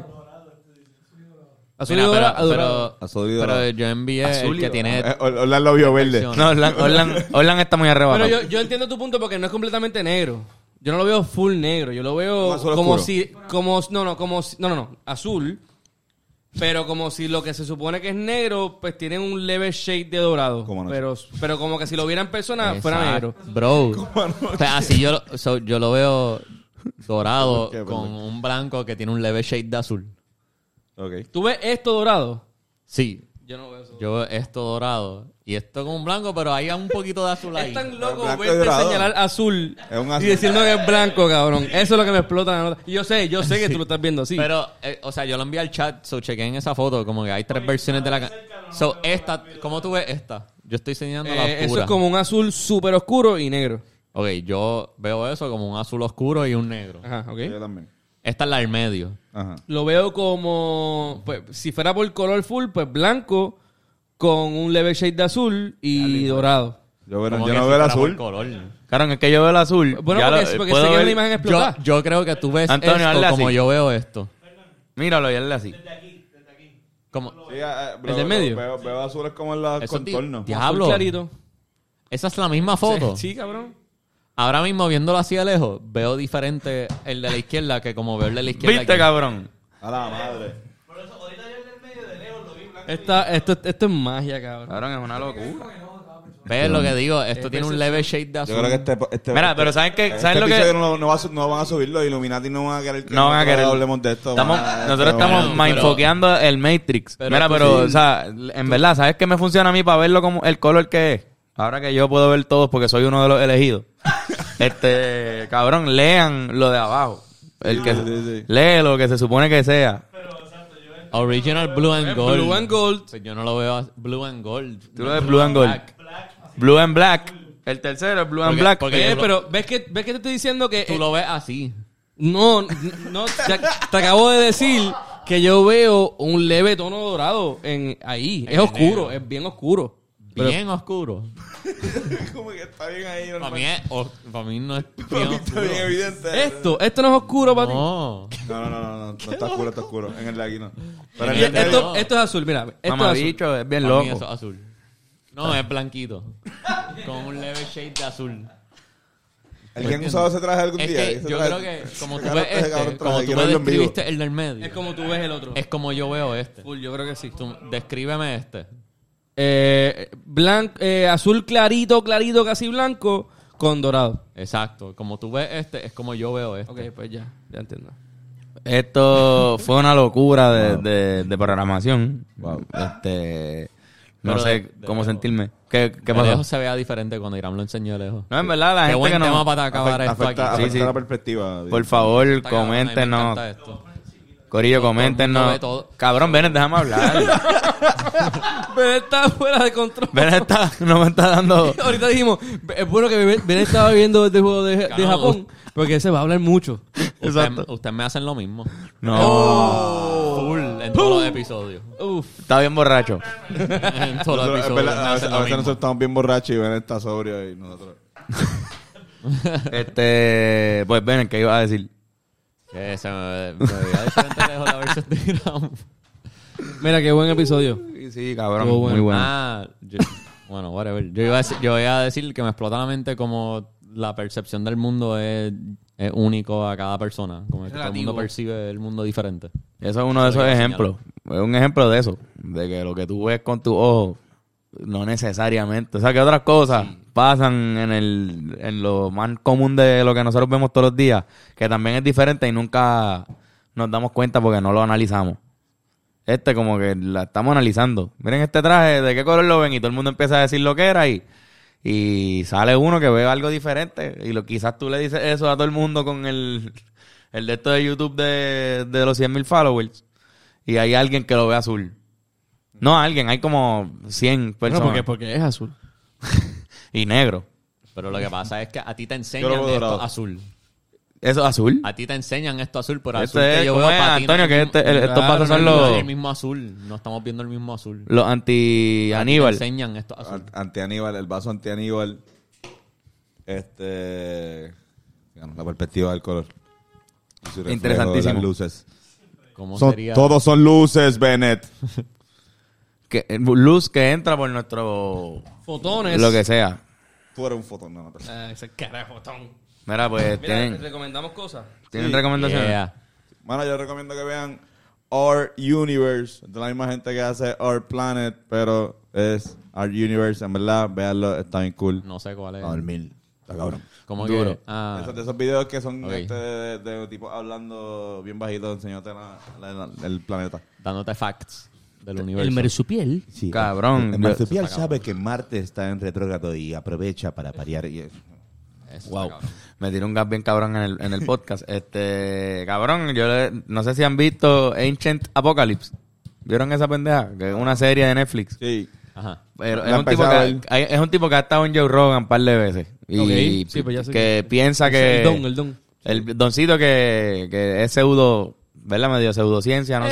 Speaker 1: Azul y
Speaker 4: Mira,
Speaker 1: dorado,
Speaker 4: pero,
Speaker 1: dorado.
Speaker 4: pero,
Speaker 2: Azul y
Speaker 4: pero
Speaker 2: dorado.
Speaker 4: yo envié el que tiene...
Speaker 2: Eh, Or- Orlando lo vio verde.
Speaker 4: Perfección.
Speaker 3: No, Orlan, Orlan- Orlan está muy arrebatado.
Speaker 1: Pero yo, yo entiendo tu punto porque no es completamente negro. Yo no lo veo full negro. Yo lo veo
Speaker 2: Un azul
Speaker 1: como
Speaker 2: oscuro.
Speaker 1: si... Como, no, no, como si- No, no, no. Azul. Pero como si lo que se supone que es negro, pues tiene un leve shade de dorado.
Speaker 2: Como anoche.
Speaker 1: Pero, pero como que si lo viera en persona, Ah, fuera
Speaker 4: Exacto.
Speaker 1: negro.
Speaker 4: Bro. O sea, así yo, lo- so, yo lo veo dorado
Speaker 2: ¿Qué,
Speaker 4: con
Speaker 2: perdón?
Speaker 4: un blanco que tiene un leve shade de azul.
Speaker 2: Ok.
Speaker 1: ¿Tú ves esto dorado?
Speaker 4: Sí.
Speaker 1: Yo no veo eso.
Speaker 4: Yo veo esto dorado y esto con un blanco, pero hay un poquito de azul ahí.
Speaker 1: Es tan loco
Speaker 2: Pero blanco
Speaker 1: verte
Speaker 2: y dorado.
Speaker 1: señalar azul,
Speaker 2: Es un azul.
Speaker 1: y decirnos que es blanco, cabrón. Eso es lo que me explota la nota. Y yo sé, yo sé que tú lo estás viendo así.
Speaker 4: Pero, eh, o sea, yo lo envié al chat, so chequeen esa foto, como que hay tres versiones de la... ca- So, esta, ¿cómo tú ves esta? Yo estoy enseñando la
Speaker 1: Eh,
Speaker 4: oscura.
Speaker 1: eso es como un azul súper oscuro y negro.
Speaker 4: Ok, yo veo eso como un azul oscuro y un negro.
Speaker 1: Ajá, ok.
Speaker 2: Yo también.
Speaker 4: Esta es la del medio.
Speaker 2: Ajá.
Speaker 1: Lo veo como, pues, si fuera por color full, pues blanco con un leve shade de azul y dorado.
Speaker 2: Yo, veo-
Speaker 4: Como
Speaker 2: yo
Speaker 4: que
Speaker 2: no veo el
Speaker 4: si fuera por
Speaker 2: azul.
Speaker 4: color.
Speaker 3: Cabrón, es que yo veo el azul.
Speaker 1: Bueno,
Speaker 3: ya
Speaker 1: porque,
Speaker 3: lo-
Speaker 1: porque
Speaker 3: puedo
Speaker 1: sé que es una
Speaker 3: ver-
Speaker 1: imagen
Speaker 4: Yo,
Speaker 1: explotada.
Speaker 4: yo creo que tú ves
Speaker 3: Antonio, hazle
Speaker 4: esto como
Speaker 3: así.
Speaker 4: yo veo esto.
Speaker 3: Míralo y hazle así.
Speaker 4: Como,
Speaker 2: Sí, eh, eh, bro,
Speaker 1: ¿El del
Speaker 2: veo-
Speaker 1: medio?
Speaker 2: Veo, veo azul es como en los
Speaker 4: Eso, tío,
Speaker 2: contornos.
Speaker 4: tío.
Speaker 1: Azul
Speaker 4: Diablo.
Speaker 1: clarito.
Speaker 4: esa es la misma foto.
Speaker 1: Sí, cabrón.
Speaker 4: Ahora mismo, viéndolo así de lejos, veo diferente el de la izquierda que como veo el de la izquierda.
Speaker 3: ¿Viste,
Speaker 4: aquí.
Speaker 3: cabrón?
Speaker 2: A la madre.
Speaker 1: Esta, esto, esto es magia,
Speaker 4: Ah,
Speaker 1: cabrón.
Speaker 3: Cabrón, es una locura.
Speaker 4: ¿Ves lo que digo?
Speaker 1: Eh,
Speaker 4: Esto tiene un leve shade de
Speaker 2: Yo
Speaker 4: azul.
Speaker 2: creo que este. este
Speaker 3: Mira, pero ¿saben qué?
Speaker 2: este
Speaker 3: ¿Saben lo
Speaker 2: episodio
Speaker 3: que...?
Speaker 2: No, no va a su- no van a subir los Illuminati no van a querer que
Speaker 3: No van a
Speaker 2: nosotros
Speaker 3: querer.
Speaker 2: hablemos de esto.
Speaker 3: Estamos,
Speaker 2: van a-
Speaker 3: nosotros
Speaker 2: esto van a-
Speaker 3: estamos mindfuckeando el Matrix.
Speaker 4: pero
Speaker 3: Mira,
Speaker 4: tú
Speaker 3: pero,
Speaker 4: sí-
Speaker 3: o sea, en verdad, ¿sabes qué me funciona a mí para verlo como el color que es? Ahora que yo puedo ver todos porque soy uno de los elegidos. este, cabrón, lean lo de abajo. El que,
Speaker 2: Sí, sí, sí.
Speaker 3: Lee lo que se supone que sea.
Speaker 4: Original Blue and Gold.
Speaker 1: Blue and gold.
Speaker 4: Pues yo no lo veo as- Blue and Gold.
Speaker 3: Tú lo ves blue and gold. Blue and black. El tercero es blue and
Speaker 4: Porque-
Speaker 3: black.
Speaker 4: porque-
Speaker 1: Eh,
Speaker 4: yo lo-
Speaker 1: pero ves que, ves que te estoy diciendo que... eh,
Speaker 4: Tú lo ves así.
Speaker 1: No, no, te, te acabo de decir que yo veo un leve tono dorado en ahí. Es
Speaker 4: el
Speaker 1: oscuro,
Speaker 4: negro.
Speaker 1: es bien oscuro.
Speaker 4: Bien oscuro.
Speaker 2: Como que está bien ahí.
Speaker 4: Para
Speaker 2: normal.
Speaker 4: mí, es os- para mí no es
Speaker 2: Para
Speaker 4: bien
Speaker 2: mí está bien
Speaker 4: oscuro.
Speaker 3: Eh,
Speaker 2: evidente.
Speaker 1: Esto, esto no es oscuro para ti.
Speaker 4: No.
Speaker 2: No, no, no, no, no, no, está oscuro, está oscuro. En el de aquí no. Pero en
Speaker 4: Bien,
Speaker 2: el de
Speaker 1: Esto,
Speaker 4: no.
Speaker 1: esto es azul, mira. Esto es azul.
Speaker 3: Mamabicho, es bien
Speaker 4: Para mí
Speaker 3: loco.
Speaker 4: eso es azul. No, es blanquito. Con un leve shade de azul.
Speaker 2: ¿El que han usado ese traje algún
Speaker 4: Es
Speaker 2: día?
Speaker 4: que
Speaker 2: Ese
Speaker 4: yo
Speaker 2: traje-
Speaker 4: creo que como tú
Speaker 2: Ese
Speaker 4: ves
Speaker 2: cabrón traje,
Speaker 4: este,
Speaker 2: cabrón,
Speaker 4: como
Speaker 2: traje,
Speaker 4: tú
Speaker 2: quiero
Speaker 4: me
Speaker 2: verlo en vivo.
Speaker 4: describiste el del medio,
Speaker 1: Es como tú ves el otro.
Speaker 4: es como yo veo este.
Speaker 1: Full, yo creo que sí.
Speaker 4: Tú- descríbeme este.
Speaker 1: Eh, blan- eh, azul clarito, clarito, casi blanco, con dorado.
Speaker 4: Exacto. Como tú ves este, es como yo veo este.
Speaker 1: Ok, pues ya, ya entiendo.
Speaker 3: Esto fue una locura de, de- de programación. Este, no
Speaker 4: Pero
Speaker 3: sé
Speaker 4: de- de
Speaker 3: cómo
Speaker 4: lejos.
Speaker 3: sentirme. ¿Qué, qué
Speaker 4: De lejos
Speaker 3: pasó?
Speaker 4: se vea diferente cuando Irán lo enseñó de lejos.
Speaker 3: No, en verdad, la
Speaker 4: Qué
Speaker 3: gente
Speaker 4: buen
Speaker 3: que no-
Speaker 4: tema para acabar
Speaker 2: Afecta,
Speaker 4: esto
Speaker 2: afecta,
Speaker 4: aquí.
Speaker 3: Sí,
Speaker 2: afecta
Speaker 3: sí.
Speaker 2: la perspectiva.
Speaker 3: Por favor,
Speaker 4: Está cabrón, a mí me
Speaker 3: coméntenos.
Speaker 4: encanta esto.
Speaker 3: Corillo,
Speaker 4: Todo el mundo
Speaker 3: coméntenos.
Speaker 4: ve todo.
Speaker 3: Cabrón, ven, déjame hablar.
Speaker 1: Pero está fuera de control.
Speaker 3: ven, está, no me está dando.
Speaker 1: Ahorita dijimos, es bueno que Ben- Ben estaba viendo este juego de, de
Speaker 4: Cabrón.
Speaker 1: Japón, porque se va a hablar mucho.
Speaker 3: Exacto.
Speaker 4: Ustedes usted me hacen lo mismo.
Speaker 3: No,
Speaker 4: Full, en todos los episodios.
Speaker 1: Uf.
Speaker 3: está bien borracho.
Speaker 4: En todos los
Speaker 2: Nosotros- es
Speaker 4: episodios.
Speaker 2: verdad,
Speaker 4: me
Speaker 2: a
Speaker 4: hacen
Speaker 2: veces, a
Speaker 4: lo
Speaker 2: veces
Speaker 4: mismo.
Speaker 2: nosotros estamos bien borrachos y ven está sobrio y nosotros.
Speaker 3: Este, pues ven, ¿qué iba a decir?
Speaker 4: Que se me, me veía diferente lejos la versión de Irán.
Speaker 1: Mira, qué buen episodio.
Speaker 3: Sí, sí, cabrón,
Speaker 1: Estuvo bueno.
Speaker 3: muy bueno.
Speaker 4: Ah, yo- bueno, whatever. Yo iba, a decir, yo iba a decir que me explota la mente como la percepción del mundo es, es único a cada persona. Como que todo el mundo
Speaker 1: Relativo.
Speaker 4: percibe el mundo diferente.
Speaker 3: Eso es uno de
Speaker 4: Eso
Speaker 3: esos
Speaker 4: iba a
Speaker 3: ejemplos. Es un ejemplo de eso. De que lo que tú ves con tus ojos, no necesariamente. O sea, que otras cosas pasan en, el, en lo más común de lo que nosotros vemos todos los días, que también es diferente y nunca nos damos cuenta porque no lo analizamos. Este como que la estamos analizando. Miren este traje, ¿de qué color lo ven? Y todo el mundo empieza a decir lo que era y, y sale uno que ve algo diferente. Y lo, quizás tú le dices eso a todo el mundo con el, el de esto de YouTube de, de los 100.000 mil followers. Y hay alguien que lo ve azul. No alguien, hay como 100
Speaker 1: Bueno,
Speaker 3: personas.
Speaker 1: porque,
Speaker 4: pues-
Speaker 1: porque es azul.
Speaker 3: Y negro.
Speaker 4: Pero lo que pasa es que a ti te
Speaker 2: Yo
Speaker 4: enseñan
Speaker 2: lo veo
Speaker 4: esto
Speaker 2: dorado.
Speaker 4: azul.
Speaker 3: ¿Eso es azul?
Speaker 4: A ti te enseñan esto azul, pero
Speaker 3: Este
Speaker 4: azul que
Speaker 3: es-
Speaker 4: yo
Speaker 3: ¿cómo
Speaker 4: veo
Speaker 3: es,
Speaker 4: para ti no
Speaker 3: Antonio?
Speaker 4: es
Speaker 3: Que
Speaker 4: el
Speaker 3: este-
Speaker 4: mismo-
Speaker 3: el- estos
Speaker 4: Claro,
Speaker 3: patos son
Speaker 4: no es
Speaker 3: los-
Speaker 4: el mismo azul. No estamos viendo el mismo azul. A ti
Speaker 3: Los
Speaker 4: te
Speaker 3: anti-Aníbal.
Speaker 4: enseñan esto azul.
Speaker 2: An- Ante Aníbal, el vaso ante Aníbal. Este. digamos, La perspectiva del color. Y su reflejo de
Speaker 3: Interesantísimo.
Speaker 2: Las luces.
Speaker 4: ¿Cómo
Speaker 2: Son-
Speaker 4: sería?
Speaker 2: todos son luces, Bennett.
Speaker 3: Que, eh, luz que entra por nuestro...
Speaker 1: Fotones.
Speaker 3: Lo que sea.
Speaker 2: Tú eres un fotón, no, no, pero-
Speaker 1: Ah, ese carajo, Tom.
Speaker 3: Mira, pues
Speaker 1: Mira,
Speaker 3: tienen,
Speaker 1: recomendamos cosas.
Speaker 3: ¿tienen
Speaker 2: Sí.
Speaker 3: recomendaciones.
Speaker 4: Yeah.
Speaker 2: Bueno, yo recomiendo que vean Our Universe. De la misma gente que hace Our Planet, pero es Our Universe. En verdad, véanlo, está bien cool.
Speaker 4: No sé cuál es.
Speaker 2: A dormir. Está cabrón.
Speaker 4: ¿Cómo
Speaker 3: Duro.
Speaker 4: que? Ah,
Speaker 2: Esos, de esos videos que son
Speaker 4: Ok.
Speaker 2: este, de, de tipo hablando bien bajito, enseñándote la- la- la- el planeta.
Speaker 4: dándote facts del universo.
Speaker 1: El mersupiel.
Speaker 3: Cabrón.
Speaker 2: El
Speaker 3: yo-
Speaker 2: marsupial sabe que Marte está en retrógrado y aprovecha para parear. Y...
Speaker 4: Eso
Speaker 3: Wow.
Speaker 4: está
Speaker 3: Me tiró un gas bien cabrón en el, en el podcast. Este, cabrón, yo le- no sé si han visto Ancient Apocalypse. ¿Vieron esa pendeja? Que es una serie de Netflix.
Speaker 2: Sí.
Speaker 4: cabrón. Ajá.
Speaker 3: Pero
Speaker 2: La
Speaker 3: es, un
Speaker 2: empecé
Speaker 3: tipo
Speaker 2: a
Speaker 3: que,
Speaker 2: ver.
Speaker 3: hay- es un tipo que ha estado en Joe Rogan un par de veces. Y
Speaker 1: Ok, sí, pues ya sé
Speaker 3: que
Speaker 1: que-
Speaker 3: piensa que...
Speaker 1: El don, el don.
Speaker 3: el doncito que, que es pseudo... ¿Verdad? Medio pseudociencia, no sé.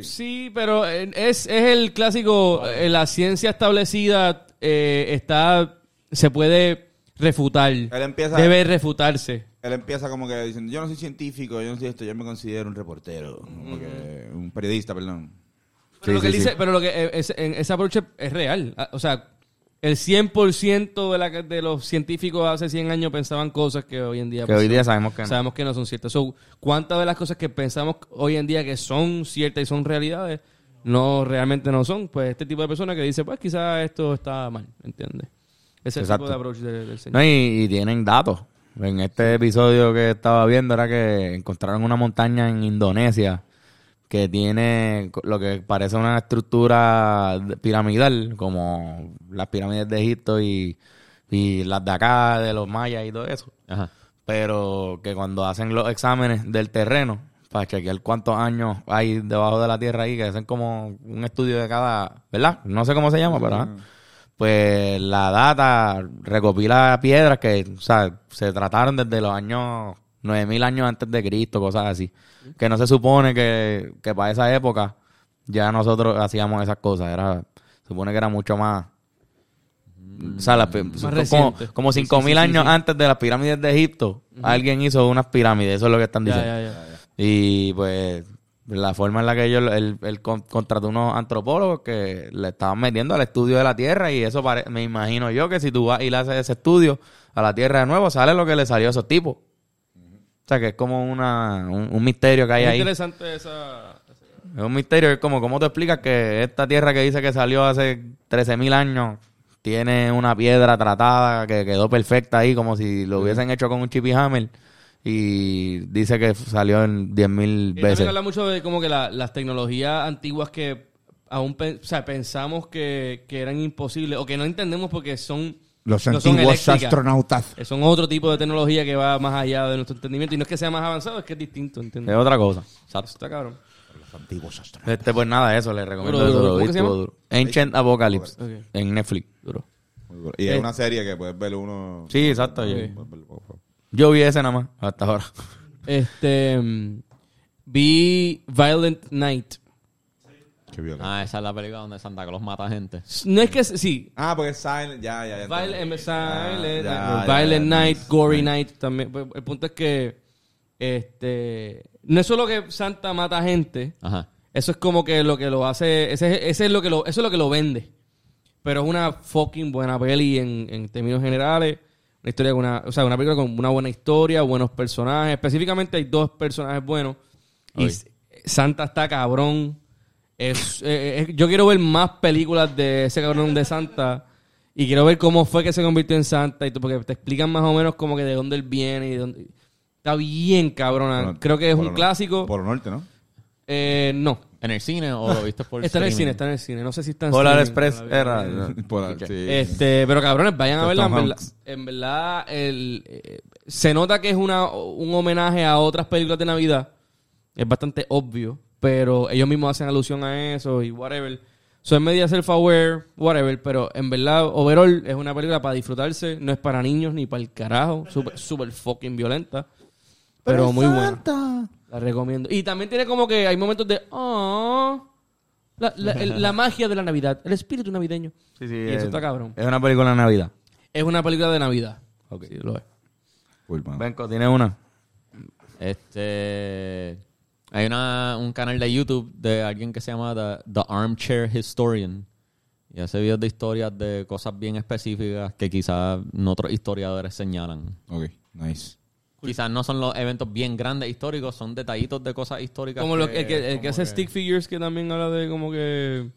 Speaker 1: Eh, sí. pero eh, es, es el clásico, eh, la ciencia establecida eh, está, se puede refutar.
Speaker 2: empieza-
Speaker 1: Debe refutarse.
Speaker 2: Él empieza como que diciendo, yo no soy científico, yo no soy esto, yo me considero un reportero. como que- un periodista, perdón.
Speaker 1: Pero lo
Speaker 3: Sí,
Speaker 1: que él
Speaker 3: sí,
Speaker 1: dice,
Speaker 3: sí.
Speaker 1: pero lo que eh, es- en ese approach es- es real. Ah, O sea, el 100% de, la, de los científicos hace 100 años pensaban cosas que hoy en día
Speaker 3: Que
Speaker 1: pues,
Speaker 3: hoy día sabemos que no.
Speaker 1: sabemos que no son ciertas. So, ¿Cuántas de las cosas que pensamos hoy en día que son ciertas y son realidades no realmente no son? Pues este tipo de personas que dice, pues quizás esto está mal, ¿entiendes? Ese es el
Speaker 3: Exacto.
Speaker 1: tipo de approach de- del señor.
Speaker 3: No, y, y tienen datos. En este episodio que estaba viendo era que encontraron una montaña en Indonesia que tiene co- lo que parece una estructura de- piramidal, como las pirámides de Egipto y, y las de acá, de los mayas y todo eso.
Speaker 4: Ajá.
Speaker 3: Pero que cuando hacen los exámenes del terreno, para chequear cuántos años hay debajo de la tierra ahí, que hacen como un estudio de cada, ¿verdad? No sé cómo se llama, pero... ajá pues la data recopila piedras que o sea, se trataron desde los años 9000 años antes de Cristo, cosas así. Que no se supone que, que para esa época ya nosotros hacíamos esas cosas. Era, supone que era mucho más O sea, las pi-
Speaker 1: Más
Speaker 3: como,
Speaker 1: reciente.
Speaker 3: como 5.000 años antes de las pirámides de Egipto, alguien hizo unas pirámides, eso es lo que están diciendo.
Speaker 4: Ya, ya, ya.
Speaker 3: Y pues la forma en la que ellos, él, él con- contrató unos antropólogos que le estaban metiendo al estudio de la Tierra y eso pare- me imagino yo que si tú vas y le haces ese estudio a la Tierra de nuevo, sale lo que le salió a esos tipos. O sea, que es como una, un, un misterio que hay
Speaker 1: Es
Speaker 3: ahí. Es
Speaker 1: interesante esa... eh,
Speaker 3: un misterio, es como, ¿cómo te explicas que esta Tierra que dice que salió hace 13.000 años tiene una piedra tratada que quedó perfecta ahí como si lo hubiesen hecho con un chip y hammer y dice que salió en 10.000
Speaker 1: Y
Speaker 3: veces?
Speaker 1: también habla mucho de como que la- las tecnologías antiguas que aún pe- o sea, pensamos que, que eran imposibles o que no entendemos porque son...
Speaker 6: Los
Speaker 1: no son
Speaker 6: antiguos
Speaker 1: eléctricas.
Speaker 6: astronautas.
Speaker 1: Eh, Son otro tipo de tecnología que va más allá de nuestro entendimiento. Y no es que sea más avanzado, es que es distinto,
Speaker 3: Es
Speaker 1: ¿entiendes?
Speaker 3: otra cosa.
Speaker 1: Exacto. Está cabrón.
Speaker 6: Los antiguos astronautas.
Speaker 3: Este, pues nada, eso le recomiendo.
Speaker 1: Duro, duro,
Speaker 3: eso, lo
Speaker 1: ¿cómo
Speaker 3: vi,
Speaker 1: que se
Speaker 3: estuvo
Speaker 1: llama?
Speaker 3: duro. Ancient Apocalypse
Speaker 1: Ok.
Speaker 3: en Netflix.
Speaker 2: Muy duro. Y es una serie que puedes ver uno.
Speaker 3: Sí, exacto. Yo,
Speaker 2: puedes verlo poco a poco.
Speaker 3: yo vi ese nada más hasta ahora.
Speaker 1: Este. mm, Vi Violent Night.
Speaker 2: Qué violento.
Speaker 4: Ah, esa es la película donde Santa Claus mata gente.
Speaker 1: No es que. Sí.
Speaker 2: Ah, porque es Silent. Ya, ya, ya.
Speaker 1: Violent,
Speaker 2: entendí.
Speaker 1: em, Silent-
Speaker 2: Ah, ya, ya,
Speaker 1: Violent
Speaker 2: ya.
Speaker 1: Night, Gory Night también. Pues, El punto es que. Este. No es solo que Santa mata gente.
Speaker 4: Ajá.
Speaker 1: Eso es como que lo que lo hace. Ese, ese es lo que lo, eso es lo que lo vende. Pero es una fucking buena peli en, en términos generales. Una historia con una, o sea, una película con una buena historia, buenos personajes. Específicamente hay dos personajes buenos. Y S- Santa está cabrón. Es, eh, es- yo quiero ver más películas de ese cabrón de Santa. Y quiero ver cómo fue que se convirtió en Santa. Y tú- porque te explican más o menos como que de dónde él viene y de dónde. Está bien cabrona.
Speaker 2: Por-
Speaker 1: Creo que es
Speaker 2: por
Speaker 1: un
Speaker 2: el-
Speaker 1: clásico.
Speaker 2: Por el norte, ¿no?
Speaker 1: Eh, no.
Speaker 4: ¿En el cine o lo viste por
Speaker 1: Está en el cine,
Speaker 4: streaming?
Speaker 1: está en el cine. No sé si está en
Speaker 3: Polar
Speaker 1: streaming.
Speaker 3: Express era.
Speaker 2: Por el, sí.
Speaker 1: Este, pero cabrones, vayan a
Speaker 3: Está
Speaker 1: verla. En
Speaker 3: Tom
Speaker 1: verdad,
Speaker 3: Hanks.
Speaker 1: en verdad, el, eh, se nota que es una, un homenaje a otras películas de Navidad. Es bastante obvio, pero ellos mismos hacen alusión a eso y whatever. Soy media self-aware, whatever, pero en verdad, overall, es una película para disfrutarse. No es para niños ni para el carajo. Súper super fucking violenta. Pero, muy buena. La recomiendo. Y también tiene como que hay momentos de. "Aw". La, la- el- la magia de la Navidad, el espíritu navideño.
Speaker 3: Sí, sí,
Speaker 1: y eso
Speaker 3: es-
Speaker 1: está cabrón.
Speaker 3: Es una película de Navidad.
Speaker 1: Es una película de Navidad. Sí, lo es.
Speaker 2: Cool,
Speaker 1: Ah.
Speaker 2: mano.
Speaker 3: Benco, tiene una.
Speaker 4: Este. Hay una, un canal de YouTube de alguien que se llama The, The Armchair Historian. Y hace videos de historias de cosas bien específicas que quizás no otros historiadores señalan.
Speaker 2: Ok, nice.
Speaker 4: Quizás no son los eventos bien grandes históricos, son detallitos de cosas históricas.
Speaker 1: Como lo que, el que, el que hace stick figures que también habla de como que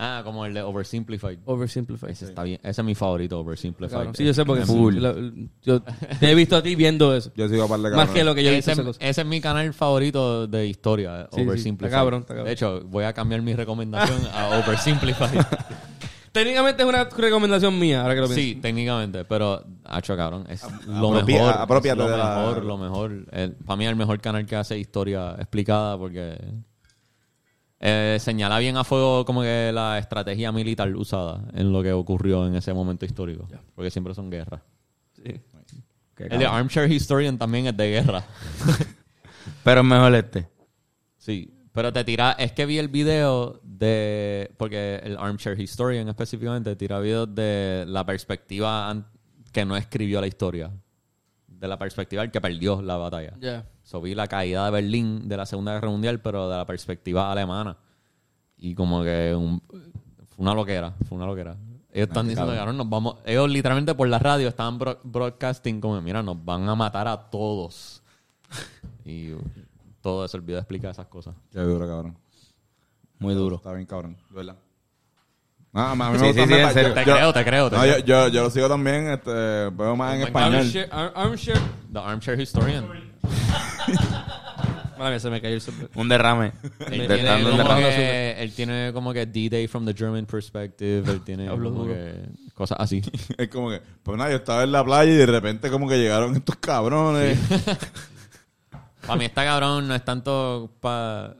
Speaker 4: Ah, como el de Oversimplified.
Speaker 1: oversimplify.
Speaker 4: Ese, está bien. ese es mi favorito, Oversimplified.
Speaker 1: Cabrón. Sí, yo sé porque la- yo te he visto a ti viendo eso.
Speaker 2: Yo sigo a par de
Speaker 1: Más que
Speaker 2: cabrones.
Speaker 1: lo que yo he visto
Speaker 4: ese,
Speaker 1: esa cosa.
Speaker 4: ese es mi canal favorito de historia,
Speaker 1: Sí, sí,
Speaker 4: Oversimplified.
Speaker 1: está cabrón, está cabrón.
Speaker 4: De hecho, voy a cambiar mi recomendación a Oversimplified.
Speaker 1: Técnicamente es una recomendación mía, ahora que lo pienso.
Speaker 4: sí, técnicamente, pero hacho cabrón, es lo
Speaker 2: apropia-
Speaker 4: mejor,
Speaker 2: apropiate
Speaker 4: lo
Speaker 2: de la-
Speaker 4: mejor, lo mejor. para mí es el mejor canal que hace historia explicada porque eh, señala bien a fuego como que la estrategia militar usada en lo que ocurrió en ese momento histórico, porque siempre son guerras.
Speaker 1: Sí.
Speaker 4: El de Armchair Historian también es de guerra.
Speaker 3: Pero es mejor este.
Speaker 4: Sí, pero te tira. Es que vi el video de. Porque el Armchair Historian específicamente tira videos de la perspectiva an- que no escribió la historia. De la perspectiva del que perdió la batalla.
Speaker 1: Ya.
Speaker 4: So, vi la caída de Berlín de la Segunda Guerra Mundial, pero de la perspectiva alemana. Y como que un- fue una loquera, fue una loquera. Ellos están diciendo, cabrón, nos vamos... Ellos literalmente por la radio estaban bro- broadcasting como, mira, nos van a matar a todos. y todo eso, el video explica esas cosas.
Speaker 2: Qué duro, cabrón.
Speaker 3: Muy duro.
Speaker 2: Está bien, cabrón. De verdad. No, a mí me
Speaker 3: Sí,
Speaker 2: gusta.
Speaker 3: sí, sí, en serio.
Speaker 4: Te creo, te creo. te
Speaker 2: No,
Speaker 4: creo.
Speaker 2: yo, yo, yo lo sigo también, este, veo más en español.
Speaker 1: Armchair, ar- armchair.
Speaker 4: The Armchair Historian.
Speaker 1: Madre mía, se me cayó el sombrero.
Speaker 3: Un derrame.
Speaker 4: Él
Speaker 3: Te
Speaker 4: tiene,
Speaker 3: están dando un
Speaker 4: como
Speaker 3: derrame.
Speaker 4: que, él tiene como que D-Day from the German perspective. Él tiene
Speaker 1: Hablo
Speaker 4: como
Speaker 1: duro.
Speaker 4: que cosas así.
Speaker 2: Es como que, pues nada, yo estaba en la playa y de repente como que llegaron estos cabrones.
Speaker 4: Para mí está cabrón, no es tanto para...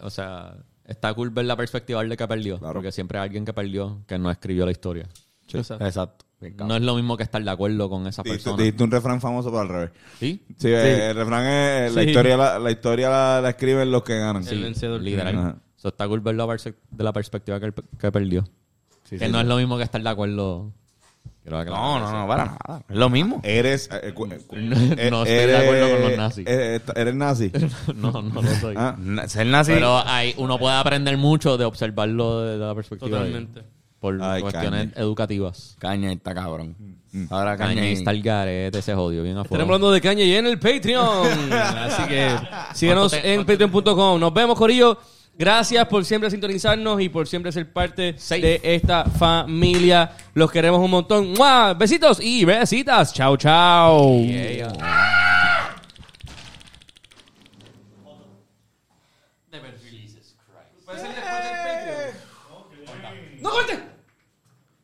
Speaker 4: O sea, está cool ver la perspectiva del que perdió.
Speaker 2: Claro.
Speaker 4: Porque siempre hay alguien que perdió que no escribió la historia.
Speaker 1: Exacto.
Speaker 3: Exacto.
Speaker 4: No es lo mismo que estar de acuerdo con esa
Speaker 2: Dijiste,
Speaker 4: persona.
Speaker 2: dijiste un refrán famoso para el revés.
Speaker 4: ¿Sí?
Speaker 2: Sí, eh, el refrán es, la historia, la, la historia la, la escriben los que ganan.
Speaker 1: El vencedor.
Speaker 4: Literal.
Speaker 2: Ajá.
Speaker 4: So, está cool ver la perse- de la perspectiva que, el- que perdió.
Speaker 2: Sí,
Speaker 4: que
Speaker 2: sí,
Speaker 4: no
Speaker 2: sí.
Speaker 4: es lo mismo que estar de acuerdo. Quiero aclarar
Speaker 3: No, no, no, para nada. Es lo mismo.
Speaker 2: Eres. eh, cu- eh, cu-
Speaker 4: No, no estoy de
Speaker 2: eres-
Speaker 4: acuerdo con los nazis.
Speaker 2: eh, eh, Eres nazi.
Speaker 4: eso. No, no lo soy.
Speaker 2: Ah,
Speaker 3: Na- Ser nazi.
Speaker 4: Pero hay, uno puede aprender mucho de observarlo desde la perspectiva. de-
Speaker 1: Totalmente.
Speaker 4: por
Speaker 2: Ay,
Speaker 4: cuestiones educativas.
Speaker 3: Caña está cabrón. Ahora caña.
Speaker 4: Kanye Mm, está el garete, se jodió bien a
Speaker 1: Estaremos
Speaker 4: fuego.
Speaker 1: hablando de Kanye y en el Patreon. Así que síganos
Speaker 4: ¿Cuánto te-
Speaker 1: en patreon.com. Nos vemos, Corillo. Gracias por siempre sintonizarnos y por siempre ser parte
Speaker 4: Safe.
Speaker 1: de esta familia. Los queremos un montón. ¡Mua! Besitos y besitas. Chao, chao.
Speaker 4: Yeah.